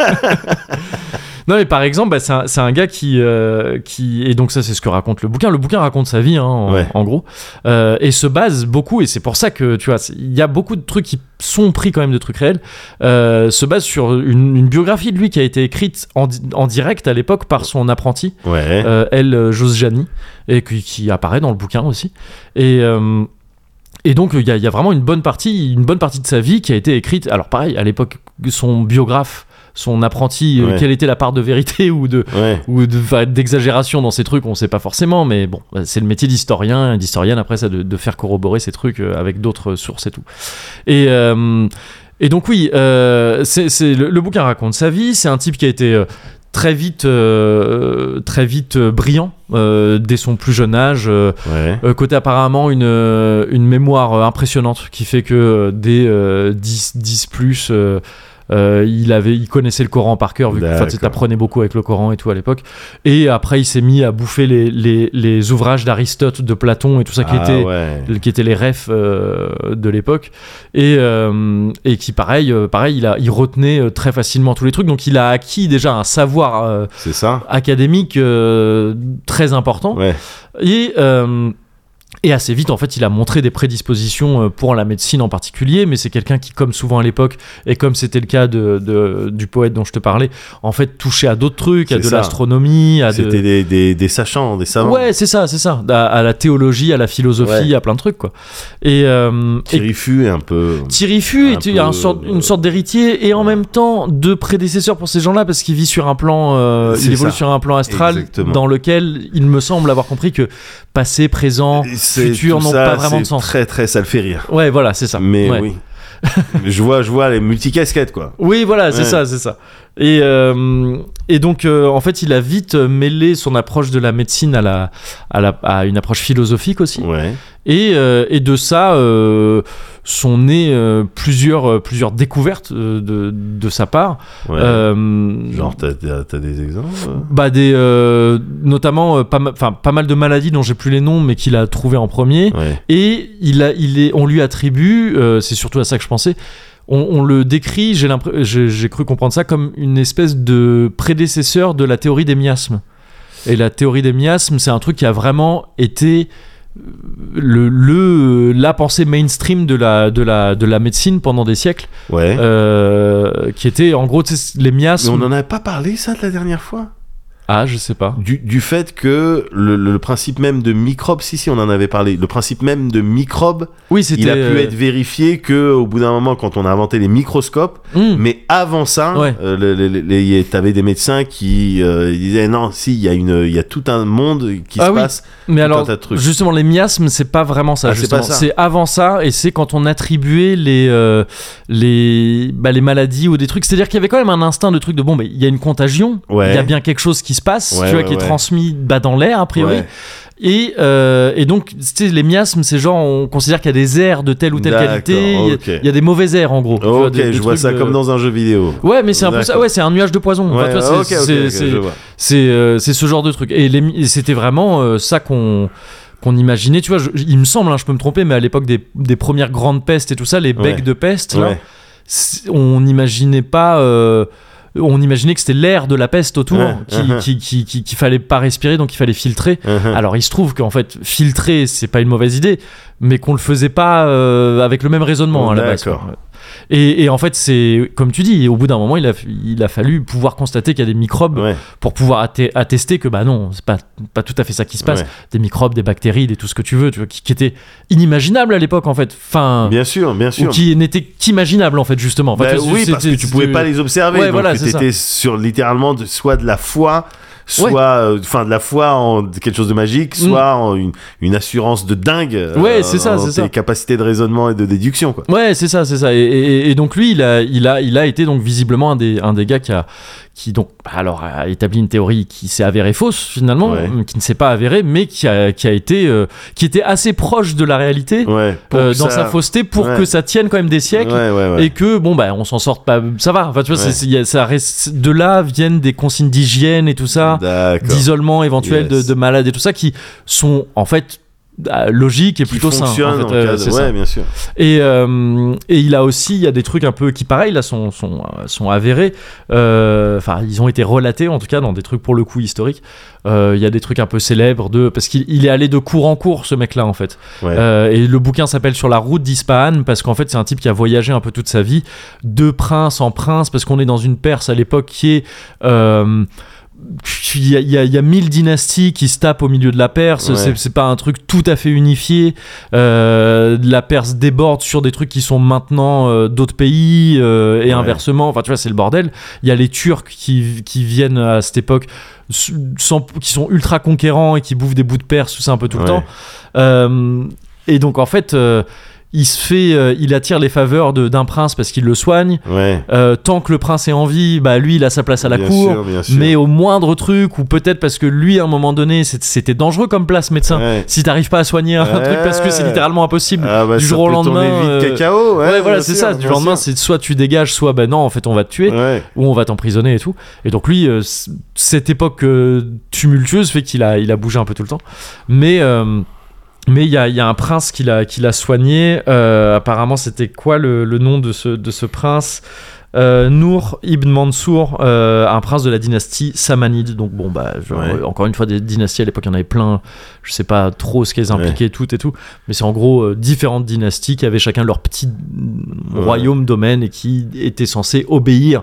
Non mais par exemple, bah, c'est un, c'est un gars qui euh, qui et donc ça c'est ce que raconte le bouquin. Le bouquin raconte sa vie hein, en, Ouais. en gros Euh, et se base beaucoup et c'est pour ça que tu vois c'est- il y a beaucoup de trucs qui sont pris quand même de trucs réels. euh, se base sur une, une biographie de lui qui a été écrite en, di- en direct à l'époque par son apprenti Ouais. euh, elle euh, Josjani et qui, qui apparaît dans le bouquin aussi et euh, et donc il y, a- il y a vraiment une bonne partie une bonne partie de sa vie qui a été écrite alors pareil à l'époque son biographe son apprenti euh, Ouais. quelle était la part de vérité (laughs) ou de Ouais. ou de- enfin, d'exagération dans ces trucs on sait pas forcément mais bon bah, c'est le métier d'historien et d'historienne après ça de, de faire corroborer ces trucs euh, avec d'autres sources et tout et euh, et donc oui euh, c'est c'est- le, le bouquin raconte sa vie c'est un type qui a été euh, très vite euh, très vite euh, brillant euh, dès son plus jeune âge euh, Ouais. euh, côté apparemment une, euh, une mémoire euh, impressionnante qui fait que euh, dès euh, 10, 10 plus, euh, euh, il, avait, il connaissait le Coran par cœur, vu que enfin, tu sais, D'accord. t'apprenais beaucoup avec le Coran et tout à l'époque. Et après, il s'est mis à bouffer les, les, les ouvrages d'Aristote, de Platon et tout ça qui Ah, était ouais. qui étaient les refs euh, de l'époque et, euh, et qui pareil euh, pareil il, a, il retenait euh, très facilement tous les trucs donc il a acquis déjà un savoir euh, C'est ça académique euh, très important Ouais. et, euh, et assez vite, en fait, il a montré des prédispositions euh, pour la médecine en particulier, mais c'est quelqu'un qui, comme souvent à l'époque, et comme c'était le cas de, de- du poète dont je te parlais, en fait, touchait à d'autres trucs, à C'est de ça. l'astronomie, à C'était de... des, des, des sachants, des savants. Ouais, c'est ça, c'est ça. À, à la théologie, à la philosophie, Ouais. à plein de trucs, quoi. Et, euh, et Thierry Fu est un peu. Thierry Fu Un était un peu, sorte- euh, une sorte d'héritier et en ouais. même temps de prédécesseur pour ces gens-là parce qu'il vit sur un plan, euh, C'est il évolue ça. sur un plan astral Exactement. dans lequel il me semble avoir compris que passé, présent, C'est- futur tout n'ont ça, pas vraiment c'est de sens. Très, très, ça le fait rire. Ouais, voilà, c'est ça. Mais Ouais. oui. je, vois, je vois les multicasquettes, quoi. Oui, voilà, c'est Ouais. ça, c'est ça. Et, euh, et donc, euh, en fait, il a vite mêlé son approche de la médecine à, la, à, la, à une approche philosophique aussi. Ouais. Et, euh, et de ça euh, sont nées euh, plusieurs, euh, plusieurs découvertes euh, de, de sa part. ouais. Euh, Genre, t'as- t'as t'as des exemples bah des euh, notamment euh, pas, ma- enfin, pas mal de maladies dont j'ai plus les noms mais qu'il a trouvé en premier Ouais. et il a, il est, on lui attribue, euh, c'est surtout à ça que je pensais, on, on le décrit, j'ai l'impr- j'ai j'ai cru comprendre ça comme une espèce de prédécesseur de la théorie des miasmes. Et la théorie des miasmes, c'est un truc qui a vraiment été euh, le, le- la pensée mainstream de la, de, la, de la médecine pendant des siècles, Ouais. euh, qui était en gros tu sais, les Mais miasmes. on n'en a pas parlé ça de la dernière fois Ah, je sais pas. du, du fait que le, le principe même de microbe, si si on en avait parlé, le principe même de microbe, Oui, c'était. il a pu euh, être vérifié que au bout d'un moment quand on a inventé les microscopes, hmm. mais avant ça, Ouais. euh, le- le- le- les- y- t'avais des médecins qui euh, disaient non, si il y a une, il y a tout un monde qui Ah se oui. passe. Mais un alors, tas de trucs. justement, les miasmes, c'est pas vraiment ça. Ah, c'est justement. pas ça. C'est avant ça, et c'est quand on attribuait les, euh, les, bah, les maladies ou des trucs. C'est-à-dire qu'il y avait quand même un instinct de truc de bon, mais il y a une contagion, il Ouais. y a bien quelque chose qui se passe, Ouais, tu vois, ouais, qui ouais. est transmis bah, dans l'air, a priori. Ouais. Et, euh, et donc, tu sais, les miasmes, c'est genre, on considère qu'il y a des airs de telle ou telle D'accord, qualité, il y a- ok. il y, a des mauvais airs en gros. tu vois, Ok, des- des je vois trucs ça de- comme dans un jeu vidéo. Ouais, mais c'est un peu ça, D'accord. ouais, c'est un nuage de poison. Enfin, Ouais, tu vois, c'est- ok, ok, c'est- ok, c'est- je vois. c'est euh, c'est ce genre de truc. Et, les mi- et c'était vraiment euh, ça qu'on qu'on imaginait. Tu vois, je- il me semble, hein, je peux me tromper, mais à l'époque des, des premières grandes pestes et tout ça, les Ouais. becs de peste, là, Ouais. c'est- on n'imaginait pas. euh, on imaginait que c'était l'air de la peste autour Ouais, qui, uh-huh. qui, qui, qui- qu'il fallait pas respirer, donc il fallait filtrer. Uh-huh. Alors il se trouve qu'en fait, filtrer, c'est pas une mauvaise idée, mais qu'on le faisait pas euh, avec le même raisonnement hein, à la base. D'accord. quoi. Et, et en fait, c'est comme tu dis, au bout d'un moment, il a, il a fallu pouvoir constater qu'il y a des microbes Ouais. pour pouvoir atte- attester que bah non, c'est pas, pas tout à fait ça qui se passe. Ouais. Des microbes, des bactéries, des tout ce que tu veux, tu vois, qui, qui étaient inimaginables à l'époque en fait. Enfin, Bien sûr, bien ou sûr. qui n'étaient qu'imaginables en fait justement. Enfin, Bah tu vois, oui, c'est- parce c'est- que tu c'est- pouvais pas les observer. Ouais, donc voilà, tu c'est ça. étais sur littéralement de- soit de la foi, soit, Ouais. euh, enfin de la foi en quelque chose de magique, Mm. soit en une, une assurance de dingue. euh, Ouais, c'est ça, en c'est ça. Tes capacités de raisonnement et de déduction, quoi. Ouais, c'est ça, c'est ça. Et, et- et donc lui, il a, il a, il a été donc visiblement un des, un des gars qui a, qui donc, bah, alors a établi une théorie qui s'est avérée fausse finalement, euh, Ouais. qui ne s'est pas avérée, mais qui a, qui a été, euh, qui était assez proche de la réalité Ouais. pour euh, que dans sa ça- fausseté pour Ouais. que ça tienne quand même des Ouais, siècles. ouais, ouais. et que bon bah on s'en sort pas ça va enfin tu vois Ouais. c'est- c'est- y a- ça reste- de là viennent des consignes d'hygiène et tout ça D'accord. d'isolement éventuel Yes. de, de malades et tout ça qui sont en fait euh, logiques et Qui plutôt sains en fonctionne fait, en euh, cas de- c'est ça. Ouais, bien sûr. et, euh, et il a aussi il y a des trucs un peu qui pareil là sont, sont, euh, sont avérés Euh, enfin ils ont été relatés en tout cas dans des trucs pour le coup historiques Euh, il y a des trucs un peu célèbres de parce qu'il il est allé de cours en cours ce mec là en fait Ouais. euh, et le bouquin s'appelle Sur la route d'Ispahan parce qu'en fait c'est un type qui a voyagé un peu toute sa vie de prince en prince parce qu'on est dans une Perse à l'époque qui est euh, il y, a- il y a- il y a mille dynasties qui se tapent au milieu de la Perse, Ouais. c'est- c'est pas un truc tout à fait unifié. Euh, la Perse déborde sur des trucs qui sont maintenant euh, d'autres pays euh, et Ouais. inversement. Enfin, tu vois, c'est le bordel. Il y a les Turcs qui, qui viennent à cette époque s- sans- qui sont ultra conquérants et qui bouffent des bouts de Perse, tout ça un peu tout Ouais. le temps. Euh, et donc en fait, euh, il se fait, euh, il attire les faveurs de- d'un prince parce qu'il le soigne. Ouais. Euh, tant que le prince est en vie, bah lui, il a sa place à la bien cour. sûr, bien sûr. mais au moindre truc, ou peut-être parce que lui, à un moment donné, c'est- c'était dangereux comme place médecin. Ouais. Si t'arrives pas à soigner un Ouais. truc parce que c'est littéralement impossible. Ah, bah, du ça jour au peut tourner lendemain, vite euh, cacao. Ouais, voilà, bien c'est sûr, ça. Du bien lendemain, sûr. c'est soit tu dégages, soit ben non, en fait, on va te tuer, Ouais. ou on va t'emprisonner et tout. Et donc, lui, euh, c- cette époque euh, tumultueuse fait qu'il a, il a bougé un peu tout le temps. Mais. euh, mais il y a, il y a un prince qui l'a qui l'a soigné. Euh, apparemment, c'était quoi le, le nom de ce, de ce prince Euh, Nour ibn Mansour, euh, un prince de la dynastie samanide. Donc, bon, bah, genre, Ouais. euh, encore une fois, des dynasties à l'époque, il y en avait plein. Je sais pas trop ce qu'elles impliquaient, toutes et tout. Mais c'est en gros euh, différentes dynasties qui avaient chacun leur petit euh, Ouais. royaume, domaine et qui étaient censés obéir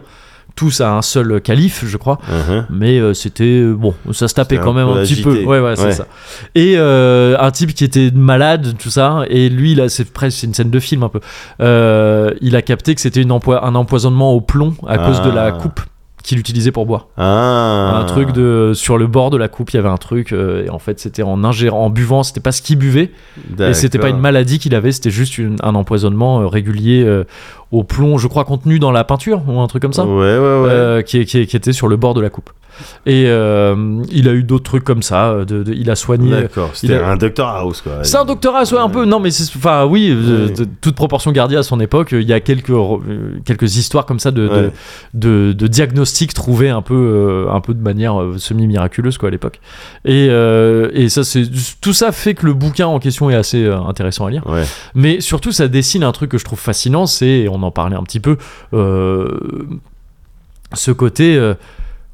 tous à un seul calife, je crois Uh-huh. mais euh, c'était euh, bon ça se tapait C'était quand un même peu un petit peu agité. ouais ouais c'est Ouais. ça et euh, un type qui était malade tout ça et lui là c'est presque c'est une scène de film un peu Euh, il a capté que c'était une empoi- un empoisonnement au plomb à cause de Ah. la coupe qu'il utilisait pour boire Ah. un truc de sur le bord de la coupe il y avait un truc euh, et en fait c'était en ingérant en buvant c'était pas ce qu'il buvait et c'était pas une D'accord. maladie qu'il avait c'était juste une- un empoisonnement euh, régulier euh, au plomb je crois contenu dans la peinture ou un truc comme ça Ouais, ouais, ouais. euh, qui, est- qui est- qui était sur le bord de la coupe. Et euh, il a eu d'autres trucs comme ça. euh, de- de- il a soigné. D'accord, c'était a- un Doctor House quoi. C'est un doctorat, soit un peu. Non, mais c'est. Enfin, oui, euh, Oui. de- toute proportion gardée à son époque, il y a quelques, euh, quelques histoires comme ça de, de- Ouais. de, de diagnostics trouvés un peu, euh, un peu de manière euh, semi-miraculeuse, quoi, à l'époque. Et, euh, et ça, c'est. Tout ça fait que le bouquin en question est assez euh, intéressant à lire. Ouais. Mais surtout, ça dessine un truc que je trouve fascinant, c'est, et on en en parlait un petit peu, euh, ce côté. euh,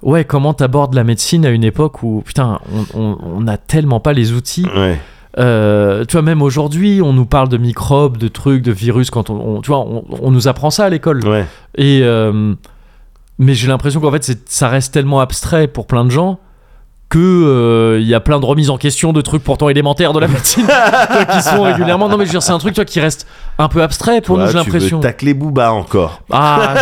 Ouais, comment t'abordes la médecine à une époque où, putain, on- on- on n'a tellement pas les outils Ouais. euh, tu vois, même aujourd'hui, on nous parle de microbes, de trucs, de virus. Quand on, on- tu vois, on, on nous apprend ça à l'école. Ouais. Et euh, mais j'ai l'impression qu'en fait, c'est- ça reste tellement abstrait pour plein de gens que euh, il y a plein de remises en question de trucs pourtant élémentaires de la (laughs) médecine tu vois, qui sont régulièrement. Non, mais je veux dire, c'est un truc tu vois, qui reste un peu abstrait pour Toi, nous. J'ai tu veux l'impression. Tacler Booba encore. Ah,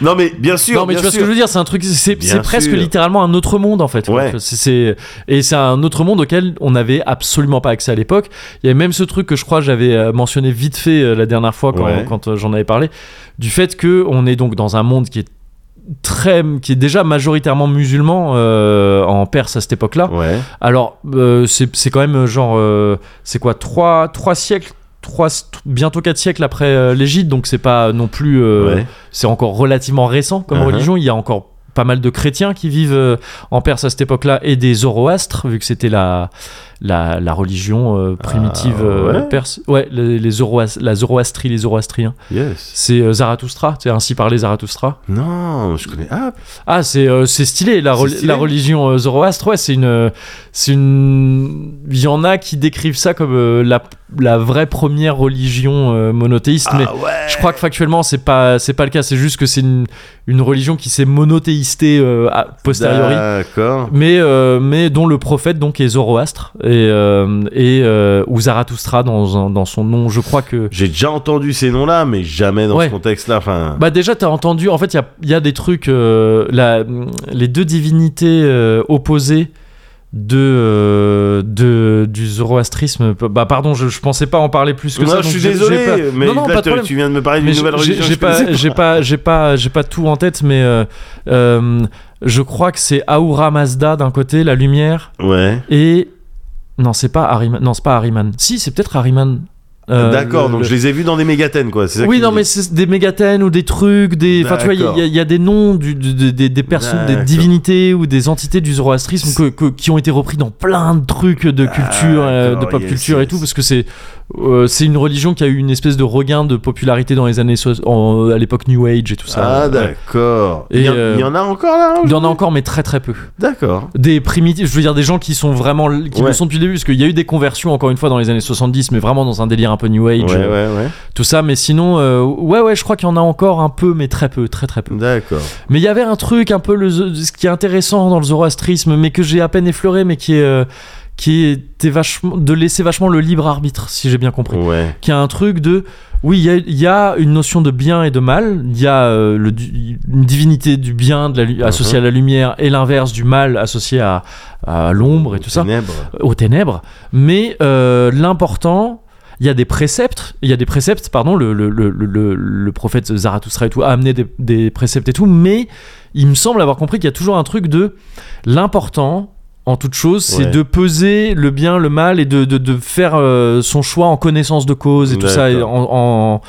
Non, mais bien sûr. non, mais bien tu vois ce sûr. que je veux dire, c'est un truc, c'est Bien c'est presque sûr. littéralement un autre monde en fait. Ouais. quoi. C'est- c'est- et c'est un autre monde auquel on n'avait absolument pas accès à l'époque. Il y avait même ce truc que je crois que j'avais euh, mentionné vite fait euh, la dernière fois quand, Ouais. quand, euh, j'en avais parlé, du fait que on est donc dans un monde qui est très, qui est déjà majoritairement musulman euh, en Perse à cette époque-là. Ouais. Alors, euh, c'est c'est quand même euh, genre, euh, c'est quoi, trois, trois siècles, trois, bientôt quatre siècles après euh, l'Égypte, donc c'est pas non plus. euh, ouais. c'est encore relativement récent comme Uh-huh. religion. Il y a encore pas mal de chrétiens qui vivent euh, en Perse à cette époque-là et des zoroastres, vu que c'était la, la, la religion euh, primitive Ah, euh, ouais. perse. Ouais, les, les Zoroas- la zoroastrie, les zoroastriens. Yes. C'est euh, Zarathustra, c'est ainsi parlé Zarathustra. Non, je connais. Ah, Ah, c'est euh, c'est stylé, la, C'est rel- stylé. la religion euh, zoroastre, ouais, c'est une... euh, c'est une... Il y en a qui décrivent ça comme euh, la, la vraie première religion euh, monothéiste, mais ah ouais. je crois que factuellement, c'est pas, c'est pas le cas. C'est juste que c'est une, une religion qui s'est monothéistée euh, a posteriori. Bah. D'accord. Mais, euh, mais dont le prophète donc est Zoroastre et, euh, et euh, ou Zarathustra dans, un- dans son nom. Je crois que. J'ai déjà entendu ces noms-là, mais jamais dans Ouais. ce contexte-là. Enfin, Bah déjà, t'as entendu. En fait, il y a, il y a des trucs. euh, la, les deux divinités euh, opposées de, euh, de du zoroastrisme. Bah pardon, je, je pensais pas en parler plus que non, ça. je donc suis j'ai- j'ai désolé, pas- mais Non, non, là, pas de tu- problème. tu viens de me parler Mais d'une j'ai- nouvelle religion. j'ai- J'ai je connaissais pas, j'ai pas, j'ai pas, j'ai pas tout en tête, mais euh, euh, je crois que c'est Ahura Mazda d'un côté, la lumière, Ouais. et non, c'est pas Ariman. Non, c'est pas Ariman. Si, c'est peut-être Ariman. Euh, D'accord, le- donc le- je les ai vus dans des mégathènes, quoi. c'est ça Oui, que non, tu mais dis. c'est des mégathènes ou des trucs, des. Enfin, tu vois, il y a- il y, a- il y a des noms du- du- des, des- des personnes, des D'accord. divinités ou des entités du zoroastrisme que- que- qui ont été repris dans plein de trucs de Ah, culture, euh, de D'accord, pop yes, culture et yes. tout, parce que c'est euh, c'est une religion qui a eu une espèce de regain de popularité dans les années so- en- à l'époque New Age et tout ça. Ah, Ouais. d'accord. Et, Il y, en- euh, il y en a encore là Il y en a encore, mais très très peu. D'accord. Des primitifs, je veux dire des gens qui sont vraiment, qui Ouais. le sont depuis le début, parce qu'il y a eu des conversions encore une fois dans les années 70, mais vraiment dans un délire un peu New Age, Ouais, ouais, euh, ouais. tout ça. Mais sinon, euh, ouais, ouais, je crois qu'il y en a encore un peu, mais très peu, très très peu. D'accord. Mais il y avait un truc un peu le, ce qui est intéressant dans le zoroastrisme, mais que j'ai à peine effleuré, mais qui est euh, qui était vachement de laisser vachement le libre arbitre, si j'ai bien compris. Ouais. Qui a un truc de oui, il y a- il y, a une notion de bien et de mal. Il y a euh, le, du- une divinité du bien de la, lu- associée à la lumière et l'inverse du mal associé à, à l'ombre et tout ça, Ténèbres. aux ténèbres. Mais euh, l'important, il y a des préceptes, il y a des préceptes, pardon, le, le, le, le, le prophète Zarathustra et tout a amené des, des préceptes et tout, mais il me semble avoir compris qu'il y a toujours un truc de l'important en toute chose, c'est Ouais. de peser le bien, le mal et de, de, de faire euh, son choix en connaissance de cause et tout ça. Et, D'accord. en- en-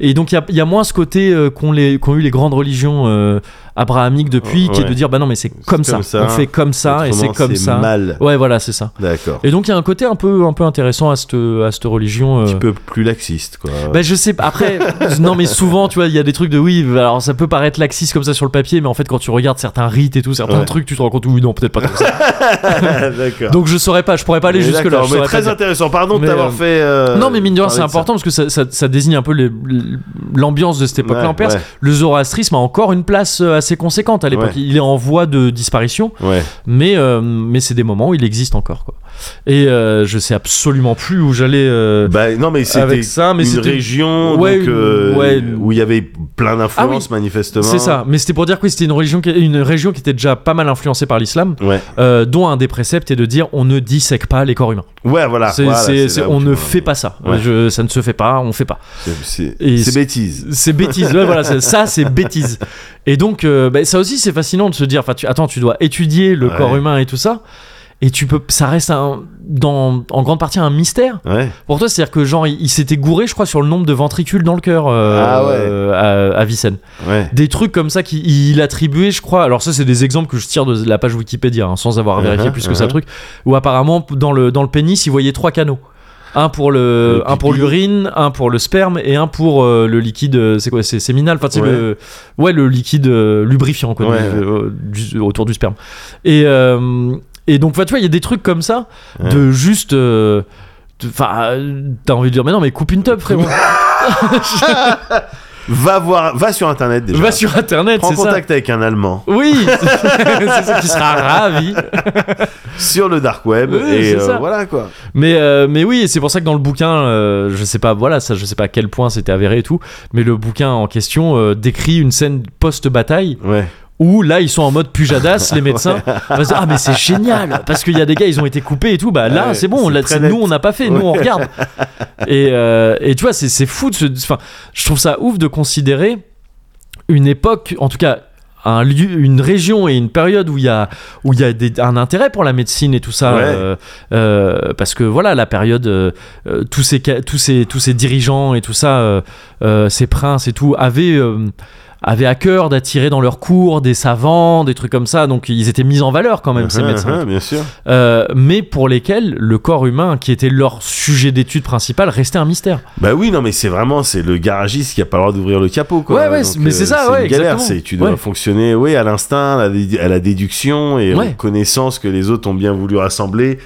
et donc il y a, il y a moins ce côté euh, qu'ont les- qu'ont eu les grandes religions euh, abrahamiques depuis, qui est Ouais. de dire bah non mais c'est comme, ça. comme ça. on fait comme ça et c'est Autrement, comme ça. mal. Ouais voilà c'est ça. D'accord. Et donc il y a un côté un peu, un peu intéressant à cette, à cette religion. euh. Un petit peu plus laxiste, (laughs) quoi. Bah, je sais pas. après (laughs) non mais souvent tu vois il y a des trucs de oui bah, alors ça peut paraître laxiste comme ça sur le papier mais en fait quand tu regardes certains rites et tout certains Ouais. trucs tu te rends compte oui non peut-être pas (laughs) comme ça. D'accord. Ben, donc je saurais pas je pourrais pas aller Mais jusque là d'accord, mais très intéressant. Pardon Mais, de t'avoir euh, fait. euh, non mais mine de rien parler c'est ça. important parce que ça, ça- ça désigne un peu les- l'ambiance de cette époque là Ouais, en Perse le zoroastrisme a encore une place euh, assez conséquente à l'époque Ouais. il est en voie de disparition Ouais. mais, euh, mais c'est des moments où il existe encore quoi. et euh, je sais absolument plus où j'allais euh, Bah, non, mais c'était avec ça mais une c'était région Ouais, donc, une- euh, ouais. où il y avait plein d'influences, Ah manifestement. C'est ça, mais c'était pour dire que oui, c'était une religion, qui, une région qui était déjà pas mal influencée par l'islam, Ouais, euh, dont un des préceptes est de dire on ne dissèque pas les corps humains. ouais voilà. C'est- Ah, voilà, c'est- c'est c'est- là où on tu ne vois. fait pas ça. Ouais. Je- ça ne se fait pas, on fait pas. C'est- Et C'est c'est c'est- bêtise. C'est bêtise, ouais, voilà, c'est- ça c'est bêtise. Et donc, euh, bah, ça aussi c'est fascinant de se dire, enfin, tu- attends, tu dois étudier le Ouais. corps humain et tout ça, et tu peux, ça reste un- dans, en grande partie un mystère. Ouais. Pour toi, c'est-à-dire que genre, il, il s'était gouré, je crois, sur le nombre de ventricules dans le cœur euh, Ah ouais. euh, à, à Vicenne. Ouais. des trucs comme ça qu'il attribuait, je crois. Alors ça, c'est des exemples que je tire de la page Wikipédia, hein, sans avoir Uh-huh, vérifié plus que ça uh-huh. le truc. Où apparemment, dans le, dans le pénis, il voyait trois canaux. un pour le, Le un pour pipi. l'urine, un pour le sperme et un pour euh, le liquide. euh, C'est quoi C'est séminal. Enfin, tu sais, Ouais. le, ouais, le liquide euh, lubrifiant quoi, Ouais, du- euh, du- autour du sperme. Et euh, et donc, enfin, tu vois, il y a des trucs comme ça Ouais. de juste. euh, de- Enfin, euh, t'as envie de dire, mais non, mais coupe une tub, frérot. Va voir, va sur internet (laughs) déjà. Va sur internet, Prends c'est ça. contact avec un Allemand Oui, (laughs) c'est ça qui sera ravi. sur le dark web Oui, et c'est euh, ça. voilà quoi. Mais, euh, mais oui, et c'est pour ça que dans le bouquin, euh, je sais pas, voilà, ça, je sais pas à quel point c'était avéré et tout, mais le bouquin en question euh, décrit une scène post-bataille Ouais. où là, ils sont en mode (laughs) pujadas, les médecins. On va se dire, ah, mais c'est génial, parce qu'il y a des gars, ils ont été coupés et tout, bah là, Ouais, c'est bon, c'est là, très c'est- net. nous, on n'a pas fait, nous, on Ouais. regarde. Et, euh, et tu vois, c'est c'est fou de se. Enfin, je trouve ça ouf de considérer une époque, en tout cas. Un lieu, une région et une période où il y a, où il y a des- un intérêt pour la médecine et tout ça, Ouais. euh, euh, parce que voilà la période, euh, euh, tous ces ca- tous ces tous ces dirigeants et tout ça, euh, euh, ces princes et tout avaient euh, avaient à cœur d'attirer dans leurs cours des savants, des trucs comme ça, donc ils étaient mis en valeur quand même ces Uh-huh, médecins. uh-huh, (laughs) bien sûr. Euh, mais pour lesquels le corps humain, qui était leur sujet d'étude principal, restait un mystère. Bah oui, non, mais c'est vraiment c'est le garagiste qui a pas le droit d'ouvrir le capot, quoi. Ouais, ouais, Donc, mais c'est ça, ouais, une galère, exactement. c'est tu dois Ouais. fonctionner, oui, à l'instinct, à la, dé- à la déduction et Ouais. aux connaissances que les autres ont bien voulu rassembler.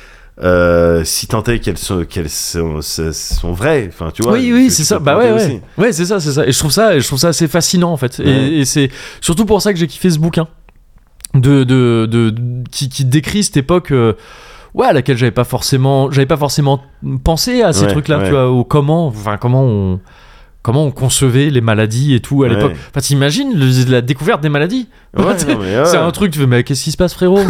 euh, si tant est qu'elles sont, qu'elles sont, se- sont vraies, enfin tu vois. oui, que oui, tu c'est ça. peux Bah ouais, planter ouais. aussi. Ouais, c'est ça, c'est ça. Et je trouve ça, je trouve ça assez fascinant en fait. Et- Ouais. Et, c'est surtout pour ça que j'ai kiffé ce bouquin de, de, de, qui, qui décrit cette époque. euh, Ouais, à laquelle j'avais pas forcément, j'avais pas forcément pensé à ces Ouais, trucs-là, ouais. tu vois, au comment, enfin comment on, comment on concevait les maladies et tout à Ouais. l'époque. Enfin, t'imagines le- la découverte des maladies (laughs) Ouais, non, mais ouais. C'est (laughs) un truc, tu fais, mais qu'est-ce qui se passe, frérot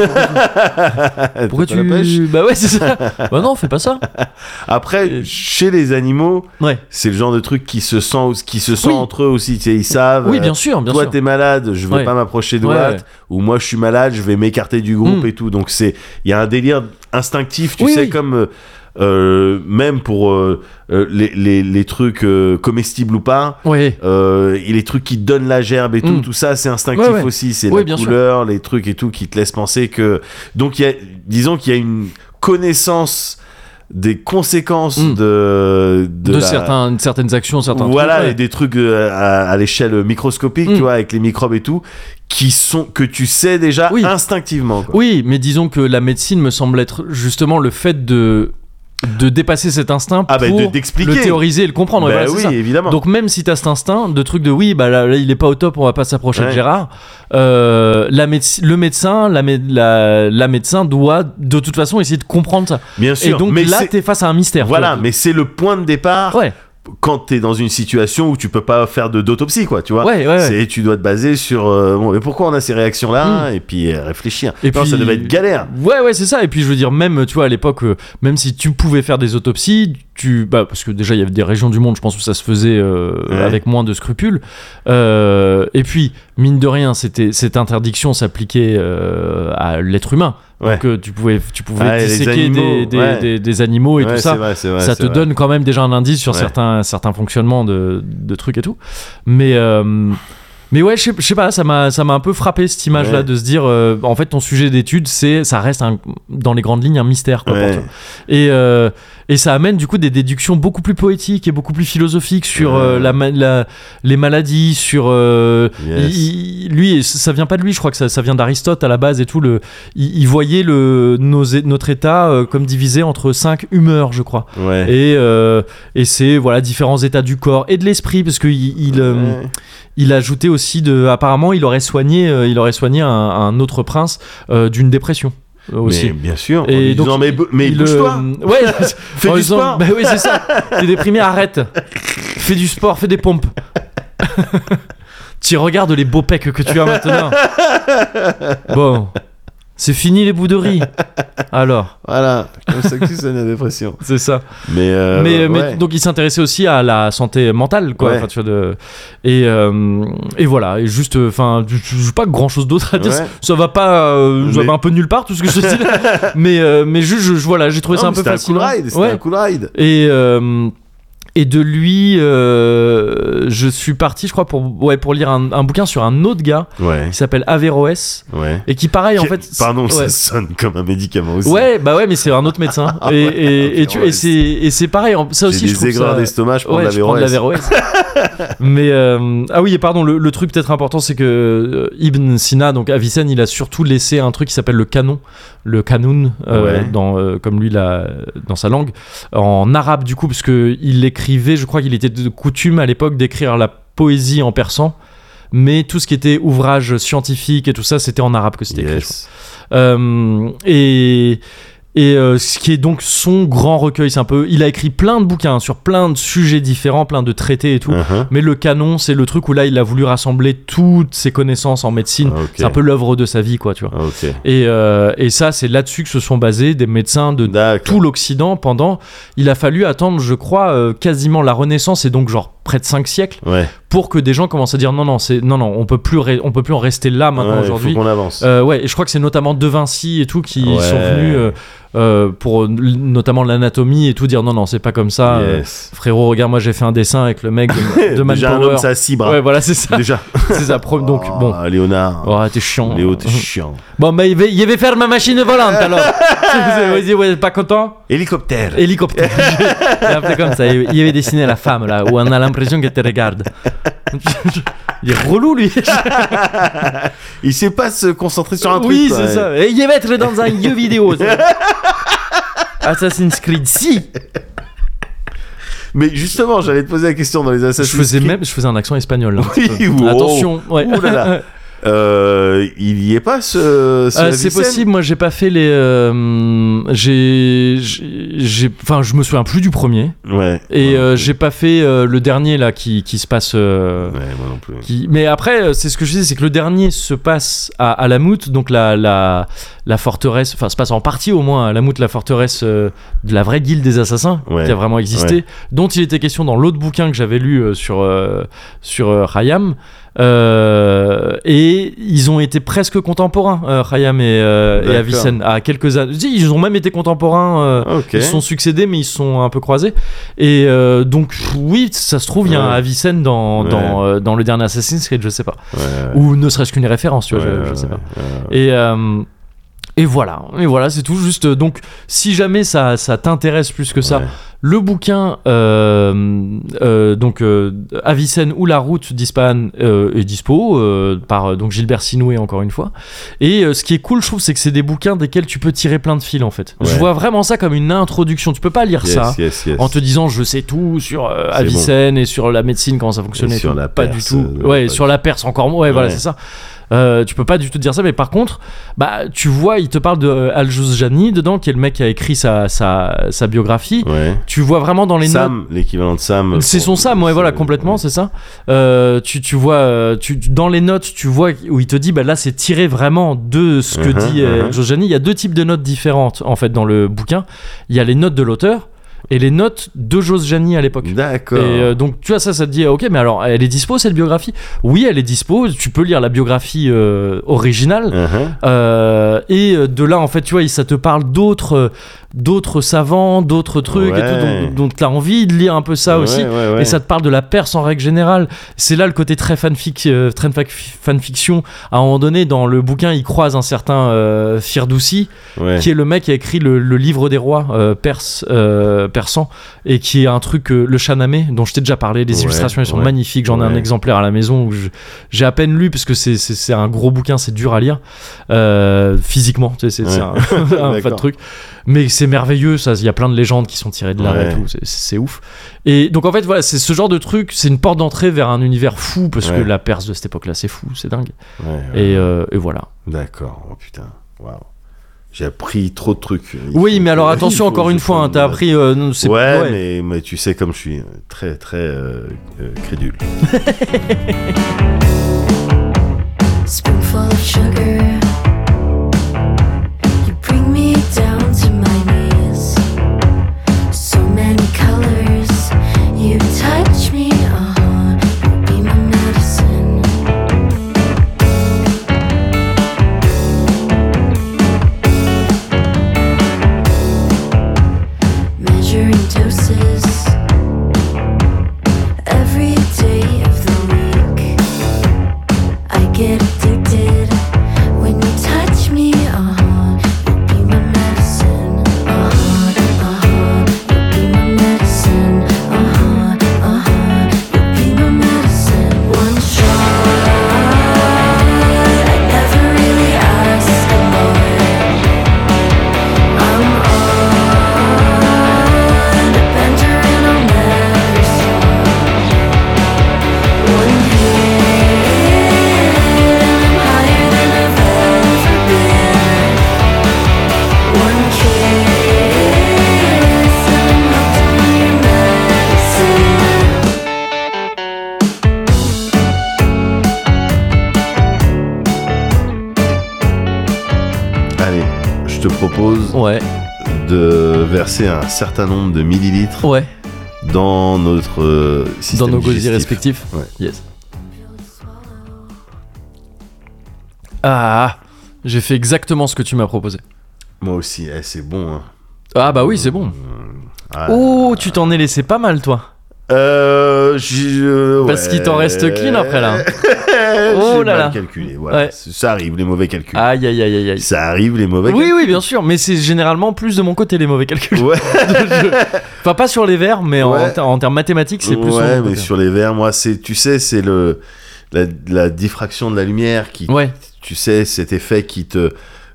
T'as Pourquoi pas la pêche tu. Bah ouais, c'est ça. bah non, fais pas ça. Euh. Après, chez les animaux, Ouais. c'est le genre de truc qui se sent, qui se sent Oui. entre eux aussi. tu sais, Ils savent. Oui, euh, bien sûr, bien toi sûr. t'es malade, je veux Ouais. pas m'approcher de toi, Ouais, ouais. ou moi je suis malade, je vais m'écarter du groupe Mm. et tout. Donc c'est, il y a un délire instinctif, tu Oui, sais, oui. comme euh, euh, même pour euh, euh, les, les, les trucs euh, comestibles ou pas. Ouais. Euh, et les trucs qui te donnent la gerbe et tout, Mm. tout ça c'est instinctif Ouais, ouais. aussi, c'est Oui, la bien sûr. couleur, les trucs et tout qui te laissent penser que donc il y a, disons qu'il y a une connaissance des conséquences Mm. de de, de, la- certains, certaines actions, certains voilà trucs. et des trucs euh, à, à l'échelle microscopique Mm. tu vois avec les microbes et tout qui sont que tu sais déjà Oui. instinctivement quoi. Oui, mais disons que la médecine me semble être justement le fait de, de dépasser cet instinct ah bah pour de- d'expliquer le théoriser et le comprendre. Bah Voilà, c'est oui ça. évidemment Donc même si t'as cet instinct de truc de oui bah là, là, il est pas au top on va pas s'approcher de Ouais. Gérard euh, la médeci- le médecin la, mé- la, la médecin doit de toute façon essayer de comprendre ça bien et sûr donc mais là c'est- t'es face à un mystère tu voilà vois. mais c'est le point de départ ouais quand t'es dans une situation où tu peux pas faire de d'autopsie quoi tu vois ouais ouais, ouais. C'est- tu dois te baser sur euh, bon, mais pourquoi on a ces réactions là et puis euh, réfléchir Mm. Et Non, ça puis- devait être galère Ouais, ouais, c'est ça. Et puis, je veux dire, même, tu vois, à l'époque, euh, même si tu pouvais faire des autopsies, tu, bah, parce que déjà, il y avait des régions du monde, je pense, où ça se faisait euh, Ouais. avec moins de scrupules. Euh, et puis, mine de rien, c'était cette interdiction s'appliquait euh, à l'être humain. Ouais. Donc, euh, tu pouvais, tu pouvais Ouais, les disséquer des, animaux, des, ouais. des- des animaux et Ouais, tout c'est ça. vrai, c'est vrai, ça c'est te vrai. donne quand même déjà un indice sur Ouais. certains, certains fonctionnements de, de trucs et tout. Mais, euh, mais ouais, je sais- je sais pas, ça m'a ça m'a un peu frappé cette image-là Ouais. de se dire, euh, en fait, ton sujet d'étude, c'est- ça reste un- dans les grandes lignes un mystère. Quoi, pour Ouais. toi. Et, euh, et ça amène du coup des déductions beaucoup plus poétiques et beaucoup plus philosophiques sur euh, Ouais. la, ma- la- les maladies, sur... euh, Yes. il- il- lui, et ça ça vient pas de lui, je crois que ça, ça vient d'Aristote à la base et tout. Le, il, il voyait le, nos é- notre état euh, comme divisé entre cinq humeurs, je crois. ouais. Et, euh, et c'est voilà différents états du corps et de l'esprit parce que il, il, euh, Ouais. il ajoutait aussi de apparemment il aurait soigné euh, il aurait soigné un, un autre prince euh, d'une dépression euh, mais aussi. bien sûr Et en lui donc, disant, mais, bou- mais Il, bouge-toi euh, ouais, (laughs) fais en du disant, sport Bah oui, c'est ça. T'es déprimé, arrête. Fais du sport, fais des pompes. (laughs) tu regardes les beaux pecs que tu as maintenant. Bon, c'est fini les bouts de riz. Alors, Voilà, comme ça que tu saignes la dépression. c'est ça. Mais, euh, mais, mais ouais. donc il s'intéressait aussi à la santé mentale quoi Ouais. Enfin, tu vois, de- et euh, et voilà et juste euh, enfin je je- pas grand chose d'autre à dire Ouais. ça va pas euh, ça Mais- va un peu nulle part tout ce que je te (laughs) dis là. mais euh, mais juste je, je- voilà j'ai trouvé Non, ça un mais peu c'était fascinant cool ride, c'était Ouais. un cool ride. et euh, Et de lui, euh, je suis parti, je crois, pour, ouais, pour lire un, un bouquin sur un autre gars Ouais, qui s'appelle Averroès. ouais. Et qui, pareil, en Qui- fait. Pardon, ouais. ça sonne comme un médicament aussi. Ouais, bah ouais, mais c'est un autre médecin. (laughs) Ah et, ouais, et, et tu- et Averroès. c'est, et c'est pareil, en- ça aussi, J'ai je des trouve aigreurs ça... d'estomac, je prends Ouais, de la je prends de VRS. l'Averroès. (laughs) Mais euh, ah oui, et pardon, le, le truc peut-être important, c'est que euh, Ibn Sina, donc Avicenne, il a surtout laissé un truc qui s'appelle le canon, le canoun, euh, Ouais. dans, euh, comme lui l'a dans sa langue, en arabe du coup, parce que il écrivait, je crois qu'il était de coutume à l'époque d'écrire la poésie en persan. Mais tout ce qui était ouvrage scientifique et tout ça, c'était en arabe que c'était écrit. je Yes. euh, et et euh, ce qui est donc son grand recueil, c'est un peu. Il a écrit plein de bouquins sur plein de sujets différents, plein de traités et tout. Uh-huh. Mais le canon, c'est le truc où là, il a voulu rassembler toutes ses connaissances en médecine. Ah, ok. C'est un peu l'œuvre de sa vie, quoi, tu vois. Ah, ok. Et, euh, et ça, c'est là-dessus que se sont basés des médecins de D'accord. tout l'Occident pendant. Il a fallu attendre, je crois, euh, quasiment la Renaissance et donc genre près de 5 siècles Ouais. pour que des gens commencent à dire non, non, c'est non, non, on peut plus, re- on peut plus en rester là maintenant Ouais, aujourd'hui. Il faut qu'on avance. Euh, ouais, et je crois que c'est notamment De Vinci et tout qui Ouais. sont venus euh, euh, pour euh, l- notamment l'anatomie et tout dire non non c'est pas comme ça. euh, yes. Eh, frérot, regarde moi j'ai fait un dessin avec le mec (laughs) de, de Déjà un Manpower. homme, ça a six bras. ouais voilà c'est ça, (laughs) (laughs) Déjà. c'est ça. pro- Donc Ah, bon, Léonard. oh, t'es chiant. Léo, t'es chiant. Bon bah il va, il va faire ma machine volante (laughs) alors. (laughs) Vas-y ouais pas content. Hélicoptère. Hélicoptère. (laughs) Il appelé comme ça. Il il avait dessiné la femme là où on a l'impression qu'elle te regarde. (laughs) Il est relou lui. Il sait pas se concentrer sur un Euh, oui, truc. c'est ouais. ça. Et il va être dans un jeu vidéo. (laughs) ça. Assassin's Creed, si. Mais justement, j'allais te poser la question dans les Je Assassin's faisais Creed. même, je faisais un accent espagnol. là, un Oui, petit peu. wow. Attention. ouais. Ouh là (laughs) là. Euh, il y est pas ce. ce Euh, c'est Avicenne possible. Moi, j'ai pas fait les. euh, j'ai, j'ai, j'ai- enfin, je me souviens plus du premier. Ouais. Et Ouais. euh, j'ai pas fait euh, le dernier là qui, qui se passe. euh, Ouais, moi non plus. qui- Mais après, euh, c'est ce que je disais, c'est que le dernier se passe à Alamout, donc la, la, la forteresse, enfin se passe en partie au moins à Alamout, la forteresse euh, de la vraie guilde des assassins, Ouais, qui a vraiment existé, dont il était question dans l'autre bouquin que j'avais lu euh, sur, euh, sur euh, Khayyam. Euh, et ils ont été presque contemporains, euh, Khayyam et, euh, et D'accord. Avicenne, à quelques années. Si, Ils ont même été contemporains. euh, Ok. Ils se sont succédés, mais ils se sont un peu croisés. Et euh, donc, oui, ça se trouve, il y a un Ouais. Avicenne dans, Ouais. dans, euh, dans le dernier Assassin's Creed, je sais pas. Ouais, ouais. Ou ne serait-ce qu'une référence, tu vois, Ouais, je- je, ouais, sais pas. ouais, ouais. Et, euh, et voilà, et voilà c'est tout. Juste, euh, donc, si jamais ça, ça t'intéresse plus que ça, Ouais. le bouquin, euh, euh, donc, euh, Avicenne ou la route d'Ispahan euh, est dispo euh, par euh, donc Gilbert Sinoué, encore une fois. Et euh, ce qui est cool, je trouve, c'est que c'est des bouquins desquels tu peux tirer plein de fils, en fait. Je Ouais. vois vraiment ça comme une introduction. Tu peux pas lire Yes, ça yes, yes. en te disant je sais tout sur euh, C'est Avicenne et sur la médecine comment ça fonctionnait Et sur tout. la pas Perse, du tout euh, ouais pas sur la Perse encore moins ouais, voilà Ouais. c'est ça Euh, tu peux pas du tout dire ça mais par contre bah tu vois il te parle de euh, Al-Juz Jani dedans qui est le mec qui a écrit sa, sa, sa biographie Ouais. tu vois vraiment dans les notes Sam, l'équivalent de Sam. c'est son Sam, ouais, voilà, complètement, c'est ça. Euh, tu, tu vois, euh, tu, tu- dans les notes, tu vois où il te dit, bah là, c'est tiré vraiment de ce que Mhm, dit euh, mhm. Jojani. Il y a deux types de notes différentes, en fait, dans le bouquin. Il y a les notes de l'auteur et les notes de Jojani à l'époque. Et D'accord. euh, donc, tu vois, ça, ça te dit, ah, ok, mais alors, elle est dispo cette biographie Oui, elle est dispo. Tu peux lire la biographie euh, originale. Uh-huh. Euh, et euh, de là, en fait, tu vois, il- ça te parle d'autres, euh, d'autres savants, d'autres trucs et Ouais. tout. Donc, donc t'as envie de lire un peu ça Ouais, aussi. ouais, ouais. Et ça te parle de la Perse en règle générale. C'est là le côté très fanfic, euh, très fa- fanfiction. À un moment donné, dans le bouquin, il croise un certain euh, Firdoussi, Ouais. qui est le mec qui a écrit le, le livre des rois euh, perse, euh, persan, et qui est un truc, euh, le Shahnameh, dont je t'ai déjà parlé. Les Ouais, illustrations, elles sont ouais, magnifiques. J'en ai un ouais. exemplaire à la maison où je- j'ai à peine lu, parce que c'est- c'est c'est un gros bouquin, c'est dur à lire euh, physiquement. Tu sais, c'est Ouais. c'est un, (laughs) un fat D'accord. truc. Mais c'est merveilleux, ça. Il y a plein de légendes qui sont tirées de là Ouais. et tout. c'est- C'est ouf. Et donc, en fait, voilà, c'est ce genre de truc. C'est une porte d'entrée vers un univers fou, parce que Ouais. la Perse de cette époque-là, c'est fou, c'est dingue. Ouais, ouais. Et, euh, et voilà. D'accord. Oh putain. Waouh. J'ai appris trop de trucs. Il Oui, faut- mais alors il attention, faut- encore je une fois, prends hein, une t'as note. appris. euh, non, c'est- Ouais, ouais. Mais, mais tu sais comme je suis euh, très très euh, euh, crédule. Spoonful of sugar. You bring me down to my knees. So many colors. You touch me, uh huh. You be my medicine. Measuring doses. uh-huh. uh-huh. uh-huh. je te propose Ouais, de verser un certain nombre de millilitres ouais, dans notre euh, dans système nos gosiers digestif. respectifs. Ouais. Yes. Ah, j'ai fait exactement ce que tu m'as proposé. Moi aussi, eh, c'est bon. hein. Ah bah oui, c'est bon. Ah. Oh, tu t'en es laissé pas mal, toi. Euh, j'ai- euh, Parce ouais. qu'il t'en reste clean après, (laughs) là. Oh J'ai là mal là. calculé, voilà. Ouais. Ça arrive les mauvais calculs. Aïe, aïe, aïe, aïe, aïe. Ça arrive les mauvais Oui, oui, bien sûr, mais c'est généralement plus de mon côté les mauvais calculs. calculs. (laughs) Ouais. Enfin, pas sur les verts, mais en- Ouais. en, termes mathématiques, c'est plus. ouais, mon mais côté. sur les verres, moi, c'est, tu sais, c'est le la, la diffraction de la lumière qui, Ouais, tu sais, cet effet qui te,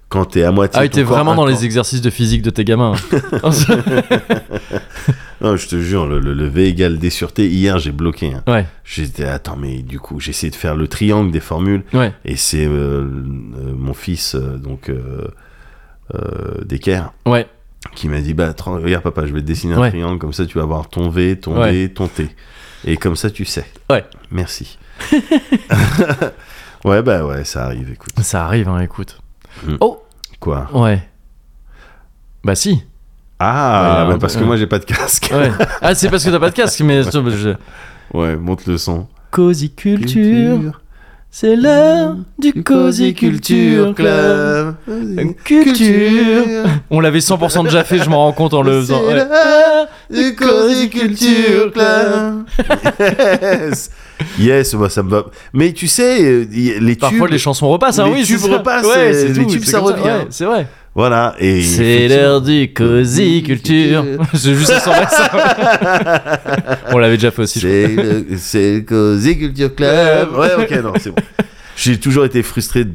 quand t'es à moitié. ah oui, ton t'es corps vraiment dans les inconscient- exercices de physique de tes gamins. (laughs) Non, je te jure, le, le- le V égale D sur T. Hier, j'ai bloqué. hein. ouais, J'étais, attends, mais du coup, j'ai essayé de faire le triangle des formules. ouais, Et c'est euh, le- euh, mon fils, euh, donc, euh, euh, Decker, ouais, qui m'a dit bah, tran- Regarde, papa, je vais te dessiner un Ouais. triangle, comme ça tu vas avoir ton V, ton Ouais. D, ton T. Et comme ça tu sais. Ouais. (laughs) Merci. ouais, bah ouais, ça arrive, écoute. ça arrive, hein, écoute. Quoi Ouais. Bah si. Ah, Ouais, bah, un- parce que ouais. moi j'ai pas de casque. Ouais. ah, c'est parce que t'as pas de casque, mais je... (laughs) Ouais, monte le son. Cozy culture, c'est l'heure du Cozy Culture Club. Culture. On l'avait 100% déjà fait, je m'en rends compte en le faisant. ouais. (laughs) Du Cozy Culture Club. yes, yes moi, ça me va. Mais tu sais, euh, y- les Parfois tubes. les chansons repassent, hein, les oui, tubes c'est ça. repassent, Ouais, euh, c'est les tout, tubes, c'est ça comme revient. ouais, c'est vrai. Voilà. Et C'est l'heure du Cozy Culture. (laughs) c'est juste ça s'en va, ça. On l'avait déjà fait aussi. je C'est le, c'est le Cozy Culture Club. Ouais, ok, non, c'est bon. J'ai toujours été frustré de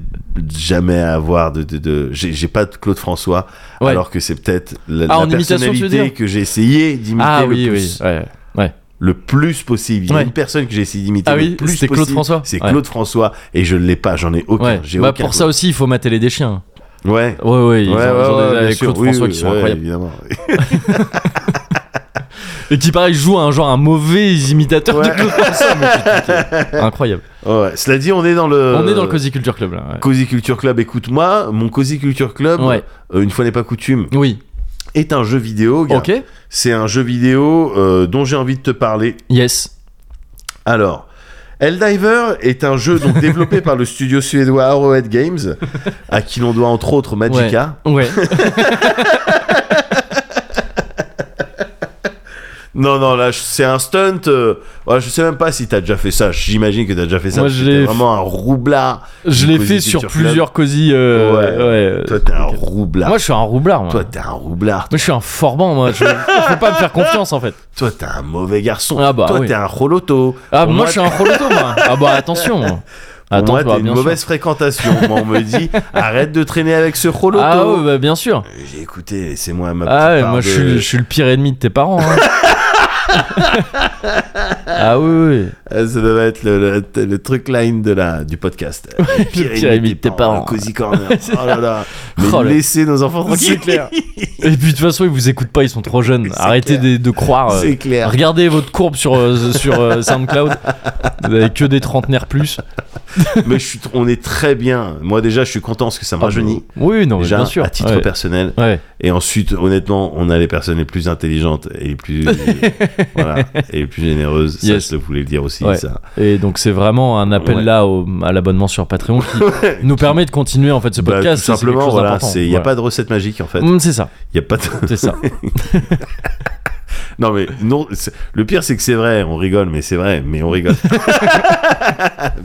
jamais avoir de. de, de- J'ai, j'ai pas de Claude François, Ouais. alors que c'est peut-être la, Ah, la en imitation, tu veux personnalité dire que j'ai essayé d'imiter crois. Ah le, oui, oui. plus, ouais. le plus possible. Il y a Ouais. une personne que j'ai essayé d'imiter Ah le oui, plus c'était Claude possible, François C'est Ouais. Claude François, et je ne l'ai pas, j'en ai aucun. Ouais. J'ai Bah, aucun pour ça aussi, il faut mater les déchiens. Ouais. Ouais, ouais, ils ouais, ont, ils ont ouais, ouais, des- bien avec sûr, Claude oui, François oui, qui sont ouais, incroyables. Évidemment. Et qui, pareil, joue un genre un mauvais imitateur Ouais. de Claude François. mais (laughs) putain, incroyable. Ouais. Cela dit, on est dans le. On est dans le Cozy Culture Club là. ouais. Euh, Cozy Culture Club, écoute-moi, mon Cozy Culture Club, Ouais. euh, une fois n'est pas coutume, Oui. est un jeu vidéo. gars. Ok. C'est un jeu vidéo euh, dont j'ai envie de te parler. Yes. Alors, Helldiver est un jeu donc (laughs) développé par le studio suédois Arrowhead Games, à qui l'on doit entre autres Magica. Ouais. (laughs) Non, non, là, je- c'est un stunt. euh, ouais, je sais même pas si t'as déjà fait ça. J'imagine que t'as déjà fait ça. Moi, parce je que l'ai t'es f- vraiment un roublard. Je l'ai Cozy fait Culture sur Club. plusieurs Cozy. euh, ouais, euh, Toi, t'es un ok. roublard. Moi, je suis un roublard. Moi. Toi, t'es un roublard. Moi, je suis un forban, moi. Je... Faut pas me faire confiance, en fait. Toi, t'es un mauvais garçon. Ah bah, Toi, oui. t'es un roloto. Ah, Pour moi, je suis un froloto, moi. Ah, bah, attention. Pour Attends, moi, bah, t'es une bien mauvaise fréquentation. Moi, on (laughs) me dit, arrête de traîner avec ce sûr. roloto. Ah, ouais, bah, bien sûr. J'ai écouté, c'est moi ma petite Ah, ouais, part moi, de- je, suis, je suis le pire ennemi de tes parents. (laughs) hein. ah, oui, oui. Ah, Ça doit être le, le- le truc line de la, (laughs) du podcast. le pire pire ennemi de tes parents. le Cozy (laughs) Corner. oh là là. Mais Oh là. laissez nos enfants C'est tranquilles. clair. Et puis, de toute façon, ils vous écoutent pas, ils sont trop jeunes. C'est Arrêtez de, de croire. euh, C'est clair. Regardez votre courbe sur, euh, sur euh, SoundCloud. Vous avez que des trentenaires plus. Mais je suis, tr- on est très bien. Moi, déjà, Oh, je suis content parce que ça me rajeunit. Oui, non, mais Déjà, bien sûr. à titre Ah, Ouais. personnel. Ouais. Et ensuite, honnêtement, on a les personnes les plus intelligentes et les (laughs) plus, voilà, et les plus généreuses. Ça, Yes. je le voulais le dire aussi. Ouais. Ça. Et donc c'est vraiment un appel Ouais. là au- à l'abonnement sur Patreon (laughs) qui nous permet de continuer en fait ce Bah, podcast. tout ça, c'est quelque simplement, chose voilà. d'important. Il n'y a pas de recette magique, en fait. Mm, c'est ça, Il y a pas de... (laughs) c'est ça. Non mais non, c'est- le pire c'est que c'est vrai, on rigole, mais c'est vrai, mais on (laughs) rigole.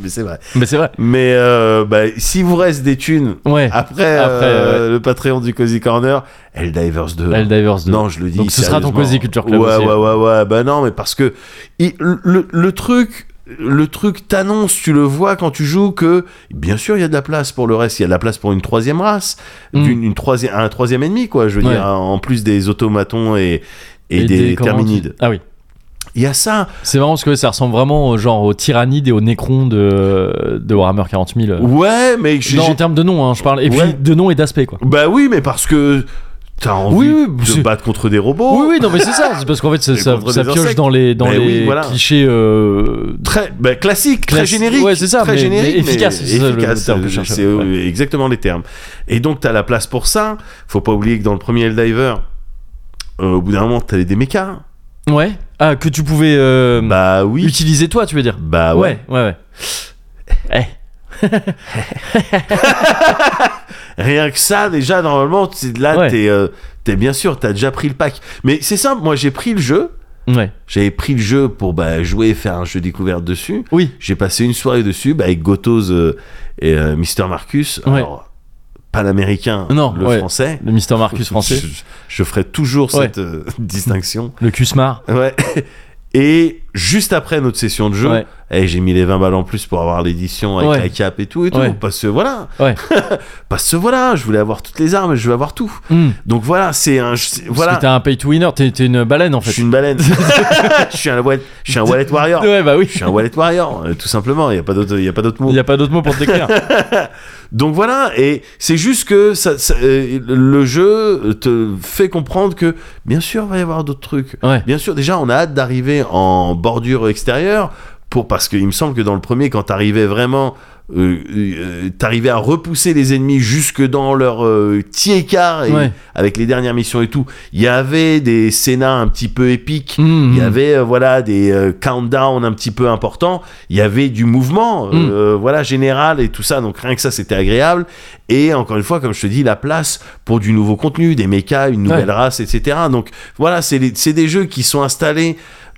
mais c'est vrai. Mais c'est vrai. Mais euh, bah, si vous reste des thunes Ouais. après, Après, euh, le Patreon du Cozy Corner, Helldivers hein. 2. Helldivers 2. Non, je le dis. Donc ce sera ton sérieusement. Cozy Culture Club Ouais, aussi. ouais, ouais, ouais. Bah non, mais parce que il- le, le truc. Le truc t'annonce, tu le vois quand tu joues que bien sûr il y a de la place pour le reste, il y a de la place pour une troisième race, Mm. d'une une troisième, un troisième ennemi quoi, je veux Ouais. dire, hein, en plus des automatons et, et, des, comment on dit terminides. Ah oui. Il y a ça. C'est marrant parce que ça ressemble vraiment au genre aux tyrannides et aux nécrons de, de Warhammer 40 000. Ouais, mais j'ai- Non, en j'ai- termes de nom, hein, je parle. Et Ouais. puis de nom et d'aspect quoi. bah oui, mais parce que T'as envie Oui, oui, de c'est- te battre contre des robots Oui, oui, non, mais c'est ça. C'est parce qu'en fait, ça, Oh. Et ça, contre ça des pioche insectes. dans les, dans Mais les oui, voilà. clichés. euh, Très bah, classique, très Classe- générique. ouais, c'est ça, très mais- générique, mais efficace, c'est ça le efficace, terme que euh, je cherchais, c'est, euh, ouais. exactement les termes. Et donc, t'as la place pour ça. Faut pas oublier que dans le premier Helldiver, euh, au bout d'un moment, t'avais des mechas. Ouais. Ah, que tu pouvais euh, Bah oui. utiliser toi, tu veux dire Bah ouais. ouais, ouais. Eh. Rien que ça, déjà, normalement, c'est- là, Ouais. t'es, euh, t'es bien sûr, t'as déjà pris le pack. Mais c'est simple, moi, j'ai pris le jeu. Eh. Ouais. J'avais pris le jeu pour bah, jouer, faire un jeu découverte dessus. Oui. J'ai passé une soirée dessus bah, avec Gotos euh, et euh, Mr. Marcus. Ouais. Alors, pas l'américain, Non, le ouais. français. Le Mister Marcus français. Je, je ferai toujours Ouais. cette euh, (laughs) distinction. Le Cusmar. Ouais. (laughs) Et juste après notre session de jeu, Ouais. eh, j'ai mis les 20 balles en plus pour avoir l'édition avec Ouais. la cape et tout et tout. Ouais. Parce que voilà. Ouais. (laughs) parce que voilà, je voulais avoir toutes les armes, je voulais avoir tout. Hmm. Donc voilà, c'est un. c'est- Parce Voilà. que t'es un pay to winner, t'es t'es une baleine en Je suis fait. (laughs) une baleine. je, suis un wallet, je suis un wallet warrior. Ouais, bah oui. Je suis un wallet warrior, euh, tout simplement. Il n'y a pas d'autre il y a pas d'autre mot. Il n'y a pas d'autre mot pour te (laughs) décrire. Donc voilà, et c'est juste que ça, ça- euh, le jeu te fait comprendre que bien sûr il va y avoir d'autres trucs. Ouais. Bien sûr, déjà on a hâte d'arriver en bordure extérieure pour parce qu'il me semble que dans le premier, quand t'arrivais vraiment, euh, euh, t'arrivais à repousser les ennemis jusque dans leur euh, petit écart et Ouais. avec les dernières missions et tout, il y avait des scénars un petit peu épiques. Hmm. Il y avait euh, voilà des euh, countdowns un petit peu importants. Il y avait du mouvement, Mhm. euh, voilà général et tout ça. Donc rien que ça, c'était agréable. Et encore une fois, comme je te dis, la place pour du nouveau contenu, des mechas, une nouvelle Ouais. race, etc. Donc voilà, c'est les- c'est des jeux qui sont installés.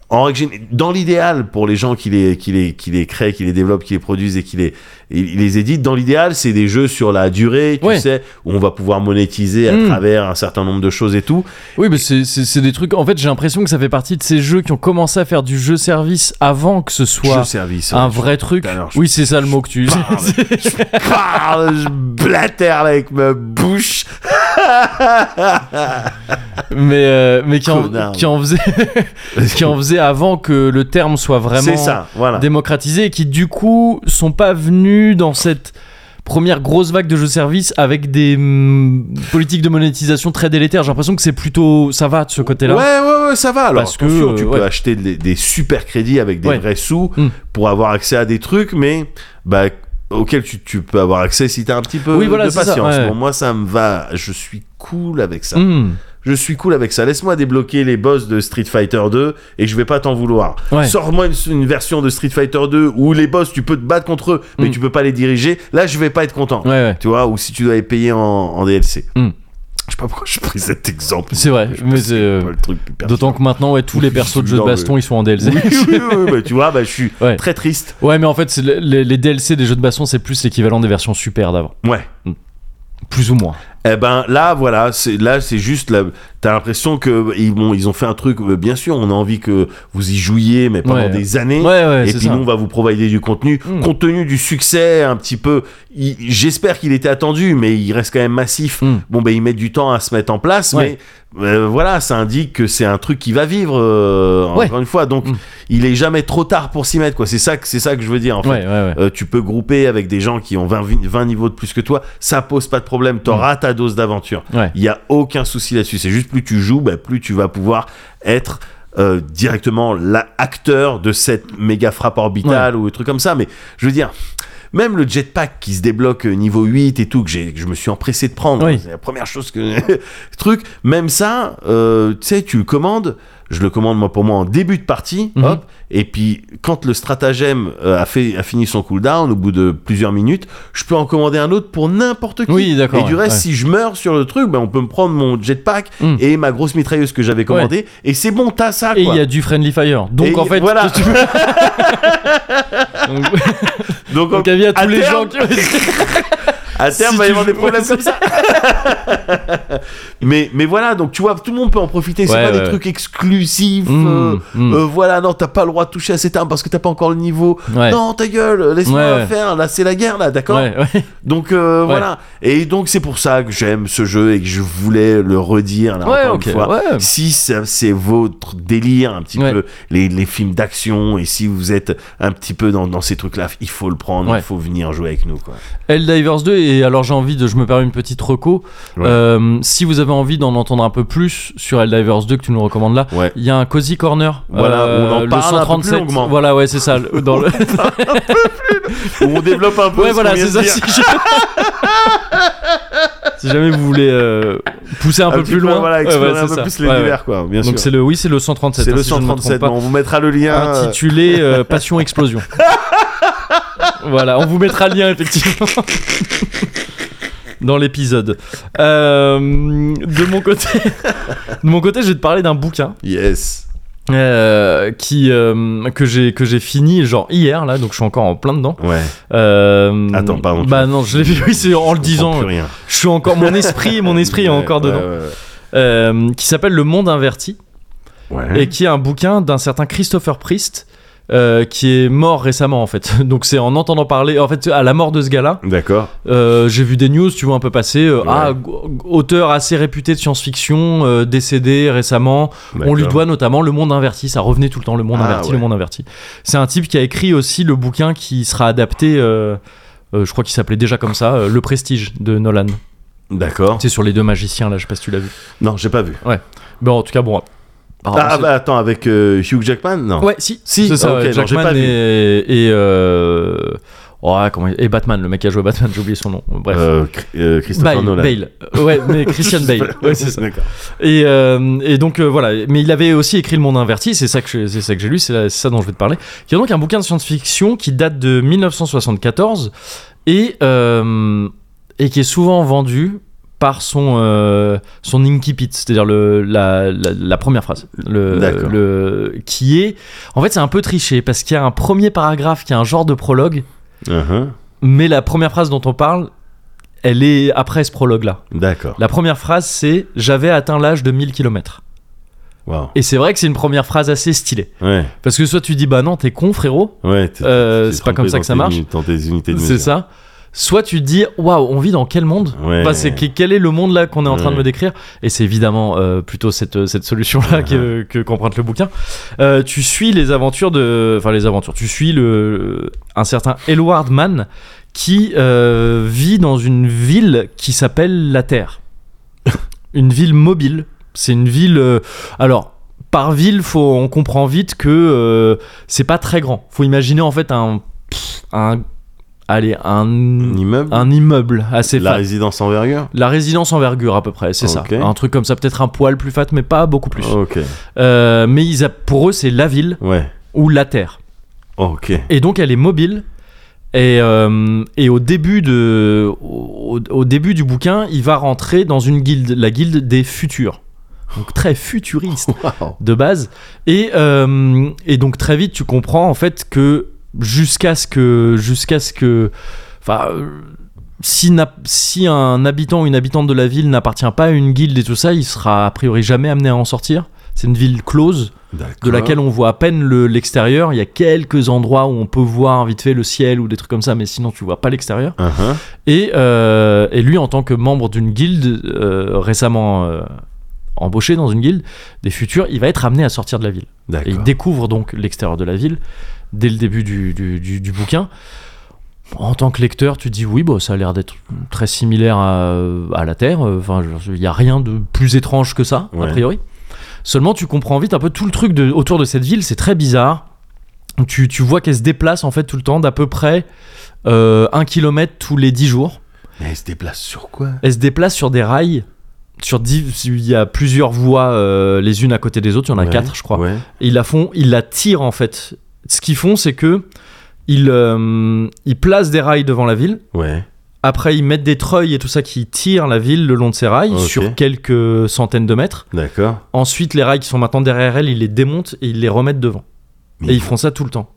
En règle générale, dans l'idéal, pour les gens qui les, qui, les, qui les créent, qui les développent, qui les produisent et qui les, et- et les éditent, dans l'idéal, c'est des jeux sur la durée, tu Ouais. sais, où on va pouvoir monétiser à Mm. travers un certain nombre de choses et tout. Oui, mais c'est- c'est c'est des trucs. En fait, j'ai l'impression que ça fait partie de ces jeux qui ont commencé à faire du jeu service avant que ce soit Jeux service. un ouais. vrai truc. Alors, je- Oui, c'est ça le mot que tu parle, je parle, je blatère avec ma bouche. (laughs) mais, euh, mais qui, en, Connard. qui, en faisait, qui en faisait avant que le terme soit vraiment C'est ça, voilà. démocratisé et qui, du coup, sont pas venus dans cette première grosse vague de jeux service avec des mm, politiques de monétisation très délétères. J'ai l'impression que c'est plutôt. Ça va de ce côté-là. Ouais, ouais, ouais, ça va. Alors, Parce que, attention, euh, tu ouais. peux acheter des, des super crédits avec des Ouais. vrais sous Mm. pour avoir accès à des trucs, mais bah, auxquels tu, tu peux avoir accès si t'as un petit peu Oui, voilà, de c'est ça, patience. ouais. Bon, moi, ça me va. Je suis cool avec ça. Hmm. Je suis cool avec ça. Laisse-moi débloquer les boss de Street Fighter 2 et je vais pas t'en vouloir. Ouais. Sors-moi une, une version de Street Fighter 2 où les boss, tu peux te battre contre eux, mais Mm. tu peux pas les diriger. Là, je vais pas être content. Ouais, ouais. tu vois, ou si tu dois les payer en, en DLC. Hmm. Je sais pas pourquoi j'ai pris cet exemple. C'est vrai, Je mais pense que c'est, euh, pas le truc plus pertinent. D'autant que maintenant, ouais, tous les persos de jeux de Non, mais- baston, ils sont en DLC. Oui, oui, oui, bah, tu vois, bah, je suis Ouais. très triste. (laughs) Ouais, mais en fait, c'est le- les, les DLC des jeux de baston, c'est plus l'équivalent des versions super d'avant. Ouais. Plus ou moins. Eh ben là, voilà, c'est là, c'est juste, la- t'as l'impression que ils, bon, ils ont fait un truc. euh, Bien sûr, on a envie que vous y jouiez, mais pendant Ouais. des années. Ouais, ouais, et c'est puis ça. nous, on va vous provider du contenu. Hmm. Compte tenu du succès, un petit peu, il- j'espère qu'il était attendu, mais il reste quand même massif. Hmm. Bon, ben, ils mettent du temps à se mettre en place, Ouais. mais euh, voilà, ça indique que c'est un truc qui va vivre, euh, Ouais. encore une fois. Donc, Hmm. il est jamais trop tard pour s'y mettre, quoi. C'est ça, que- c'est ça que je veux dire, en fait. Ouais, ouais, ouais. Euh, tu peux grouper avec des gens qui ont 20, vi- 20 niveaux de plus que toi, ça pose pas de problème, t'auras ta dose d'aventure. Mm. Ouais. Il y a aucun souci là-dessus, c'est juste plus tu joues, bah, plus tu vas pouvoir être euh, directement l'acteur de cette méga frappe orbitale ou un truc comme ça, mais je veux dire... Même le jetpack qui se débloque euh, niveau 8 et tout, que, j'ai- que je me suis empressé de prendre, Oui. c'est la première chose que. (laughs) truc, même ça, euh, tu sais, tu le commandes, je le commande moi pour moi en début de partie, Mhm. hop, et puis quand le stratagème euh, a, fait, a fini son cooldown au bout de plusieurs minutes, je peux en commander un autre pour n'importe qui. Oui, d'accord, Et du ouais, reste, ouais. si je meurs sur le truc, ben, on peut me prendre mon jetpack Mm. et ma grosse mitrailleuse que j'avais commandée, et c'est bon, t'as ça Et il ah, quoi. y a du Friendly Fire. Donc Et en fait. voilà. tu- (laughs) Donc, (laughs) Donc, donc, avis à à tous les gens terme- (laughs) qui. à terme, si va tu y avoir des joues- problèmes (laughs) comme ça. mais, mais voilà, donc tu vois, tout le monde peut en profiter, c'est Ouais, pas ouais. des trucs exclusifs. euh, Mm, mm. Euh, voilà, non, t'as pas le droit de toucher à cette arme parce que t'as pas encore le niveau. Ouais. euh, Non, ta gueule, laisse-moi Ouais, ouais. faire. Là, c'est la guerre, là, d'accord Ouais, ouais. Donc euh, voilà. Et donc c'est pour ça que j'aime ce jeu et que je voulais le redire là Ouais, encore ok, une fois. ouais. Si ça- c'est votre délire un petit Ouais. peu les, les films d'action et si vous êtes un petit peu dans, dans ces trucs-là, il faut le prendre, il Ouais. faut venir jouer avec nous quoi. Helldivers 2, et alors j'ai envie de. Je me permets une petite reco. Ouais. Euh, si vous avez envie d'en entendre un peu plus sur Helldivers 2 que tu nous recommandes là, Ouais. il y a un Cozy Corner. euh, Voilà, on en le parle un peu plus 137. longuement. Voilà, ouais, c'est ça. le- (laughs) Dans le... On développe un peu. ouais, ce voilà, qu'on vient c'est de ça. dire. Si (laughs) jamais... si jamais vous voulez euh, pousser un, peu petit plus loin, Voilà, Ouais, ouais, explorer un c'est peu ça. plus Ouais, ouais. l'univers, quoi. Bien Donc c'est sûr. le, oui, c'est le 137. C'est hein, le si je ne me trompe 137. pas. bon, on vous mettra le lien. euh, intitulé euh, Passion Explosion. voilà, on vous mettra le lien effectivement dans l'épisode. Euh, de mon côté, (laughs) de mon côté, je vais te parler d'un bouquin Yes. euh, qui euh, que j'ai que j'ai fini genre hier là, donc je suis encore en plein dedans. Ouais. Euh, Attends, pardon, tu- Bah non, je l'ai vu. Oui, c'est en le Je comprends disant. Plus rien. Je suis encore mon esprit, mon esprit est Ouais, encore ouais, dedans. ouais, Euh, qui s'appelle Le Monde Inverti ouais. et qui est un bouquin d'un certain Christopher Priest euh, qui est mort récemment en fait. (laughs) Donc c'est en entendant parler, en fait à la mort de ce gars-là, D'accord. euh, j'ai vu des news, tu vois un peu passer, euh, Ouais. ah g- auteur assez réputé de science-fiction, euh, décédé récemment, on lui d'accord. doit notamment Le Monde Inverti, ça revenait tout le temps, Le Monde Ah, Inverti, ouais. Le Monde Inverti. C'est un type qui a écrit aussi le bouquin qui sera adapté, euh, euh, je crois qu'il s'appelait déjà comme ça, euh, Le Prestige de Nolan. D'accord. C'est sur les deux magiciens là, je sais pas si tu l'as vu. Non, j'ai pas vu. Bon en tout cas bon. apparemment, ah c'est- bah attends, avec euh, Hugh Jackman, non Ouais, si. Si, c'est ça. ok, ouais, non, j'ai Jackman pas vu. et, et, euh, ouais, comment il- et Batman, le mec qui a joué Batman, j'ai oublié son nom. Bref. Euh, Cri- euh, Christopher Bale, Nolan. Bale. Euh, Ouais, mais (laughs) Christian Bale. Ouais, c'est ça. D'accord. Et, euh, et donc euh, voilà, mais il avait aussi écrit Le Monde Inverti, c'est ça que je- c'est ça que j'ai lu, c'est la- c'est ça dont je vais te parler. Il y a donc un bouquin de science-fiction qui date de 1974 et euh, et qui est souvent vendu par son euh, son incipit, c'est-à-dire le la, la, la première phrase, le, D'accord. le qui est en fait c'est un peu triché parce qu'il y a un premier paragraphe qui est un genre de prologue, Uh-huh. mais la première phrase dont on parle, elle est après ce prologue là. D'accord. La première phrase c'est j'avais atteint l'âge de 1000 km. Wow. Et c'est vrai que c'est une première phrase assez stylée. Ouais, Parce que soit tu dis bah non, t'es con frérot, ouais. t'es- euh, t'es c'est pas comme trompé ça dans que ça tes marche, limites, Dans tes unités de c'est mesure. ça. Soit tu dis waouh, on vit dans quel monde Ouais. Bah, c'est que- quel est le monde là qu'on est en train de Ouais. me décrire Et c'est évidemment euh, plutôt cette, cette solution là que, que qu'emprunte le bouquin. Euh, tu suis les aventures de, enfin les aventures. Tu suis le un certain Elward Mann qui euh, vit dans une ville qui s'appelle la Terre. une ville mobile. C'est une ville. euh, alors. Par ville, faut, on comprend vite que euh, c'est pas très grand. Faut imaginer en fait un, pff, un, allez, un, Un immeuble un immeuble assez Mm. La fat. résidence envergure La résidence envergure à peu près, c'est Ok. Oh. ça. Un truc comme ça, peut-être un poil plus fat, mais pas beaucoup plus. Ok. Euh, mais ils a- pour eux, c'est la ville Ouais. ou la terre. Ok. Et donc, elle est mobile. Et, euh, et au, début de, au, au début du bouquin, il va rentrer dans une guilde, la guilde des futurs. Donc très futuriste Wow. de base. Et, euh, et donc très vite, tu comprends en fait que jusqu'à ce que. Jusqu'à ce que. Enfin. euh, Si, n'a- si un habitant ou une habitante de la ville n'appartient pas à une guilde et tout ça, il sera a priori jamais amené à en sortir. C'est une ville close D'accord. de laquelle on voit à peine le- l'extérieur. Il y a quelques endroits où on peut voir vite fait le ciel ou des trucs comme ça, mais sinon tu vois pas l'extérieur. Uh-huh. Et, euh, et lui, en tant que membre d'une guilde, euh, récemment euh, embauché dans une guilde, des futurs, il va être amené à sortir de la ville. Et il D'accord. découvre donc l'extérieur de la ville dès le début du, du- du- du bouquin. En tant que lecteur, tu te dis oui, bon, ça a l'air d'être très similaire à, à la Terre. Enfin, je- il n'y a rien de plus étrange que ça, Ouais. a priori. Seulement, tu comprends vite un peu tout le truc de- autour de cette ville. C'est très bizarre. Tu, tu vois qu'elle se déplace en fait tout le temps d'à peu près euh, un kilomètre tous les dix jours. Mais elle se déplace sur quoi Elle se déplace sur des rails. Sur dix- il y a plusieurs voies euh, les unes à côté des autres. Il y en a Ouais, quatre, je crois. Ouais. Et ils la font, ils la tirent en fait. Ce qu'ils font, c'est que ils, euh, ils placent des rails devant la ville. Ouais. Après, ils mettent des treuils et tout ça qui tirent la ville le long de ces rails Ok. sur quelques centaines de mètres. D'accord. Ensuite, les rails qui sont maintenant derrière elle, ils les démontent et ils les remettent devant. Mais et ils font ça tout le temps.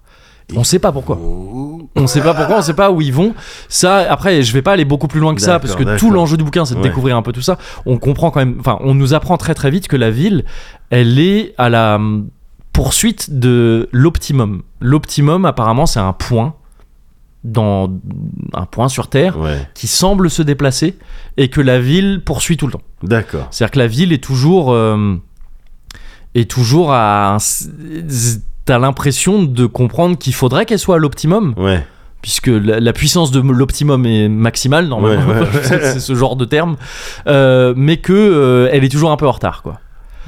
ils- On sait pas pourquoi. Oh. On sait pas pourquoi, on sait pas où ils vont. Ça, après, je vais pas aller beaucoup plus loin que ça, D'accord, parce que d'accord. tout l'enjeu du bouquin, c'est de Ouais. découvrir un peu tout ça. On comprend quand même, enfin, on nous apprend très très vite que la ville, elle est à la hum, poursuite de l'optimum. L'optimum, apparemment, c'est un point dans un point sur Terre Ouais. qui semble se déplacer et que la ville poursuit tout le temps. D'accord. C'est-à-dire que la ville est toujours euh, est toujours à un- t'as l'impression de comprendre qu'il faudrait qu'elle soit à l'optimum Ouais. puisque la, la puissance de l'optimum est maximale normalement, (laughs) Ouais, ouais, ouais. c'est c'est ce genre de terme, euh, mais que euh, elle est toujours un peu en retard, quoi.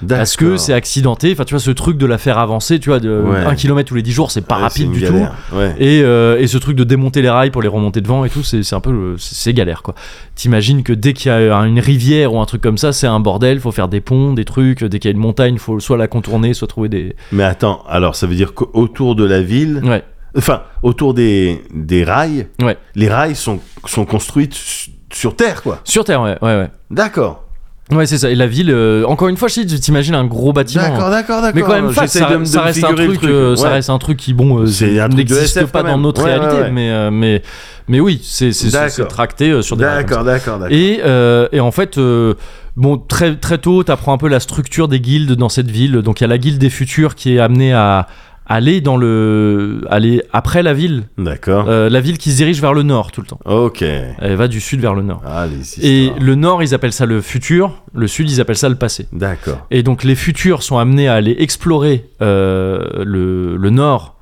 Parce que c'est accidenté. Enfin, tu vois, ce truc de la faire avancer, tu vois, de Ouais. 1 km tous les 10 jours, c'est pas rapide du tout. tout. Ouais. Et, euh, et ce truc de démonter les rails pour les remonter devant et tout, c'est c'est un peu le- c'est c'est galère quoi. T'imagines que dès qu'il y a une rivière ou un truc comme ça, c'est un bordel, faut faire des ponts, des trucs. Dès qu'il y a une montagne, faut soit la contourner, soit trouver (laughs) des. Mais attends, alors ça veut dire qu'autour de la ville, Ouais, enfin, autour des, des rails, ouais. les rails sont, sont construits su- sur Terre, quoi. Sur Terre, ouais, ouais, D'accord. ouais. Ouais, c'est ça. Et la ville, euh, encore une fois, je dis, t'imagines un gros bâtiment. D'accord, d'accord, d'accord. Mais quand même, fat, J'essaie ça, de me- ça de me reste un figurer le truc, euh, ça Ouais. reste un truc qui, bon, euh, C'est un truc de n'existe SF pas quand dans même. notre Ouais, ouais, réalité, ouais. Mais, euh, mais, mais oui, c'est c'est- c'est- c'est D'accord. tracté euh, sur des rails comme ça. D'accord, d'accord, d'accord. Et, euh, et en fait, euh, bon, très, très tôt, tu apprends un peu la structure des guildes dans cette ville. Donc il y a la guilde des futurs qui est amenée à aller dans le aller après la ville D'accord. Euh, la ville qui se dirige vers le nord tout le temps Ok. elle va du sud vers le nord Ah, les histoires. et le nord ils appellent ça le futur le sud ils appellent ça le passé D'accord. et donc les futurs sont amenés à aller explorer euh, le, le nord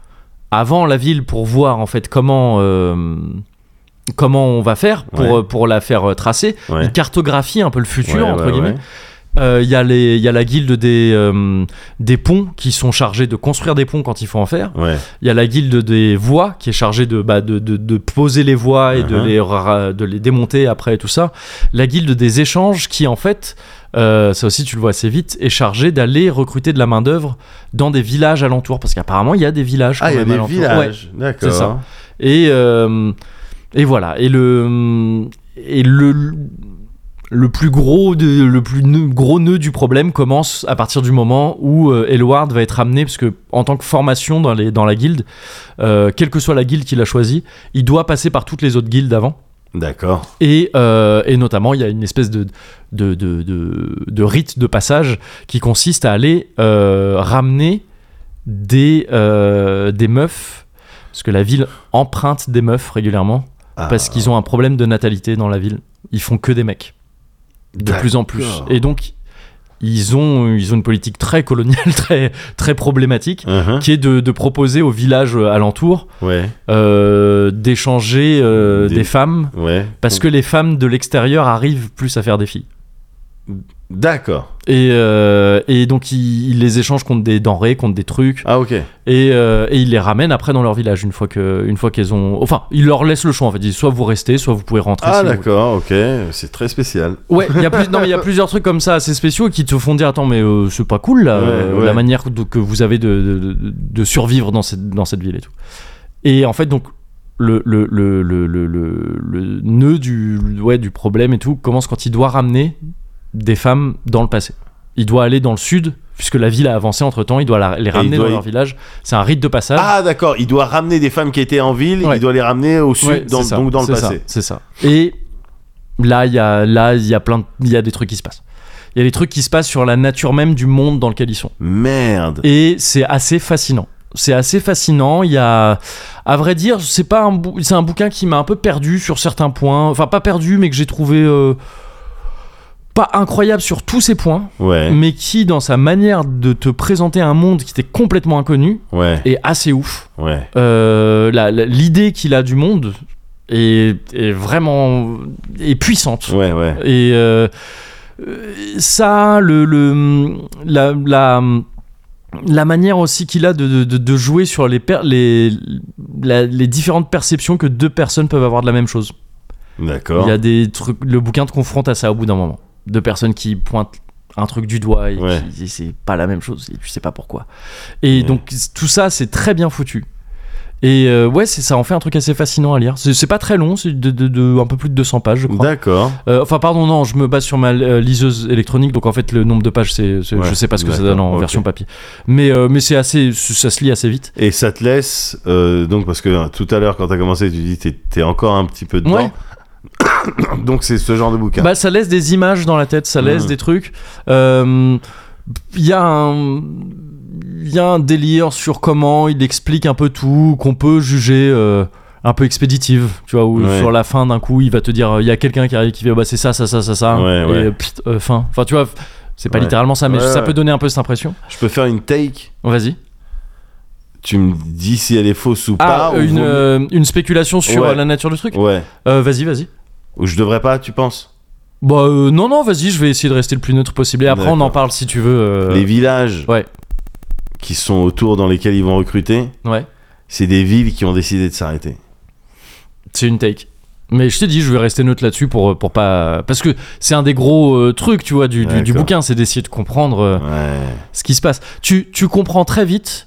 avant la ville pour voir en fait comment euh, comment on va faire pour, Ouais. euh, pour la faire euh, tracer. Ouais. Ils cartographient un peu le futur Ouais, entre ouais, guillemets. ouais. Euh, Il y, a les- il y a la guilde des, euh, des ponts qui sont chargés de construire des ponts quand il faut en faire. Ouais. Il y a la guilde des voies qui est chargée de, bah, de, de- de poser les voies et de, Mhm. les, ra- de les démonter après et tout ça. La guilde des échanges qui, en fait, euh, ça aussi tu le vois assez vite, est chargée d'aller recruter de la main-d'œuvre dans des villages alentours. Parce qu'apparemment, il y a des villages. Ah, quand il y a même des alentours. Ouais. villages. D'accord. C'est ça. Et, euh, et voilà. Et le. Et le le plus gros de- le plus nœud- gros nœud du problème commence à partir du moment où euh, Elward va être amené parce que en tant que formation dans les dans la guilde euh, quelle que soit la guilde qu'il a choisie il doit passer par toutes les autres guildes avant D'accord. et, euh, et notamment, il y a une espèce de, de, de, de- de rite de passage qui consiste à aller euh, ramener des, euh, des meufs, parce que la ville emprunte des meufs régulièrement, Ah, parce qu'ils ont un problème de natalité dans la ville. Ils font que des mecs, de plus en plus. D'accord. Et donc, ils ont, ils ont une politique très coloniale, (laughs) très, très problématique, Mhm. qui est de, de proposer aux villages alentours Ouais. euh, d'échanger euh, Des- des femmes Ouais. parce que les femmes de l'extérieur arrivent plus à faire des filles. D'accord. Et, euh, et donc ils, ils les échangent contre des denrées, contre des trucs, Ah, ok. et, euh, et ils les ramènent après dans leur village une fois que une fois qu'elles ont, enfin ils leur laissent le choix en fait, ils disent soit vous restez, soit vous pouvez rentrer. Ah, si vous d'accord, ok. C'est très spécial. voulez. Ouais, il y a plus- non, mais il y a plusieurs trucs comme ça assez spéciaux qui te font dire attends mais euh, c'est pas cool là, Ouais, euh, ouais. la manière de- que vous avez de, de- de- de survivre dans cette dans cette ville et tout. Et en fait donc le le le le, le- le- le nœud du ouais du problème et tout commence quand il doit ramener des femmes dans le passé. Il doit aller dans le sud, puisque la ville a avancé entre temps, il doit la- les ramener il doit dans y- leur village. C'est un rite de passage. Ah, d'accord. Il doit ramener des femmes qui étaient en ville, Ouais. il doit les ramener au sud, Ouais, dans, c'est ça, donc dans le c'est ça, passé. C'est ça. Et là, il y a, là, il y a plein de- il y a des trucs qui se passent. Il y a des trucs qui se passent sur la nature même du monde dans lequel ils sont. Merde. Et c'est assez fascinant. C'est assez fascinant. Il y a, à vrai dire, c'est pas un, bou- c'est un bouquin qui m'a un peu perdu sur certains points. Enfin, pas perdu, mais que j'ai trouvé euh, pas incroyable sur tous ces points, Ouais, mais qui, dans sa manière de te présenter un monde qui t'est complètement inconnu, ouais, est assez ouf. ouais. Euh, la- la- l'idée qu'il a du monde est, est vraiment est puissante. Ouais, ouais. Et euh, euh, ça, le, le- la, la, la manière aussi qu'il a de, de- de- de jouer sur les, per- les, la- les différentes perceptions que deux personnes peuvent avoir de la même chose. Il D'accord. y a des trucs, le bouquin te confronte à ça au bout d'un moment. Deux personnes qui pointent un truc du doigt et Ouais. qui- et c'est pas la même chose et tu sais pas pourquoi. Et Ouais. donc c- tout ça c'est très bien foutu. Et euh, ouais, c'est ça en fait un truc assez fascinant à lire. C'est c'est pas très long, c'est de, de- de- un peu plus de 200 pages, je crois. D'accord. Euh, enfin, pardon, non, je me base sur ma euh, liseuse électronique, donc en fait, le nombre de pages, c'est, c'est- Ouais, je sais pas ce que ça donne en d'accord, ok. version papier. Mais, euh, mais c'est assez, ça se lit assez vite. Et ça te laisse, euh, donc, parce que euh, tout à l'heure, quand t'as commencé, tu dis t'es, t'es encore un petit peu dedans. (coughs) donc, c'est ce genre de bouquin. Bah, ça laisse des images dans la tête, ça laisse Mhm. des trucs. Euh, Il y a un. Il y a un délire sur comment il explique un peu tout, qu'on peut juger euh, un peu expéditive, tu vois, où Ouais. sur la fin d'un coup il va te dire, euh, il y a quelqu'un qui arrive qui fait, bah c'est ça, ça, ça, ça, ça, Ouais, et ouais. pfft, euh, fin. Enfin, tu vois, c'est pas Ouais. littéralement ça, mais Ouais, ça ouais. peut donner un peu cette impression. Je peux faire une take Vas-y. Tu me dis si elle est fausse ou Ah, pas. ou une, vaut- euh, une spéculation sur Ouais. euh, la nature du truc Ouais. Euh, Vas-y, vas-y. Ou je devrais pas, tu penses Bah euh, non, non, vas-y, je vais essayer de rester le plus neutre possible. Et après, on en D'accord. parle si tu veux. euh, Les villages ouais. qui sont autour dans lesquels ils vont recruter, Ouais, c'est des villes qui ont décidé de s'arrêter. c'est une take. Mais je t'ai dit, je vais rester neutre là-dessus pour, euh, pour pas. Parce que c'est un des gros euh, trucs, tu vois, du, du- du D'accord. bouquin, c'est d'essayer de comprendre euh, Ouais. ce qui se passe. Tu, tu comprends très vite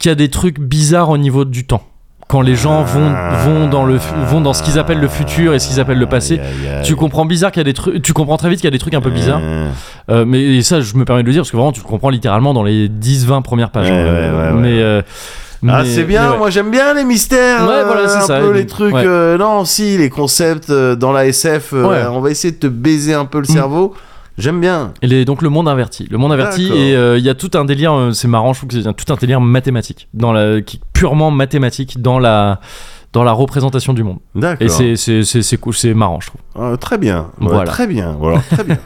qu'il y a des trucs bizarres au niveau du temps. Quand les gens vont, Ah. vont, dans, le, fu- vont dans ce qu'ils appellent le futur et ce qu'ils appellent le passé, Aïe, aïe, aïe. tu comprends bizarre qu'il y a des trucs tu comprends très vite qu'il y a des trucs un peu bizarres Ouais. Euh, mais et ça je me permets de le dire parce que vraiment tu le comprends littéralement dans les 10 20 premières pages Ouais, Euh, ouais, ouais, ouais. mais euh, Ah, mais- c'est bien, mais ouais. moi j'aime bien les mystères, Ouais, euh, voilà, c'est un ça, peu et- les trucs, ouais. euh, non, si, les concepts euh, dans la SF, euh, Ouais. on va essayer de te baiser un peu le Mm. cerveau, j'aime bien. Et les- donc le monde inverti le monde inverti D'accord. et euh, il y a tout un délire euh, c'est marrant je trouve que c'est un- tout un délire mathématique dans la qui est purement mathématique dans la dans la représentation du monde et D'accord. c'est c'est c'est c'est cool, c'est marrant je trouve Euh, très bien, Ouais, Voilà. très bien, voilà, très bien.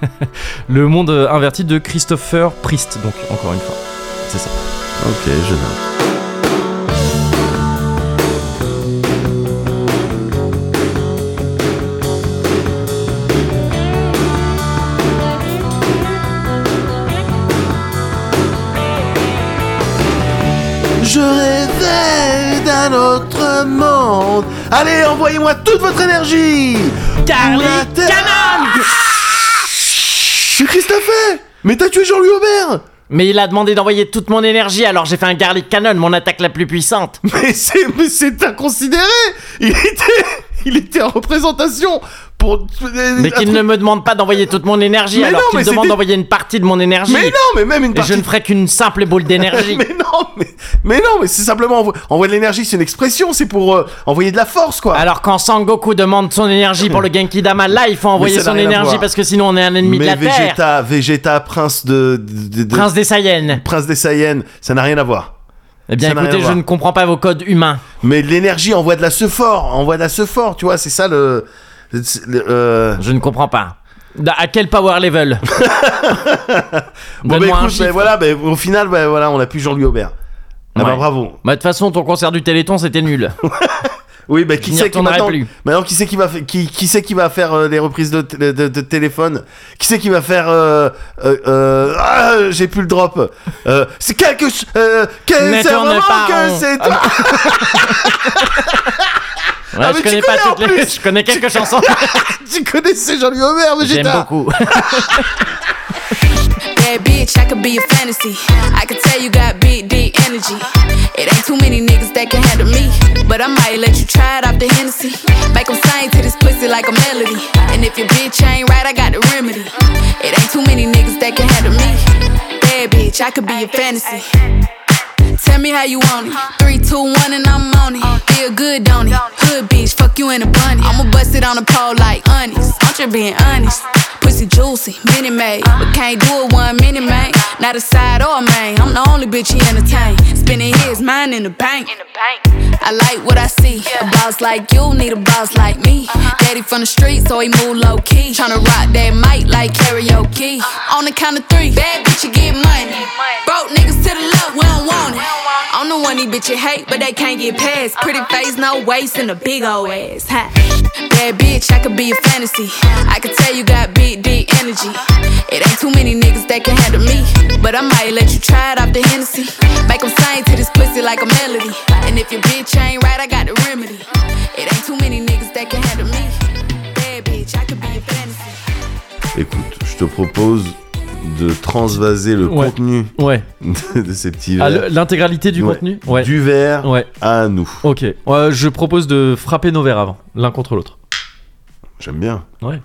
le monde euh, inverti de Christopher Priest donc encore une fois c'est ça ok, je note. Je rêvais d'un autre monde. Allez, envoyez-moi toute votre énergie. Carly Canal. Ah, Christophe, mais t'as tué Jean-Louis Aubert. Mais il a demandé d'envoyer toute mon énergie, alors j'ai fait un garlic cannon, mon attaque la plus puissante. Mais c'est, mais c'est inconsidéré Il était, il était en représentation pour... Mais qu'il ne me demande pas d'envoyer toute mon énergie, Mais alors non, qu'il mais me demande c'était- d'envoyer une partie de mon énergie. Mais non, mais même une et je partie... ne ferai qu'une simple boule d'énergie. (laughs) Mais non, mais, mais non, mais c'est simplement... envo- Envoyer de l'énergie, c'est une expression, c'est pour euh, envoyer de la force, quoi Alors quand Sangoku demande son énergie (laughs) pour le Genkidama, là il faut envoyer ça n'a son rien à énergie voir. parce que sinon on est un ennemi Mais de la Vegeta, Terre. Vegeta, prince de... de- de- Prince des Saiyans. prince des Saiyans, ça n'a rien à voir. Eh bien Ça n'a rien écoutez, je à voir. ne comprends pas vos codes humains. Mais l'énergie envoie de la sephore, envoie de la sephore, tu vois, c'est ça le... c'est le- euh, Je ne comprends pas. Da- À quel power level (laughs) Bon, bah Donne-moi un écoute, bah, chiffre. voilà, bah, au final, bah, voilà, on a plus Jean-Louis Aubert. Ah bah Ouais. bravo, Bah, de toute façon, ton concert du Téléthon, c'était nul. Oui, bah, qui n'y c'est qui retournerai maintenant, plus. maintenant qui c'est qui va fa- qui, qui c'est qui va faire euh, les reprises de, t- de- de téléphone Qui c'est qui va faire euh, euh, euh, ah, j'ai plus le drop. Euh, c'est quelque ch- euh, que- Ne c'est tourne vraiment pas que rond. c'est toi. (laughs) Ouais, (laughs) Ah, je mais tu connais connais pas en toutes les. plus. (laughs) Je connais quelques chansons. tu connaissais Jean-Louis Aubert, mais J'aime j'étais- beaucoup. That bitch, I could be a fantasy. I could tell you got big D energy. It ain't too many niggas that can handle me. But I might let you try it off the Hennessy. Make 'em sing to this pussy like a melody. And if your bitch ain't right, I got the remedy. It ain't too many niggas that can handle me. Bad bitch, I could be a fantasy. Tell me how you want it. Three, two, one, and I'm on it. Feel good, don't it? Hood bitch, fuck you in a bunny. I'ma bust it on the pole like honest. I'm just being honest. Pussy juicy, mini made, but can't do it one minute, man. Not a side or a main. I'm the only bitch he entertain. Spinning his mind in the bank. I like what I see. A boss like you need a boss like me. Daddy from the street, so he move low key. Tryna rock that mic like karaoke. On the count of three, bad bitch, you Uh-huh. get money. Broke niggas to the left, we don't want it. Uh-huh. I'm the one these bitches hate, but they can't get past. Pretty face, no waist, and a big ol' ass. Huh? Bad bitch, I could be a fantasy. I could tell you got big D energy. It ain't too many niggas that can handle me. But I might let you try it off the Hennessy. Make 'em sing to this pussy like a melody. And if your bitch ain't right, I got the remedy. It ain't too many niggas that can handle me. Bad bitch, I could be a (laughs) fantasy. Écoute, je te propose de transvaser le Ouais. contenu ouais (laughs) de, de ces petits Ah, verres le- l'intégralité du Ouais. contenu ouais du verre ouais à nous. ok Ouais, je propose de frapper nos verres avant l'un contre l'autre J'aime bien. (laughs) Ouais.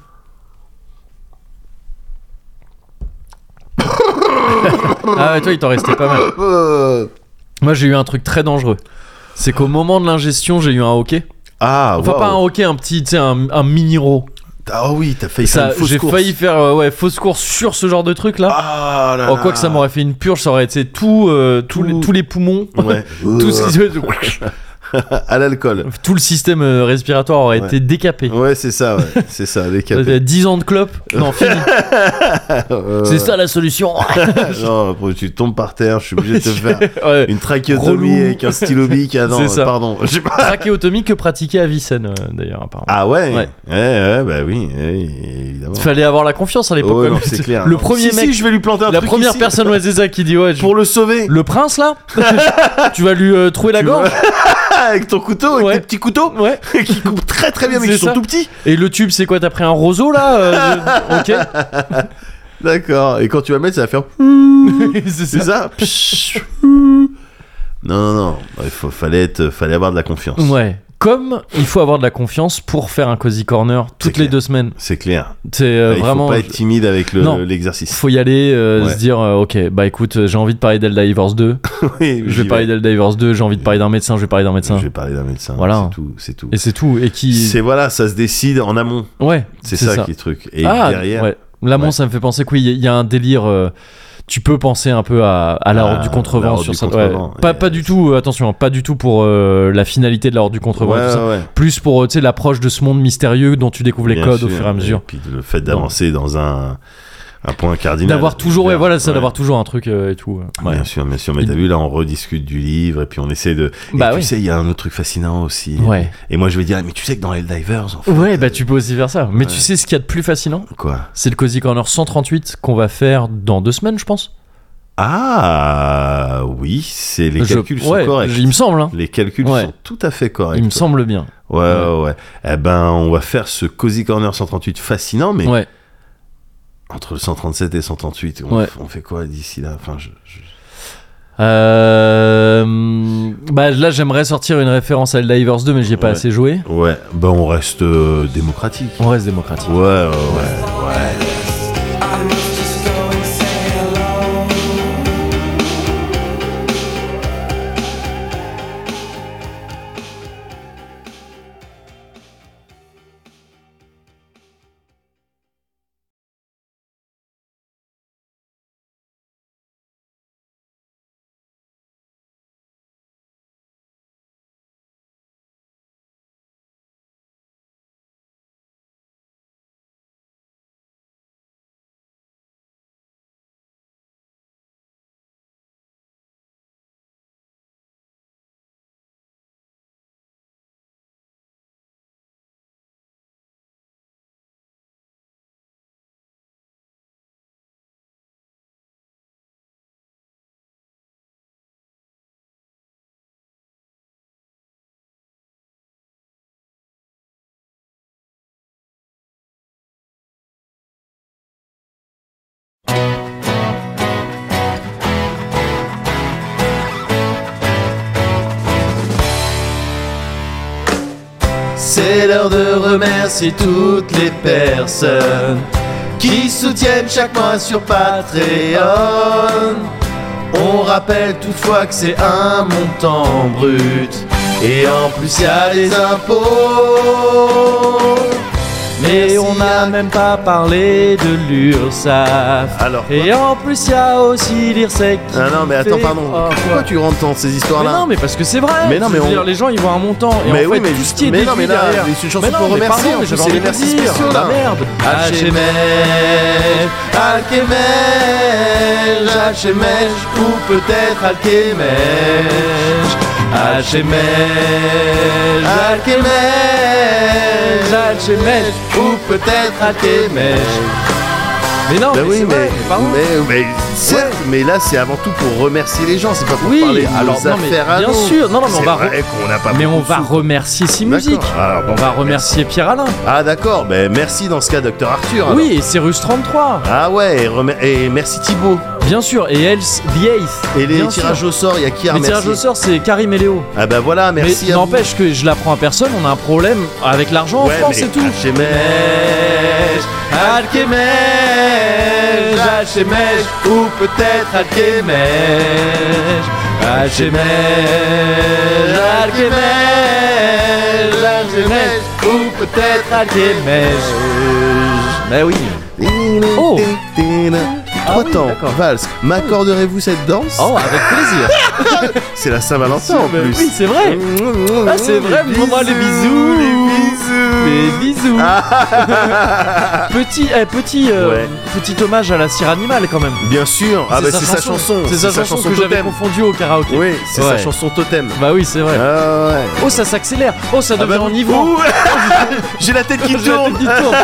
ah ouais, toi, il t'en restait pas mal. Euh, Moi, j'ai eu un truc très dangereux. C'est qu'au moment de l'ingestion, j'ai eu un hockey. Ah, Enfin, waouh. pas un hockey, un petit, tu sais, un, un mini-ro. Ah oui, t'as failli faire Ça, une fausse J'ai course. failli faire euh, ouais, fausse course sur ce genre de truc là. Ah là oh, là. quoi que ça m'aurait fait une purge, ça aurait été (laughs) tout, euh, tous Tout- les, tous les poumons, Ouais. tout ce qui à l'alcool. (laughs) Tout le système euh, respiratoire aurait Ouais. été décapé. Ouais, c'est ça, (laughs) ouais. c'est ça, les Ça capés. fait 10 ans de clope. Non, (laughs) fini. Euh, C'est ça la solution. (laughs) Non, après, tu tombes par terre, je suis obligé de te faire Ouais. une trachéotomie Relou. avec un (laughs) stylobique. Ah non, C'est ça. pardon, j'ai pas. Trachéotomie que pratiquait Avicenne, euh, d'ailleurs, apparemment. Ah ouais Ouais. Ouais, ouais, bah oui, ouais, évidemment. Fallait avoir la confiance à l'époque. Ouais, quand non, même. c'est clair. Le Non. premier Si, mec, si, je vais lui planter un la truc première ici, personne, ouais, c'est ça qui dit ouais. je- (laughs) Pour le sauver. Le prince là, (laughs) tu vas lui euh, trouer la Tu gorge. (laughs) vois, Ah, avec ton couteau, avec Ouais. tes petits couteaux, (laughs) Ouais. qui coupent très très bien, mais C'est qui sont ça. tout petits. Et le tube, c'est quoi T'as pris un roseau là (laughs) Euh, je- D'accord, et quand tu vas mettre, ça va faire. Ok. c'est (laughs) C'est ça. ça Pshhh. Non, non, non, il faut, fallait, être, fallait avoir de la confiance. Ouais. Comme il faut avoir de la confiance pour faire un cozy corner toutes clair. les deux semaines. C'est clair. C'est euh, Bah, il vraiment. faut pas être timide avec Non. le- l'exercice. faut y aller, euh, Ouais. se dire euh, ok, bah écoute, euh, j'ai envie de parler d'Eldivers 2, (laughs) Oui, je j'y vais parler d'Eldivers 2, j'ai envie de parler d'un médecin, je vais parler d'un Je médecin. vais parler d'un médecin. Voilà. C'est tout. C'est tout. Et c'est tout. Et qui. C'est voilà, ça se décide en amont. Ouais, C'est ça, qui est le truc. Et ah, derrière, ouais. L'amont, Ouais. ça me fait penser que oui, il y a- il y, a un délire. euh, tu peux penser un peu à, à la Ah, horde du la contrevent horde sur du ça. contrevent, Pas, et- pas du tout, euh, attention, hein, pas du tout pour euh, la finalité de la horde du ouais, contrevent. et tout ça. ouais, ouais. Plus pour euh, tu sais, l'approche de ce monde mystérieux dont tu découvres les Bien codes au sûr. fur et à mesure. puis le fait d'avancer dans un, un point cardinal. D'avoir toujours, ouais, Vers- voilà, ça, d'avoir toujours un truc euh, et tout. euh, ouais. Bien sûr, bien sûr. Mais Il- t'as vu, là, on rediscute du livre et puis on essaie de. Et Bah tu oui. sais, il y a un autre truc fascinant aussi. (laughs) Ouais. Et moi, je vais dire, mais tu sais que dans Helldivers, en fait. Ouais, bah tu peux aussi faire ça. Mais Ouais. tu sais ce qu'il y a de plus fascinant Quoi C'est le Cozy Corner 138 qu'on va faire dans deux semaines, je pense. Ah, oui, c'est les Je- calculs ouais, sont corrects. Il me semble, hein. Les calculs Ouais. sont tout à fait corrects. Il me semble bien. Ouais, ouais, ouais. Eh ben, on va faire ce Cozy Corner 138 fascinant, mais Ouais. entre le 137 et le 138, on, Ouais. on fait quoi d'ici là Enfin, je- je- Euh, bah là j'aimerais sortir une référence à Divers 2 mais j'y ai pas Ouais. assez joué. Ouais, ben on reste euh, démocratique. On reste démocratique. Ouais, ouais, ouais. I must just go and say hello. C'est l'heure de remercier toutes les personnes qui soutiennent chaque mois sur Patreon. On rappelle toutefois que c'est un montant brut et en plus il y a les impôts. Mais on n'a même pas parlé de l'URSAF. Alors quoi Et en plus il y a aussi l'IRSEC. qui Ah non mais attends fait- pardon, Oh, pourquoi quoi. tu rentres dans ces histoires Mais là non mais parce que c'est vrai. Mais non, mais Je veux on- dire, les gens ils voient un montant et Mais en oui, fait, mais tout ce qui est mais non, déduit mais là, derrière- mais c'est une chanson Mais non, pour mais remercier, pardon, en mais plus, j'avais c'est envie les de merci le dire. spéciaux, là. Ah, merde. Alchemège, Alchemège, Alchemège, ou peut-être Alchemège, Alchemège, Alchemège, Alchemège, ou peut-être Alchemège. Mais non Ben mais oui, c'est mais, vrai, pardon. mais, mais certes, mais là c'est avant tout pour remercier les gens, c'est pas pour Oui, parler de alors, nos non, mais affaires à bien nous. sûr, non, non, mais on C'est va re- vrai qu'on n'a pas Mais on beaucoup de va sous. remercier Si D'accord. Musique. Alors, bon, On va remercier Pierre Alain. Ah d'accord, ben merci dans ce cas, docteur Arthur. alors. Oui, et Cyrus 33. Ah ouais, et, remer- et merci Thibaut. Bien sûr, et Else the Eighth. Et les bien sûr. tirages au sort, il y a qui à Les remercier tirages au sort, c'est Karim et Léo. Ah bah voilà, merci mais à vous. n'empêche que je l'apprends à personne, on a un problème avec l'argent Ouais, en France mais et tout. Alchemège, Alchemège, Alchemège, ou peut-être Alchemège, Alchemège, Alchemège, Alchemège, ou peut-être Alchemège. Bah oui. Oh Oh. trois oui, temps. d'accord. Valse, m'accorderez-vous cette danse Oh, avec plaisir. (laughs) C'est la Saint-Valentin Ah, en Mais plus. oui, c'est vrai. Ah, c'est vrai, maman, les bisous. Les bisous. (laughs) petit, eh, petit, euh, Ah. Ouais. petit hommage à la cire animale quand même. Bien sûr. Ah bah sa c'est sa chanson. C'est sa chanson que j'avais totem. confondue au karaoké. Oui, c'est sa Ouais. chanson totem. Bah oui, c'est vrai. Ah ouais. Oh, ça s'accélère. Oh, ça Ah devient bah, en (laughs) niveau. ouh, J'ai la tête qui J'ai la tourne. tête qui tourne.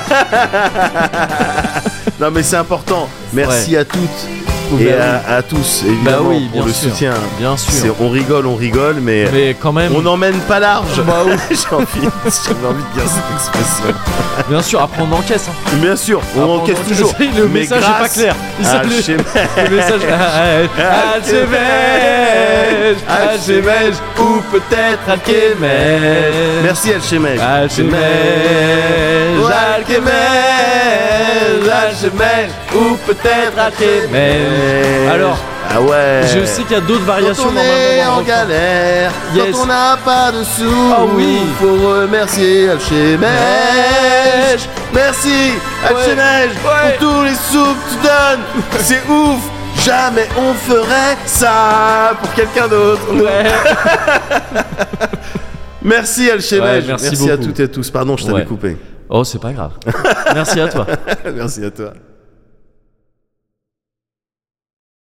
Non mais c'est important. Merci à toutes (laughs) et Bah à, à tous Bah évidemment oui, pour bien le sûr. soutien. oui, bien C'est- sûr. On rigole, on rigole, mais, Mais quand même, on n'emmène pas large. Bah oui. (laughs) J'ai envie, j'avais envie de dire cette expression. (laughs) bien sûr, après on encaisse. hein. Bien sûr, on Après, encaisse encaisse. (laughs) toujours. Le mais message est grâce pas clair. Il à s'appelle- Alchemège. (laughs) Le message. (laughs) Alchemège, Alchemège, ou peut-être Alchemège. Merci Alchemège. Alchemège, Alchemège, Alchemège, ou peut-être Alchemège. Alors, ah ouais. Je sais qu'il y a d'autres Quand variations on normalement est dans en le refrain. galère, Yes. quand on n'a pas de sous, Ah oui. faut remercier Alchemège. Merci Alchemège Ouais. pour tous les sous que (laughs) tu donnes. C'est ouf. Jamais on ferait ça pour quelqu'un d'autre. Ouais. (laughs) Merci Alchemège. Ouais, merci à beaucoup. toutes et à tous. Pardon, je t'avais Ouais. coupé. Oh, c'est pas grave. Merci à toi. (laughs) merci à toi.